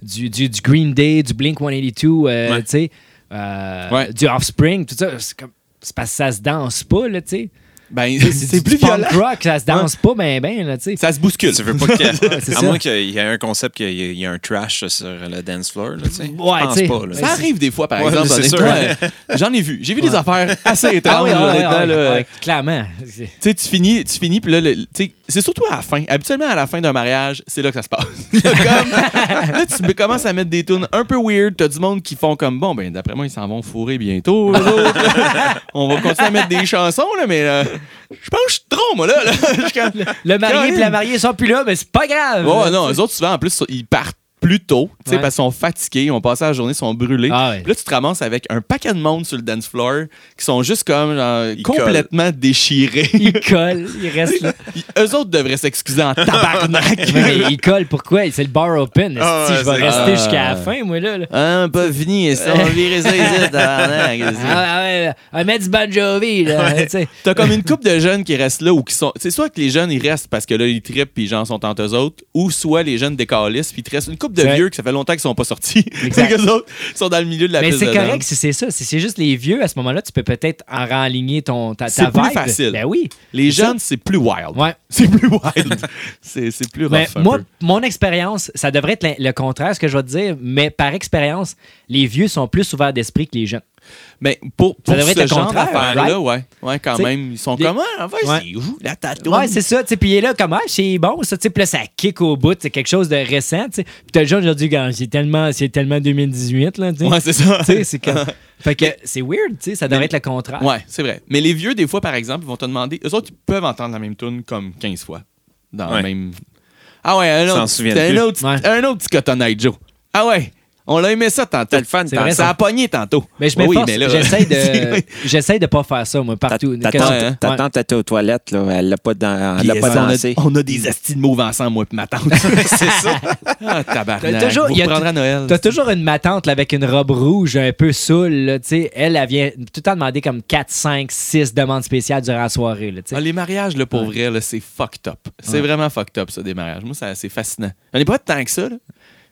Speaker 3: du, du- du Green Day, du Blink 182, euh,
Speaker 2: Ouais.
Speaker 3: tu sais, euh,
Speaker 1: Ouais.
Speaker 3: du Offspring, tout ça. C'est comme- c'est parce que ça se danse pas, là, tu sais.
Speaker 1: Ben,
Speaker 3: Tu sais,
Speaker 1: c'est
Speaker 3: du
Speaker 1: plus
Speaker 3: punk
Speaker 1: violent.
Speaker 3: rock, ça se danse pas ben ben là, tu sais.
Speaker 1: Ça se bouscule.
Speaker 2: Tu veux pas que.
Speaker 3: c'est
Speaker 2: À
Speaker 3: ça.
Speaker 2: moins qu'il y ait un concept qu'il y ait- il y ait un trash sur le dance floor. Là, tu sais.
Speaker 3: Ouais,
Speaker 2: Je pense
Speaker 3: tu sais.
Speaker 2: pas, là.
Speaker 1: Ça arrive des fois, par
Speaker 2: Ouais,
Speaker 1: exemple.
Speaker 2: c'est
Speaker 1: honnêtement. Ouais, J'en ai vu. J'ai vu des affaires assez
Speaker 3: Ah oui,
Speaker 1: étranges.
Speaker 3: ah oui,
Speaker 1: honnêtement,
Speaker 3: ah oui,
Speaker 1: là.
Speaker 3: ah oui, clairement.
Speaker 1: Tu sais, tu finis, tu finis, puis là, le- tu sais, c'est surtout à la fin. Habituellement, à la fin d'un mariage, c'est là que ça se passe. Comme- là, tu commences à mettre des tunes un peu weird. T'as du monde qui font comme bon, ben d'après moi, ils s'en vont fourrer bientôt. eux autres. On va continuer à mettre des chansons, là, mais euh, je pense que je suis trop, moi, là. là. Je suis comme-
Speaker 3: Le marié
Speaker 1: Caroline.
Speaker 3: et la mariée sont plus là, mais c'est pas grave.
Speaker 1: Oh non, eux autres, souvent, en plus, ils partent plus tôt, tu sais,
Speaker 3: Ouais.
Speaker 1: parce qu'ils sont fatigués, ils ont passé la journée, ils sont brûlés.
Speaker 3: Ah ouais.
Speaker 1: Puis là, tu te ramasses avec un paquet de monde sur le dance floor qui sont juste comme genre,
Speaker 2: Ils
Speaker 1: complètement déchirés.
Speaker 3: Ils collent, ils restent là. Ben
Speaker 1: Puis eux autres devraient s'excuser en tabarnak.
Speaker 3: Mais ils collent pourquoi? C'est le bar open.
Speaker 2: Ah ouais,
Speaker 3: esti, je vais
Speaker 2: c'est-
Speaker 3: rester
Speaker 1: ah.
Speaker 3: jusqu'à la fin, moi là. là.
Speaker 1: Hein, pas fini, ça, on virait ça ici, tabarnak.
Speaker 3: Ah ouais, ouais, ah, mets du Bon Jovi, là. tu sais.
Speaker 1: T'as comme une couple de jeunes qui restent là ou qui sont. C'est soit que les jeunes ils restent parce que là ils trippent puis gens sont entre eux autres, ou soit les jeunes décalissent puis ils te restent une couple de
Speaker 3: Ouais.
Speaker 1: vieux que ça fait longtemps qu'ils sont pas sortis.
Speaker 3: Exact.
Speaker 1: Fait qu'eux autres sont dans le milieu de la
Speaker 3: Mais
Speaker 1: piste
Speaker 3: c'est
Speaker 1: de
Speaker 3: correct
Speaker 1: danse.
Speaker 3: si c'est ça. Si c'est juste les vieux, à ce moment-là, tu peux peut-être en réaligner ton, ta, ta
Speaker 1: C'est plus
Speaker 3: vibe.
Speaker 1: facile.
Speaker 3: Ben oui.
Speaker 1: Les
Speaker 3: C'est ça.
Speaker 1: jeunes, c'est plus wild.
Speaker 3: Ouais.
Speaker 1: C'est plus wild. c'est c'est plus rough.
Speaker 3: Mais
Speaker 1: un
Speaker 3: moi,
Speaker 1: peu.
Speaker 3: mon expérience, ça devrait être le, le contraire, ce que je vais te dire, mais par expérience, les vieux sont plus ouverts d'esprit que les jeunes.
Speaker 1: Mais pour, pour
Speaker 3: devrait
Speaker 1: ce
Speaker 3: être le
Speaker 1: genre
Speaker 3: contraire,
Speaker 1: d'affaires-là, ouais. Ouais, quand
Speaker 3: T'sais,
Speaker 1: même. Ils sont
Speaker 3: les-
Speaker 1: comme, ah, vas-y,
Speaker 3: Ouais.
Speaker 1: joue la tatouine.
Speaker 3: Ouais, c'est ça, tu sais, puis il est là comme, ah, c'est bon, ça, tu sais, puis là, ça kick au bout, c'est quelque chose de récent, tu sais. Puis t'as le jeune aujourd'hui, gars, c'est tellement, c'est tellement 2018, là, tu sais.
Speaker 1: Ouais, c'est ça.
Speaker 3: Tu sais, c'est comme... Fait que c'est weird, tu sais, ça devrait être le contraire.
Speaker 1: Ouais, c'est vrai. Mais les vieux, des fois, par exemple, ils vont te demander. Eux autres, ils peuvent entendre la même tune comme 15 fois. Dans la
Speaker 2: Ouais.
Speaker 1: même. Ah ouais, un
Speaker 2: Ils s'en
Speaker 1: autre.
Speaker 2: souviennent
Speaker 1: c'est un
Speaker 2: plus.
Speaker 1: autre,
Speaker 3: Ouais.
Speaker 1: un autre petit Cotton Eye Joe. Ah ouais. On l'a aimé ça tantôt.
Speaker 2: C'était le fun,
Speaker 1: C'est
Speaker 2: tantôt.
Speaker 1: vrai, ça a pogné tantôt. Ah
Speaker 3: Mais je
Speaker 1: Oui,
Speaker 3: m'efforce.
Speaker 1: mais là-
Speaker 3: J'essaie de,
Speaker 1: C'est-
Speaker 3: j'essaie de pas faire ça, moi,
Speaker 4: Ta-
Speaker 3: partout.
Speaker 4: Ta
Speaker 3: Quand-
Speaker 1: hein?
Speaker 4: tante- ta
Speaker 3: Ouais.
Speaker 4: tante était aux toilettes, là. Elle l'a pas, dans, elle
Speaker 1: Puis,
Speaker 4: l'a pas
Speaker 1: euh, on,
Speaker 4: dansé.
Speaker 1: a, on a des astis de mauve ensemble, moi et ma tante. c'est ça. Ah, tabarnak.
Speaker 3: T'as toujours-
Speaker 1: Vous
Speaker 3: il y a-
Speaker 1: reprendrez à Noël.
Speaker 3: T'as toujours une matante là, avec une robe rouge un peu saoule, là, tu sais. Elle, elle vient tout le temps demander comme 4, 5, 6 demandes spéciales durant la soirée, là, tu sais.
Speaker 1: Ah, les mariages, là, pour
Speaker 3: Ouais.
Speaker 1: vrai, là, c'est fucked up. C'est
Speaker 3: Ouais.
Speaker 1: vraiment fucked up, ça, des mariages. Moi, ça, c'est fascinant. On n'est pas tant que ça, là,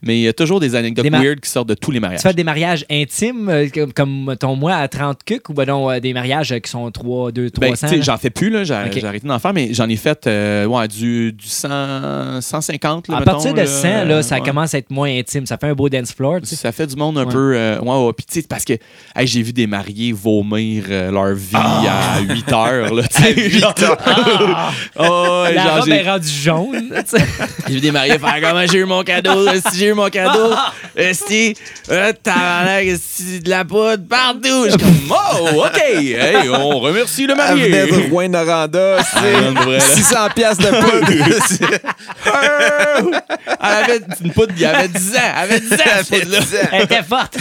Speaker 1: mais il y a toujours des anecdotes
Speaker 3: Des mar-
Speaker 1: weird qui sortent de tous les mariages.
Speaker 3: Tu fais des mariages intimes, euh, comme, comme, mettons, moi, à 30 cucs, ou ben non, euh, des mariages euh, qui sont 3, 2,
Speaker 1: Ben,
Speaker 3: 300.
Speaker 1: tu sais,
Speaker 3: là?
Speaker 1: j'en fais plus, là, j'ai,
Speaker 3: Ok.
Speaker 1: j'ai arrêté d'en faire, mais j'en ai fait euh, ouais, du, du 100, 150. Là,
Speaker 3: à
Speaker 1: mettons,
Speaker 3: partir de
Speaker 1: là,
Speaker 3: 100, là,
Speaker 1: euh,
Speaker 3: ça
Speaker 1: ouais.
Speaker 3: commence à être moins intime. Ça fait un beau dance floor, tu sais.
Speaker 1: Ça fait du monde un
Speaker 3: Ouais.
Speaker 1: peu. euh, ouais, ouais. Puis, tu sais, parce que hey, j'ai vu des mariés vomir euh, leur vie à 8 heures. Là, tu sais, genre- Oh, ouais,
Speaker 3: La
Speaker 1: genre,
Speaker 3: robe
Speaker 1: j'ai-
Speaker 3: est rendue jaune, tu sais.
Speaker 1: J'ai vu des mariés faire comment j'ai eu mon cadeau, si j'ai eu mon cadeau,
Speaker 3: Ah!
Speaker 1: si, tabarnak, si de la poudre partout. Je suis comme, oh, OK, hey, on remercie le
Speaker 4: Elle
Speaker 1: marié.
Speaker 4: venait de Rouen-Noranda.
Speaker 1: Ah, non, pour vrai, là.
Speaker 4: 600 piastres de poudre.
Speaker 1: Elle avait une poudre, il y avait 10 ans, elle avait 10 ans, cette poudre-là.
Speaker 3: Elle était forte.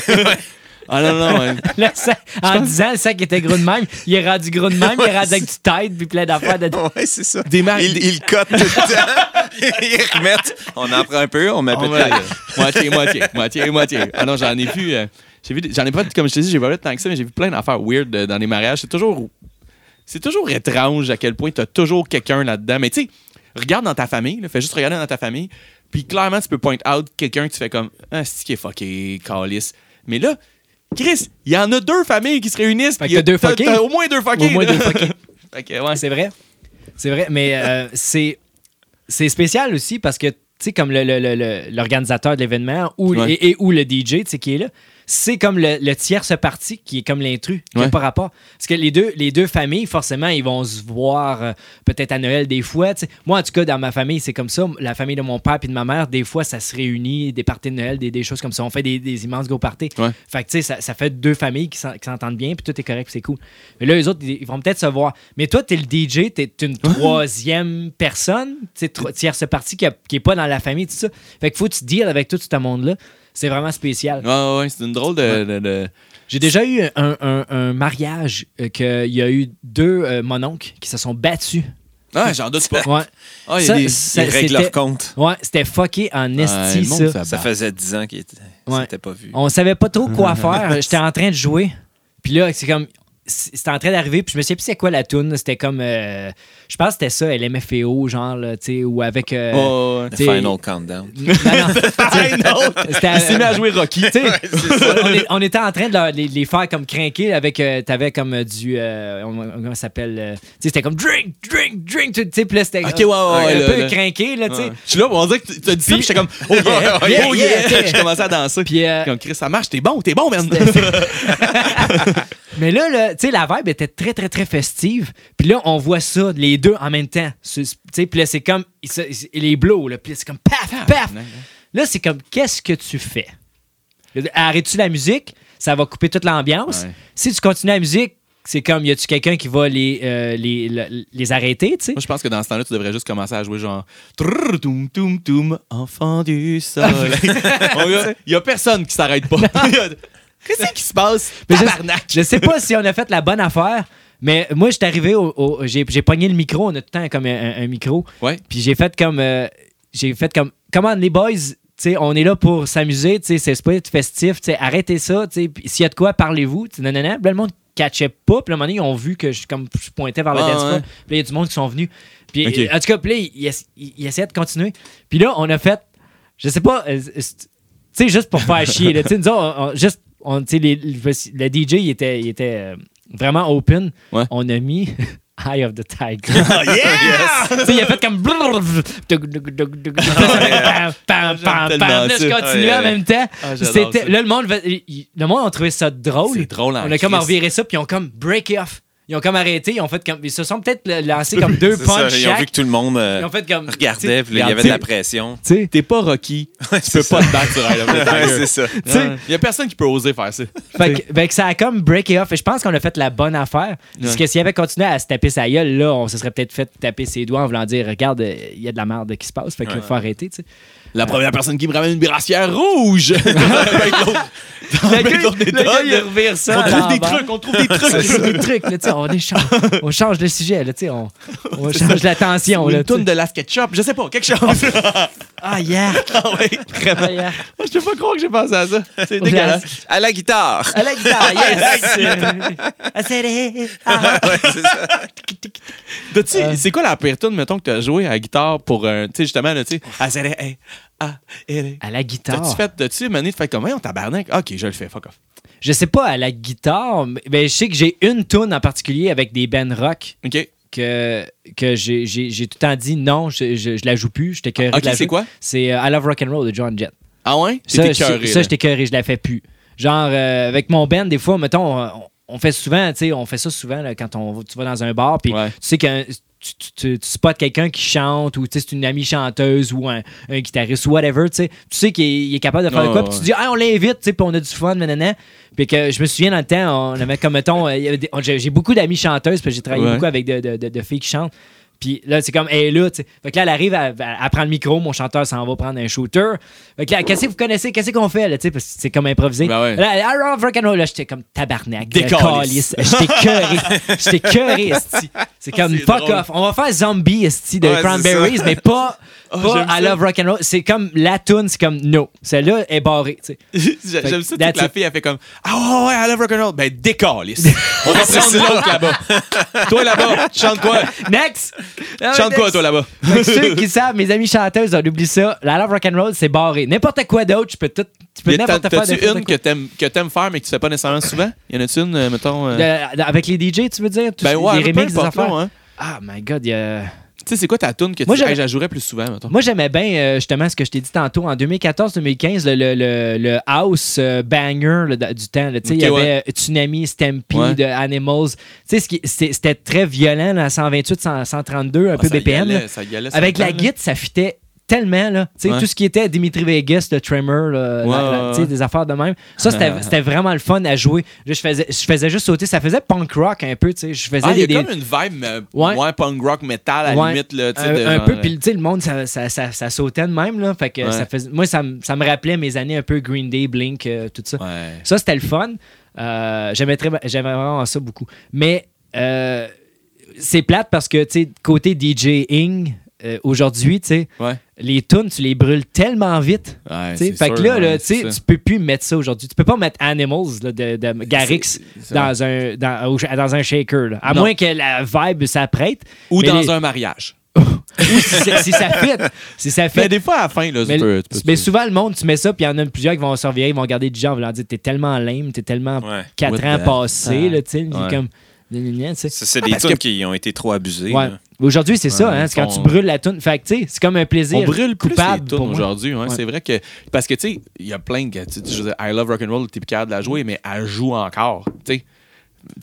Speaker 1: Ah non, non, hein.
Speaker 3: Le sac- en disant le sac était gros de même, il est rendu gros de même, il est rendu avec du tête puis plein d'affaires dedans.
Speaker 2: Ouais, c'est ça.
Speaker 1: Des mar-
Speaker 2: Ils,
Speaker 1: des-
Speaker 2: ils le cotent tout le temps. ils remettent. On en prend un peu, on met un peu
Speaker 1: On
Speaker 2: de
Speaker 1: va-
Speaker 2: la-
Speaker 1: Moitié, moitié, moitié, moitié. Ah non, j'en ai vu. euh, j'ai vu des- j'en ai pas, comme je te dis, j'ai pas vu tant que ça, mais j'ai vu plein d'affaires weird euh, dans les mariages. C'est toujours, c'est toujours étrange à quel point t'as toujours quelqu'un là-dedans. Mais tu sais, regarde dans ta famille, là, fais juste regarder dans ta famille, puis clairement, tu peux point out quelqu'un que tu fais comme Ah, c'est qui est fucké, calice. Mais là, Chris, il y en a deux familles qui se réunissent.
Speaker 3: Fait
Speaker 1: puis
Speaker 3: que t'as deux fuckés.
Speaker 1: T'as au moins deux fuckés.
Speaker 3: Au moins
Speaker 1: là.
Speaker 3: deux fuckés.
Speaker 1: Fait que, ouais.
Speaker 3: C'est vrai. C'est vrai, mais euh, c'est c'est spécial aussi parce que, tu sais, comme le- le- le- le- l'organisateur de l'événement ou,
Speaker 1: Ouais.
Speaker 3: et, et ou le DJ, tu sais, qui est là, c'est comme le, le tierce parti qui est comme l'intrus, qui n'a
Speaker 1: Ouais.
Speaker 3: pas rapport. Parce que les deux, les deux familles, forcément, ils vont se voir euh, peut-être à Noël des fois. tu sais. Moi, en tout cas, dans ma famille, c'est comme ça. La famille de mon père et de ma mère, des fois, ça se réunit, des parties de Noël, des, des choses comme ça. On fait des, des immenses gros parties.
Speaker 1: Ouais.
Speaker 3: Fait que, tu sais, ça, ça fait deux familles qui s'en- qui s'entendent bien, puis tout est correct, puis c'est cool. Mais là, les autres, ils ils vont peut-être se voir. Mais toi, t'es le DJ, t'es une troisième personne, tu sais, tro- tierce partie qui, a- qui est pas dans la famille, tout ça. Fait que faut que tu deals avec tout ce monde-là. C'est vraiment spécial.
Speaker 1: Ouais, ouais, c'est une drôle de. de- de-
Speaker 3: J'ai déjà eu un, un- un mariage euh, que il y a eu deux euh, mononcles qui se sont battus.
Speaker 1: Ah, j'en doute pas.
Speaker 3: Ouais,
Speaker 1: Ah, il y
Speaker 3: Ça,
Speaker 1: a des.
Speaker 3: c'est-
Speaker 2: Ils règlent
Speaker 3: c'était-
Speaker 2: leur compte.
Speaker 3: ouais c'était fucké en
Speaker 1: Ah,
Speaker 3: esti,
Speaker 1: le monde,
Speaker 3: ça.
Speaker 2: Ça faisait 10 ans qu'ils étaient
Speaker 3: Ouais.
Speaker 2: s'étaient pas vus.
Speaker 3: On savait pas trop quoi faire. J'étais en train de jouer. Puis là, c'est comme. C'était en train d'arriver, puis je me sais plus c'est quoi la tune. C'était comme. euh, je pense que c'était ça, LMFAO, genre, là, tu sais, ou avec. euh,
Speaker 1: Ouais, ouais, ouais.
Speaker 2: The
Speaker 3: t'sais-
Speaker 2: Final Countdown.
Speaker 3: Non, non.
Speaker 1: Hey, non!
Speaker 3: C'était,
Speaker 1: Il s'est mis
Speaker 3: euh,
Speaker 1: à jouer Rocky.
Speaker 3: tu sais, on, est- on était en train de leur- les, les faire comme craquer avec. euh, t'avais comme euh, du. euh, on- on- comment ça s'appelle euh, Tu sais, c'était comme drink, drink, drink. Tu sais, puis là, c'était
Speaker 1: Ok, ouais, ouais, ouais,
Speaker 3: un
Speaker 1: là,
Speaker 3: peu
Speaker 1: là.
Speaker 3: craqué, là, tu sais.
Speaker 1: Ouais. Je suis là, on dirait que tu tu as dit ça, puis j'étais comme, oh yeah, oh
Speaker 3: yeah,
Speaker 1: yeah,
Speaker 3: yeah, yeah.
Speaker 1: je commençais à danser. Puis,
Speaker 3: Puis. euh,
Speaker 1: comme Chris, ça marche, t'es bon, t'es bon, man.
Speaker 3: Mais là, là, tu sais, la vibe était très, très, très festive. Puis là, on voit ça, les deux en même temps. C'est- Tu sais, puis là, c'est comme, ils se- ils- les blows, là. Puis là, c'est comme, paf, paf. Là, c'est comme, qu'est-ce que tu fais? Arrêtes-tu la musique? Ça va couper toute l'ambiance.
Speaker 1: Ouais.
Speaker 3: Si tu continues la musique, c'est comme, y a-tu quelqu'un qui va les, euh, les, le- les arrêter, tu sais?
Speaker 1: Moi, je pense que dans ce temps-là, tu devrais juste commencer à jouer genre Trrr, toum, toum, toum, enfant du soleil. On y a- Il y a personne qui s'arrête pas. Qu'est-ce qui se passe?
Speaker 3: Mais je-
Speaker 1: Tabarnak!
Speaker 3: Je sais pas si on a fait la bonne affaire, mais moi, je suis arrivé au. au- j'ai, j'ai pogné le micro, on a tout le temps comme un, un- un micro.
Speaker 1: Ouais.
Speaker 3: Puis j'ai fait comme. euh, j'ai fait comme. Comment les boys, tu sais, on est là pour s'amuser, tu sais, c'est pas être festif, tu sais, arrêtez ça, tu sais, puis s'il y a de quoi, parlez-vous, tu sais, nanana. Puis là, le monde catchait pas, puis à un moment donné, ils ont vu que je, comme, je pointais vers le
Speaker 1: Ah,
Speaker 3: dance floor.
Speaker 1: ouais.
Speaker 3: Puis là, il y a du monde qui sont venus. Puis
Speaker 1: Ok.
Speaker 3: euh, en tout cas, puis là, ils essa- ils- ils essayaient de continuer. Puis là, on a fait. Je sais pas. euh, c'est- tu sais, juste pour faire chier. Là, Tu sais, nous autres, on, on- juste, on, tu sais, les- le le DJ, il était, il était euh, vraiment open.
Speaker 1: Ouais.
Speaker 3: On a mis Eye of the Tiger.
Speaker 1: Oh yeah!
Speaker 3: tu sais, il a fait comme. brrr, doug, doug, doug, doug. Pam, pam, pam,
Speaker 1: J'aime
Speaker 3: pam. Là,
Speaker 1: tellement
Speaker 3: je
Speaker 1: ça.
Speaker 3: continuais en
Speaker 1: Ouais, ouais.
Speaker 3: même temps.
Speaker 1: Ah, j'adore
Speaker 3: C'était,
Speaker 1: ça.
Speaker 3: là, le monde, va- il- il- le monde, on trouvait ça drôle.
Speaker 1: C'est drôle,
Speaker 3: On a comme reviré ça, puis ils ont comme break it off. Ils ont comme arrêté, ils ont fait comme. Ils se sont peut-être lancés comme deux
Speaker 2: C'est ça,
Speaker 3: punch
Speaker 2: Ils ont vu que
Speaker 3: chaque.
Speaker 2: tout le monde euh,
Speaker 3: Ils ont fait comme.
Speaker 2: regardait, puis là, il y
Speaker 1: regarde,
Speaker 2: avait de la
Speaker 1: tu-
Speaker 2: pression.
Speaker 3: Tu sais,
Speaker 1: T'es pas Rocky, tu peux
Speaker 2: c'est
Speaker 1: pas te battre sur Isle of the
Speaker 2: Ouais,
Speaker 1: Tiger.
Speaker 2: c'est ça.
Speaker 1: Tu sais, Il y a personne qui peut oser faire ça.
Speaker 3: Fait que, fait que ça a comme break it off. Et je pense qu'on a fait la bonne affaire. Parce
Speaker 1: Ouais.
Speaker 3: que s'il avait continué à se taper sa gueule, là, on se serait peut-être fait taper ses doigts en voulant dire Regarde, euh, il y a de la merde qui se passe. Fait qu'il
Speaker 2: Ouais.
Speaker 3: faut arrêter. tu sais.
Speaker 4: la première personne qui me ramène une brassière rouge. Avec l'autre- avec l'autre
Speaker 3: le gars, il
Speaker 4: méthode.
Speaker 3: revire ça.
Speaker 4: On
Speaker 3: à
Speaker 4: trouve des
Speaker 3: l'envers.
Speaker 4: trucs, on trouve des
Speaker 3: On
Speaker 4: trucs.
Speaker 3: trouve des trucs, là, tu sais, on, échange- on change de sujet, là, tu sais, on, on change la tension.
Speaker 4: Ou
Speaker 3: Là,
Speaker 4: une
Speaker 3: tu sais.
Speaker 4: toune de la ketchup, je sais pas, quelque chose.
Speaker 3: Ah, yeah!
Speaker 4: Ah ouais, vraiment.
Speaker 3: Ah, yeah.
Speaker 4: Je peux pas croire que j'ai pensé à ça. C'est dégueulasse.
Speaker 5: À la guitare.
Speaker 3: À la guitare, yes! I said it. Ah.
Speaker 2: Ouais, c'est ça.
Speaker 4: T'as-tu-
Speaker 3: Euh.
Speaker 4: C'est quoi la pire tune, mettons, que t'as joué à la guitare pour un. Tu sais, justement, là, tu sais. Ah, c'est les- eh, ah, eh, les-
Speaker 3: À la guitare.
Speaker 4: T'as-tu fait. T'as-tu mené de fait comme. on tabarnak. Ok, je le fais, fuck off.
Speaker 3: Je sais pas, à la guitare, mais ben, je sais que j'ai une tune en particulier avec des bands rock
Speaker 4: Ok.
Speaker 3: que, que j'ai j'ai- j'ai tout le temps dit non, je, je, je la joue plus. J'étais cœuré
Speaker 4: Ah, Ok, c'est quoi?
Speaker 3: C'est euh, I Love Rock and Roll de John Jett.
Speaker 4: Ah ouais?
Speaker 3: Ça,
Speaker 4: T'étais
Speaker 3: je-
Speaker 4: curé.
Speaker 3: ça, j'étais cœuré, je la fais plus. Genre, euh, avec mon band, des fois, mettons, on, on fait souvent, tu sais, on fait ça souvent là, quand on, tu vas dans un bar, puis
Speaker 4: Ouais.
Speaker 3: tu sais qu'un. Tu, tu, tu- tu spots quelqu'un qui chante ou tu sais, c'est une amie chanteuse ou un, un guitariste ou whatever, tu sais, tu sais qu'il est- il est capable de faire
Speaker 4: Ouais,
Speaker 3: de quoi,
Speaker 4: ouais,
Speaker 3: puis tu dis, ah, on l'invite, tu sais, puis on a du fun, nanana. Puis que je me souviens dans le temps, on avait comme, mettons, euh, il y avait des- on- j'ai j'ai beaucoup d'amis chanteuses, puis j'ai travaillé
Speaker 4: Ouais.
Speaker 3: beaucoup avec de, de- de- de filles qui chantent. Puis là, c'est comme, elle est là, tu sais. Fait que là, elle arrive, elle, elle- elle prend le micro, mon chanteur s'en va prendre un shooter. Fait que là, qu'est-ce que vous connaissez, qu'est-ce qu'on fait, là, tu sais, parce que c'est comme improvisé.
Speaker 4: Ben ouais.
Speaker 3: Là, I love rock and roll, là, j'étais comme tabarnak. Décalisse.
Speaker 4: Décalisse.
Speaker 3: J'étais curé. J'étais curé, esti. C'est comme,
Speaker 4: Ah, C'est
Speaker 3: fuck
Speaker 4: drôle.
Speaker 3: off. On va faire Zombie, esti, de
Speaker 2: Ouais, c'est
Speaker 3: Cranberries, mais pas, pas
Speaker 4: Ah, j'aime
Speaker 3: I
Speaker 4: ça.
Speaker 3: love rock and roll. C'est comme, la tune, c'est comme, no. Celle-là est barrée, tu sais.
Speaker 4: J'a- J'aime ça,
Speaker 3: That's
Speaker 4: toute la
Speaker 3: it.
Speaker 4: fille, elle fait comme Ah ouais, ouais, I love rock'n'roll. Ben, décalisse. On va prendre l'autre là-bas. toi là-bas, chante quoi?
Speaker 3: Next!
Speaker 4: Chante quoi,
Speaker 3: Next.
Speaker 4: toi là-bas?
Speaker 3: Ah Fait que ceux qui savent, mes amis chanteuses, on oublie ça. La love rock'n'roll, c'est barré. N'importe quoi d'autre, tu peux tout. Tu peux
Speaker 4: Y a- t'as-
Speaker 3: n'importe quoi.
Speaker 4: T'as-tu
Speaker 3: n'importe
Speaker 4: une
Speaker 3: quoi.
Speaker 4: que t'aimes que t'aimes faire, mais que tu fais pas nécessairement souvent? Y en a-tu une, euh, mettons. euh,
Speaker 3: De- de- avec les DJ, tu veux dire? Ben, Tous
Speaker 4: Ben ouais,
Speaker 3: les
Speaker 4: peu
Speaker 3: remixes, des
Speaker 4: importe,
Speaker 3: affaires.
Speaker 4: non, hein.
Speaker 3: Ah, my God, il y a.
Speaker 4: Tu sais, c'est quoi ta tune que
Speaker 3: Moi,
Speaker 4: tu
Speaker 3: j'avais-
Speaker 4: Hey, je la jouerais plus souvent, mettons?
Speaker 3: Moi, j'aimais bien euh, justement ce que je t'ai dit tantôt. En 2014-2015, le, le- le- le house euh, banger là, da- du temps, là, tu sais, il y
Speaker 4: Ok,
Speaker 3: avait euh, Tsunami, Stampede,
Speaker 4: Ouais.
Speaker 3: de Animals. Tu sais, ce qui- c'était c'était très violent, là, 128, 100, 132, un
Speaker 4: Ah,
Speaker 3: peu
Speaker 4: ça y
Speaker 3: BPM.
Speaker 4: allait,
Speaker 3: là.
Speaker 4: ça y allait, ça
Speaker 3: Avec
Speaker 4: me
Speaker 3: la
Speaker 4: parle, là.
Speaker 3: guitare, ça fitait tellement. Là. Tu sais,
Speaker 4: Ouais.
Speaker 3: Tout ce qui était Dimitri Vegas, le Tremor, là, la- la-
Speaker 4: Ouais, ouais, Ah.
Speaker 3: tu sais,
Speaker 4: ouais.
Speaker 3: des affaires de même. Ça, c'était c'était vraiment le fun à jouer. Là, je, faisais, je faisais juste sauter. Ça faisait punk rock un peu. tu sais. Je faisais
Speaker 4: Ah, il y
Speaker 3: des,
Speaker 4: a
Speaker 3: des-
Speaker 4: comme une vibe euh,
Speaker 3: Ouais.
Speaker 4: ouais, punk rock metal à la
Speaker 3: Ouais.
Speaker 4: limite là, tu sais,
Speaker 3: un,
Speaker 4: de
Speaker 3: un
Speaker 4: genre,
Speaker 3: peu
Speaker 4: euh,
Speaker 3: puis tu sais le monde ça, ça, ça, ça sautait de même là fait que
Speaker 4: Ouais.
Speaker 3: ça faisait- moi ça, me- ça me rappelait mes années un peu Green Day Blink euh, tout ça
Speaker 4: ouais.
Speaker 3: ça c'était le fun Euh, j'aimais très- j'aimais vraiment ça beaucoup mais euh, c'est plate parce que tu sais côté DJing euh, aujourd'hui tu sais
Speaker 4: Ouais.
Speaker 3: les tunes tu les brûles tellement vite
Speaker 4: Ouais,
Speaker 3: tu sais.
Speaker 4: c'est
Speaker 3: fait que
Speaker 4: sûr,
Speaker 3: là, là,
Speaker 4: ouais,
Speaker 3: tu sais,
Speaker 4: c'est ça.
Speaker 3: tu peux plus mettre ça aujourd'hui. Tu peux pas mettre Animals là, de, de Garrix
Speaker 4: c'est vrai.
Speaker 3: dans un, dans, au- dans un shaker. là. À
Speaker 4: Non.
Speaker 3: moins que la vibe s'apprête.
Speaker 4: ou
Speaker 3: mais
Speaker 4: dans
Speaker 3: les-
Speaker 4: un mariage.
Speaker 3: ou si, ça- si ça fit. Si ça fit.
Speaker 4: Mais des fois à la fin là,
Speaker 3: Mais,
Speaker 4: tu peux, tu peux-
Speaker 3: mais
Speaker 4: tu-
Speaker 3: souvent, le monde, tu mets ça, puis il y en a plusieurs qui vont surveiller, ils vont regarder du genre, ils vont leur dire T'es tellement lame, t'es tellement
Speaker 2: Ouais.
Speaker 3: 4
Speaker 4: What
Speaker 3: ans
Speaker 4: the
Speaker 3: passé,
Speaker 4: fuck?
Speaker 3: là, tu sais,
Speaker 4: Ouais.
Speaker 3: comme. gna, gna, gna, tu sais.
Speaker 2: Ça, c'est des
Speaker 3: Ah, parce
Speaker 2: tunes
Speaker 3: que-
Speaker 2: qui ont été trop abusées.
Speaker 3: Ouais.
Speaker 2: là.
Speaker 3: Aujourd'hui, c'est ça,
Speaker 4: Ouais,
Speaker 3: hein, c'est quand
Speaker 4: on-
Speaker 3: tu brûles la toune. Fait que, tu sais, c'est comme un plaisir.
Speaker 4: on brûle plus
Speaker 3: coupable
Speaker 4: les tunes
Speaker 3: pour moi.
Speaker 4: aujourd'hui, ouais,
Speaker 3: Ouais.
Speaker 4: c'est vrai que parce que tu sais, il y a plein que tu- tu- je veux dire, I love rock and roll, t'es plus capable de la
Speaker 3: Mm.
Speaker 4: jouer mais elle joue encore, tu sais.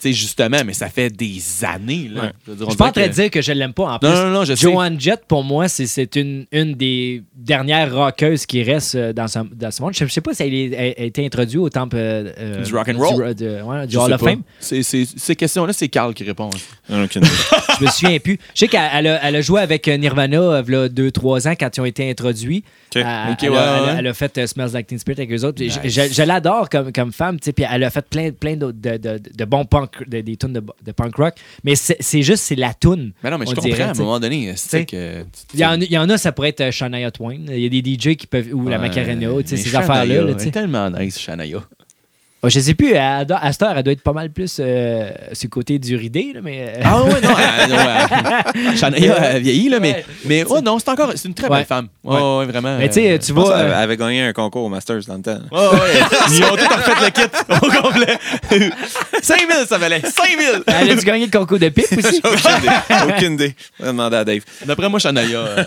Speaker 4: Tu sais justement, mais ça fait des années là.
Speaker 2: Ouais.
Speaker 4: veux dire, on
Speaker 3: Je suis pas en
Speaker 4: dirait
Speaker 3: train
Speaker 4: que-
Speaker 3: de dire que je l'aime pas. En plus,
Speaker 4: Non, non, non, je sais.
Speaker 3: Joanne Jett, pour moi, c'est- c'est une, une des dernières rockeuses qui reste euh, dans, ce- dans ce monde. Je, je sais pas si elle, est- elle a été introduite au temple euh, euh,
Speaker 4: Du rock and roll.
Speaker 3: du, de- ouais, du
Speaker 4: Je
Speaker 3: Hall
Speaker 4: sais
Speaker 3: of
Speaker 4: pas.
Speaker 3: Fame.
Speaker 4: C'est- c'est- ces questions-là, c'est Carl qui répond.
Speaker 2: Non, aucune idée.
Speaker 3: Je me souviens plus. Je sais qu'elle elle a, elle a joué avec euh, Nirvana il y a 2-3 ans quand ils ont été introduits.
Speaker 2: Ok.
Speaker 3: Elle,
Speaker 4: Ok,
Speaker 3: elle
Speaker 4: ouais,
Speaker 3: a,
Speaker 4: ouais.
Speaker 3: elle a- elle a fait euh, Smells Like Teen Spirit avec eux autres. Puis je-
Speaker 4: Nice.
Speaker 3: Je, je l'adore comme, comme femme, tu sais, puis elle a fait plein, plein d'autres- de, de- de bons punk, de- des tunes de, de punk rock. Mais c'est c'est juste, c'est la tune.
Speaker 4: Mais non, mais je
Speaker 3: on
Speaker 4: comprends
Speaker 3: dirait,
Speaker 4: à un
Speaker 3: tu sais.
Speaker 4: moment donné,
Speaker 3: sais.
Speaker 4: c'est que tu-
Speaker 3: Il y, en, il y en a, ça pourrait être euh, Shania Twain. Il y a des DJ qui peuvent. Ou la
Speaker 4: Ouais,
Speaker 3: Macarena, tu sais,
Speaker 4: mais
Speaker 3: ces
Speaker 4: Shania,
Speaker 3: affaires-là. là, tu sais.
Speaker 4: elle est tellement nice, Shania.
Speaker 3: Oh, je sais plus, elle- elle doit- à cette heure, elle doit être pas mal plus euh, sur le côté du ridé, là, mais. euh,
Speaker 4: Ah ouais, non, elle- ouais, elle- Shania elle vieillit, là, mais, mais oh non, c'est encore c'est une très belle
Speaker 3: Ouais.
Speaker 4: femme. Ouais, ouais, ouais, vraiment.
Speaker 3: Mais tu sais, euh, tu
Speaker 2: Je pense
Speaker 3: vois.
Speaker 2: qu'elle
Speaker 3: euh,
Speaker 2: avait gagné un concours au Masters dans le temps.
Speaker 4: Ouais, ouais, ils ont tout refait le kit au complet. 5000, ça valait. 5000!
Speaker 3: Elle a dû gagner le concours de pipe aussi.
Speaker 2: Aucune idée. Aucune idée. On va demander à Dave.
Speaker 4: D'après moi, Shania. euh,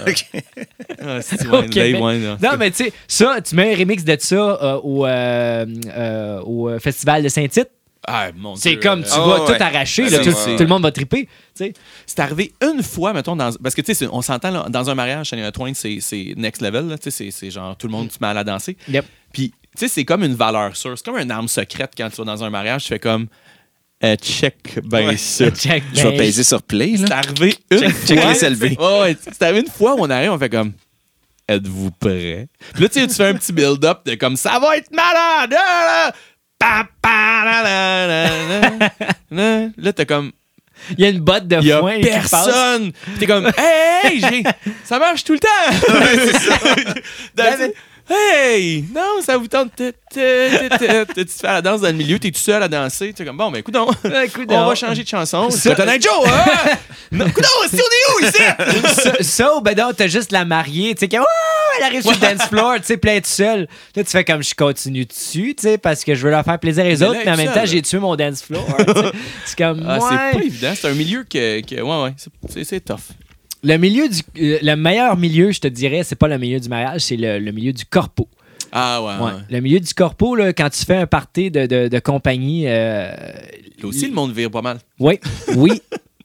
Speaker 4: ah, si tu vois,
Speaker 3: Au
Speaker 4: Dave,
Speaker 3: Québec.
Speaker 4: ouais, non.
Speaker 3: Non, mais tu sais, ça, tu mets un remix de ça euh, au, euh, euh, au euh, festival de Saint-Tite.
Speaker 4: Ah, mon
Speaker 3: C'est
Speaker 4: Dieu,
Speaker 3: comme
Speaker 4: euh,
Speaker 3: tu
Speaker 2: Ah,
Speaker 3: vas
Speaker 2: ouais.
Speaker 3: tout arracher,
Speaker 2: Ah,
Speaker 3: là,
Speaker 2: c'est
Speaker 3: tout,
Speaker 2: vrai.
Speaker 3: tout le monde va triper. tu sais.
Speaker 4: C'est arrivé une fois, mettons, dans. Parce que, tu sais, c'est- on s'entend, là, dans un mariage, Shania Twain, c'est c'est next level, là, tu sais, c'est- c'est genre tout le monde se met à la danser.
Speaker 3: Yep.
Speaker 4: Puis, tu sais, c'est comme une valeur sûre. C'est comme une arme secrète quand tu vas dans un mariage, tu fais comme. euh, check, ben ça.
Speaker 3: Check,
Speaker 5: Je vais
Speaker 3: ben,
Speaker 5: peser sur play,
Speaker 4: C'est
Speaker 5: là.
Speaker 4: arrivé une
Speaker 2: check
Speaker 4: fois.
Speaker 2: les élevés.
Speaker 4: Ouais, ouais, c'est arrivé une fois, on arrive, on fait comme. Êtes-vous prêts? Puis là, tu sais, tu fais un petit build-up de comme ça va être malade! ah, là! Pa, pa, la, la, la, la, la. Là, t'es comme
Speaker 3: Il y a une botte de
Speaker 4: il y a
Speaker 3: foin qui passe.
Speaker 4: personne. Puis T'es comme, hey, hey, j'ai- ça marche tout le temps. D'habitude, hey, non, ça vous tente. Tu te fais la danse dans le milieu, t'es tout seul à danser. T'es comme, bon, ben, coudon,
Speaker 3: Ouais, coudon.
Speaker 4: on va changer de chanson.
Speaker 3: Ça-
Speaker 4: C'est Coton Joe, hein? Non, coudon, si on est où ici?
Speaker 3: ça, ça, ou ben non, t'as juste la mariée, tu sais, qui, Ouh, elle arrive sur le dance floor, tu sais, plein de seule. Là, tu fais comme je continue dessus, tu sais, parce que je veux leur faire plaisir les
Speaker 4: Mais
Speaker 3: autres,
Speaker 4: là,
Speaker 3: mais en
Speaker 4: avec
Speaker 3: même
Speaker 4: ça,
Speaker 3: temps,
Speaker 4: là.
Speaker 3: j'ai tué mon dance floor. hein, tu sais. c'est comme,
Speaker 4: Ah, c'est
Speaker 3: ouais.
Speaker 4: pas évident, c'est un milieu que. que- ouais, ouais, c'est- c'est- c'est tough.
Speaker 3: Le milieu du, euh, le meilleur milieu, je te dirais, c'est pas le milieu du mariage, c'est le, le milieu du corpo.
Speaker 4: Ah, ouais.
Speaker 3: Ouais.
Speaker 4: ouais.
Speaker 3: Le milieu du corpo, là, quand tu fais un party de, de- de compagnie, euh,
Speaker 4: Là aussi, le monde vire pas mal.
Speaker 3: Oui, oui.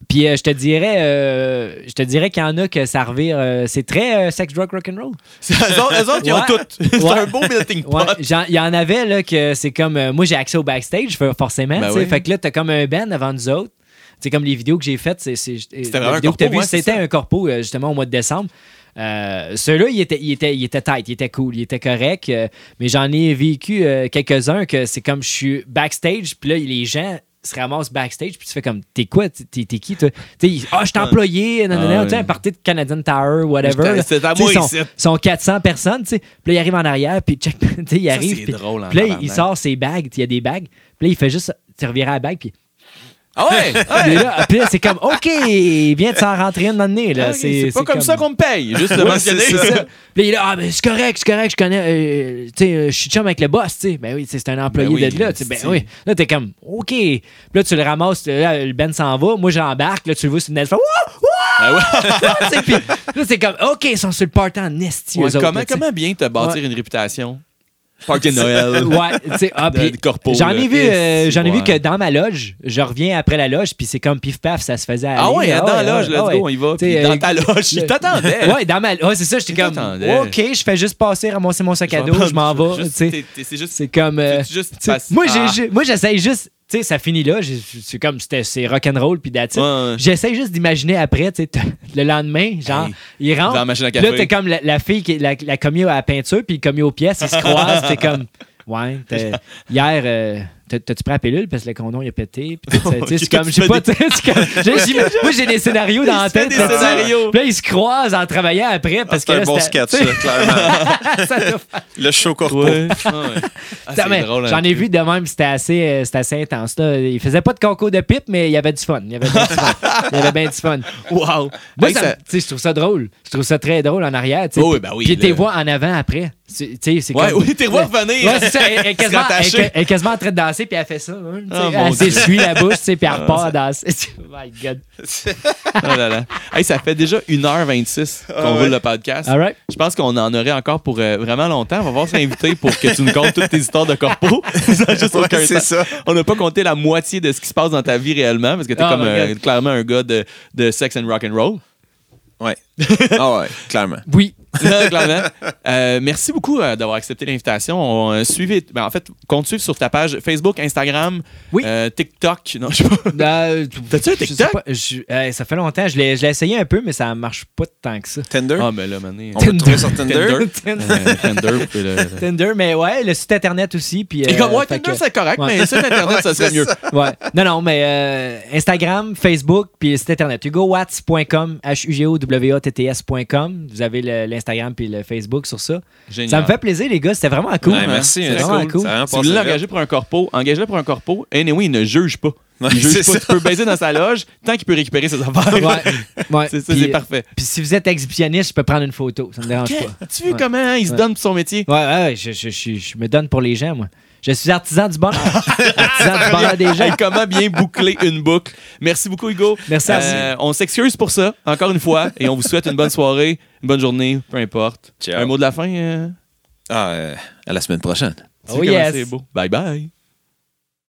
Speaker 3: Puis euh, je te dirais, euh, je te dirais qu'il y en a que ça revire. euh, c'est très euh, sex, drug, rock and roll.
Speaker 4: C'est eux autres, eux autres, ils ont
Speaker 3: Ouais.
Speaker 4: tout. C'est
Speaker 3: Ouais.
Speaker 4: un beau melting pot.
Speaker 3: Ouais, j'en- il y en avait là que c'est comme, euh, moi j'ai accès au backstage for- forcément.
Speaker 4: Ben
Speaker 3: tu sais.
Speaker 4: oui.
Speaker 3: Fait que là t'as comme un band avant nous autres. C'est comme les vidéos que j'ai faites, c'est c'est-
Speaker 4: C'était
Speaker 3: la
Speaker 4: vraiment un
Speaker 3: vidéo que t'as
Speaker 4: corpo,
Speaker 3: vue,
Speaker 4: ouais, c'est
Speaker 3: c'était
Speaker 4: ça.
Speaker 3: un corpo euh, justement au mois de décembre. Euh, Ceux-là, ils étaient, ils, étaient, ils étaient tight, ils étaient cool, ils étaient corrects. euh, mais j'en ai vécu euh, quelques-uns que c'est comme je suis backstage, puis là, les gens se ramassent backstage, puis tu fais comme, t'es quoi, t'es t'es qui, toi? Tu sais, ils- Ah, je suis employé, non, non,
Speaker 4: Ah
Speaker 3: non,
Speaker 4: oui.
Speaker 3: tu sais, un party de Canadian Tower, whatever.
Speaker 4: Putain,
Speaker 3: là.
Speaker 4: c'est à
Speaker 3: Tu sais,
Speaker 4: moi
Speaker 3: ils sont-
Speaker 4: ici.
Speaker 3: ils sont 400 personnes, tu sais. Puis là, il arrive en arrière, puis check, tu sais, il
Speaker 4: Ça,
Speaker 3: arrive.
Speaker 4: c'est
Speaker 3: puis-
Speaker 4: drôle, en
Speaker 3: Puis là, il- il
Speaker 4: tabarnak.
Speaker 3: sort ses bagues, il y a des bagues. Puis là, il fait juste, tu reviras à la bague, puis.
Speaker 4: Ah ouais!
Speaker 3: Puis là, puis là, c'est comme, OK, il vient de s'en rentrer une année, là.
Speaker 4: Ah, ok, C'est pas comme, ça qu'on me paye, juste le
Speaker 2: Ouais,
Speaker 4: mentionner.
Speaker 2: c'est
Speaker 3: C'est ça. Puis là, il est là, ah, ben, c'est correct, c'est correct, je connais, euh, tu sais, euh, je suis chum avec le boss, tu sais. Ben oui, tu sais, c'est un employé
Speaker 4: Ben oui,
Speaker 3: de là, tu sais. Ben
Speaker 4: c'est-
Speaker 3: oui. Là, t'es comme, OK. Puis là, tu le ramasses, là, le Ben s'en va, moi, j'embarque, là, tu le vois sur une aile, je fais, Wouh!
Speaker 4: Ah ouais.
Speaker 3: Tu sais, puis là, c'est comme, OK, ils sont sur le party en esti, eux
Speaker 4: Ouais,
Speaker 3: autres,
Speaker 4: comment,
Speaker 3: là, tu sais.
Speaker 4: comment bien te bâtir une réputation? Party de Noël.
Speaker 3: Ouais, tu sais, ah,
Speaker 4: De-
Speaker 3: puis
Speaker 4: de corpo,
Speaker 3: J'en
Speaker 4: là.
Speaker 3: ai vu,
Speaker 4: Yes,
Speaker 3: euh, j'en ai
Speaker 4: ouais.
Speaker 3: vu que dans ma loge, je reviens après la loge, puis c'est comme pif paf, ça se faisait. Aller,
Speaker 4: Ah ouais,
Speaker 3: là,
Speaker 4: dans la loge,
Speaker 3: ouais,
Speaker 4: let's
Speaker 3: ouais.
Speaker 4: go, on y va.
Speaker 3: T'sais,
Speaker 4: Puis
Speaker 3: euh,
Speaker 4: dans ta loge, il t'attendait.
Speaker 3: Ouais, dans ma, ouais, c'est ça, j'étais
Speaker 4: Il
Speaker 3: comme,
Speaker 4: t'attendait.
Speaker 3: ok, je fais juste passer, ramasser mon sac à dos, je m'en vais.
Speaker 4: Juste-
Speaker 3: tu sais.
Speaker 4: t'es- t'es- C'est juste.
Speaker 3: C'est comme, euh,
Speaker 4: c'est juste
Speaker 3: tu sais,
Speaker 4: passe-
Speaker 3: moi, j'ai-
Speaker 4: Ah.
Speaker 3: j'ai- moi, j'essaye juste, tu sais, ça finit là, j'ai- c'est comme, c'était- c'est rock'n'roll puis d'attitude.
Speaker 4: Ouais, ouais.
Speaker 3: J'essaye juste d'imaginer après, tu sais, t'as- le lendemain, genre,
Speaker 4: Hey,
Speaker 3: il rentre.
Speaker 4: dans la machine à
Speaker 3: puis
Speaker 4: café.
Speaker 3: Là, t'es comme la, la fille, qui, la, la commis à la peinture, puis le commis aux pièces, ils se croisent, t'es comme, ouais, t'es- hier, euh, t'as- t'as-tu pris la pilule parce que le condom il a pété? Puis tout ça, tu sais, c'est comme, je sais pas, tu sais, c'est comme- j'ai- j'ai- moi, j'ai des scénarios dans la
Speaker 4: se fait
Speaker 3: tête.
Speaker 4: des
Speaker 3: là, tu sais.
Speaker 4: scénarios. Ah,
Speaker 3: Puis là, ils se croisent en travaillant après parce que
Speaker 2: C'est un
Speaker 3: là,
Speaker 2: bon
Speaker 3: c'était- Ah,
Speaker 2: sketch, là, clairement.
Speaker 3: ça doit
Speaker 2: Le show corpo.
Speaker 4: Ouais. Ah, ouais. Ah,
Speaker 3: Putain, mais
Speaker 4: c'est drôle. hein.
Speaker 3: J'en ai vu de même, c'était assez, euh, c'était assez intense. Là. Il faisait pas de concours de pipe, mais il y avait du fun. Il y avait bien du fun. Il y avait bien du fun.
Speaker 4: Wow.
Speaker 3: Moi,
Speaker 4: Hey,
Speaker 3: ça me-
Speaker 4: ça-
Speaker 3: tu sais, je trouve ça drôle. Je trouve ça très drôle en arrière. tu sais.
Speaker 4: Oh, oui, ben oui,
Speaker 3: Puis
Speaker 4: là.
Speaker 3: tes voix en avant après. C'est- tu sais, c'est
Speaker 4: Ouais,
Speaker 3: comme-
Speaker 4: oui, t'es roi revenir.
Speaker 3: Ouais, c'est ça. Elle, elle est quasiment, elle est
Speaker 4: rattaché.
Speaker 3: ca- elle est quasiment en train de danser, puis elle fait ça. hein, tu sais. elle
Speaker 4: Ah, mon Dieu. Ah,
Speaker 3: s'essuie la bouche, tu sais, puis elle repart à danser. oh my God.
Speaker 4: Oh là là. Hey, ça fait déjà 1h26 qu'on
Speaker 2: Ah ouais.
Speaker 4: roule le podcast.
Speaker 3: All right.
Speaker 4: Je pense qu'on en aurait encore pour euh, vraiment longtemps. On va voir s'inviter pour que tu nous comptes toutes tes histoires de corpo. ça a juste
Speaker 2: Ouais,
Speaker 4: aucun
Speaker 2: c'est
Speaker 4: temps.
Speaker 2: ça.
Speaker 4: On n'a pas compté la moitié de ce qui se passe dans ta vie réellement parce que t'es
Speaker 3: Ah,
Speaker 4: comme
Speaker 3: my
Speaker 4: euh,
Speaker 3: God.
Speaker 4: clairement un gars de, de sex and rock and roll.
Speaker 2: Ouais. Ah ouais, clairement.
Speaker 3: Oui.
Speaker 4: Là, clairement. Euh, merci beaucoup euh, d'avoir accepté l'invitation. On, euh, suivez, ben, en fait, compte suivre sur ta page Facebook, Instagram,
Speaker 3: Oui.
Speaker 4: euh, TikTok. Non, je sais pas.
Speaker 3: Euh,
Speaker 4: T'as-tu un
Speaker 3: je sais
Speaker 4: TikTok?
Speaker 3: pas, je- euh, ça fait longtemps. Je l'ai je l'ai essayé un peu, mais ça marche pas tant que ça.
Speaker 2: Tinder?
Speaker 4: Ah, mais là, mané.
Speaker 2: On peut le trouver sur Tinder.
Speaker 4: Tinder.
Speaker 3: Tinder.
Speaker 4: Euh, Tinder, vous pouvez le-
Speaker 3: Tinder, mais ouais, le site internet aussi. Puis,
Speaker 4: Et
Speaker 3: euh,
Speaker 4: comme, ouais,
Speaker 3: fait
Speaker 4: Tinder,
Speaker 3: que-
Speaker 4: c'est correct,
Speaker 3: ouais.
Speaker 4: mais sur Internet, ça serait mieux.
Speaker 3: ouais. Non, non, mais euh, Instagram, Facebook, puis le site internet. HugoWatts.com, H-U-G-O-W-A-T-T-S.com. Vous avez le- l'Instagram puis le Facebook sur ça.
Speaker 4: Génial.
Speaker 3: Ça me fait plaisir, les gars. C'était vraiment cool.
Speaker 2: Ouais, merci, hein.
Speaker 3: C'était
Speaker 2: c'est
Speaker 3: vraiment
Speaker 2: cool.
Speaker 3: cool.
Speaker 2: Ça a vraiment
Speaker 4: Si vous voulez
Speaker 2: passé
Speaker 4: l'engager pour un corpo, engagez-le pour un corpo. Anyway, il ne juge pas. Il
Speaker 2: Ouais,
Speaker 4: juge
Speaker 2: c'est
Speaker 4: pas.
Speaker 2: ça.
Speaker 4: Tu peux baiser dans sa loge tant qu'il peut récupérer ses affaires.
Speaker 3: Ouais, ouais.
Speaker 4: C'est ça,
Speaker 3: Puis- euh,
Speaker 4: c'est parfait.
Speaker 3: Puis si vous êtes exhibitionniste, je peux prendre une photo. Ça me dérange
Speaker 4: Qu'est-
Speaker 3: pas.
Speaker 4: Tu veux
Speaker 3: Ouais.
Speaker 4: comment hein, il se
Speaker 3: Ouais.
Speaker 4: donne pour son métier?
Speaker 3: Ouais, ouais, ouais, je, je- je- je me donne pour les gens, moi. Je suis artisan du bonheur. artisan du bonheur des gens.
Speaker 4: Hey, comment bien boucler une boucle. Merci beaucoup, Hugo. Euh,
Speaker 3: Merci à
Speaker 4: On s'excuse pour ça, encore une fois, et on vous souhaite une bonne soirée, une bonne journée, peu importe.
Speaker 2: Ciao.
Speaker 4: Un mot de la fin? euh,
Speaker 2: Ah, euh, à la semaine prochaine.
Speaker 4: tu
Speaker 3: Oh
Speaker 4: sais comment
Speaker 3: yes.
Speaker 4: c'est beau. Bye bye.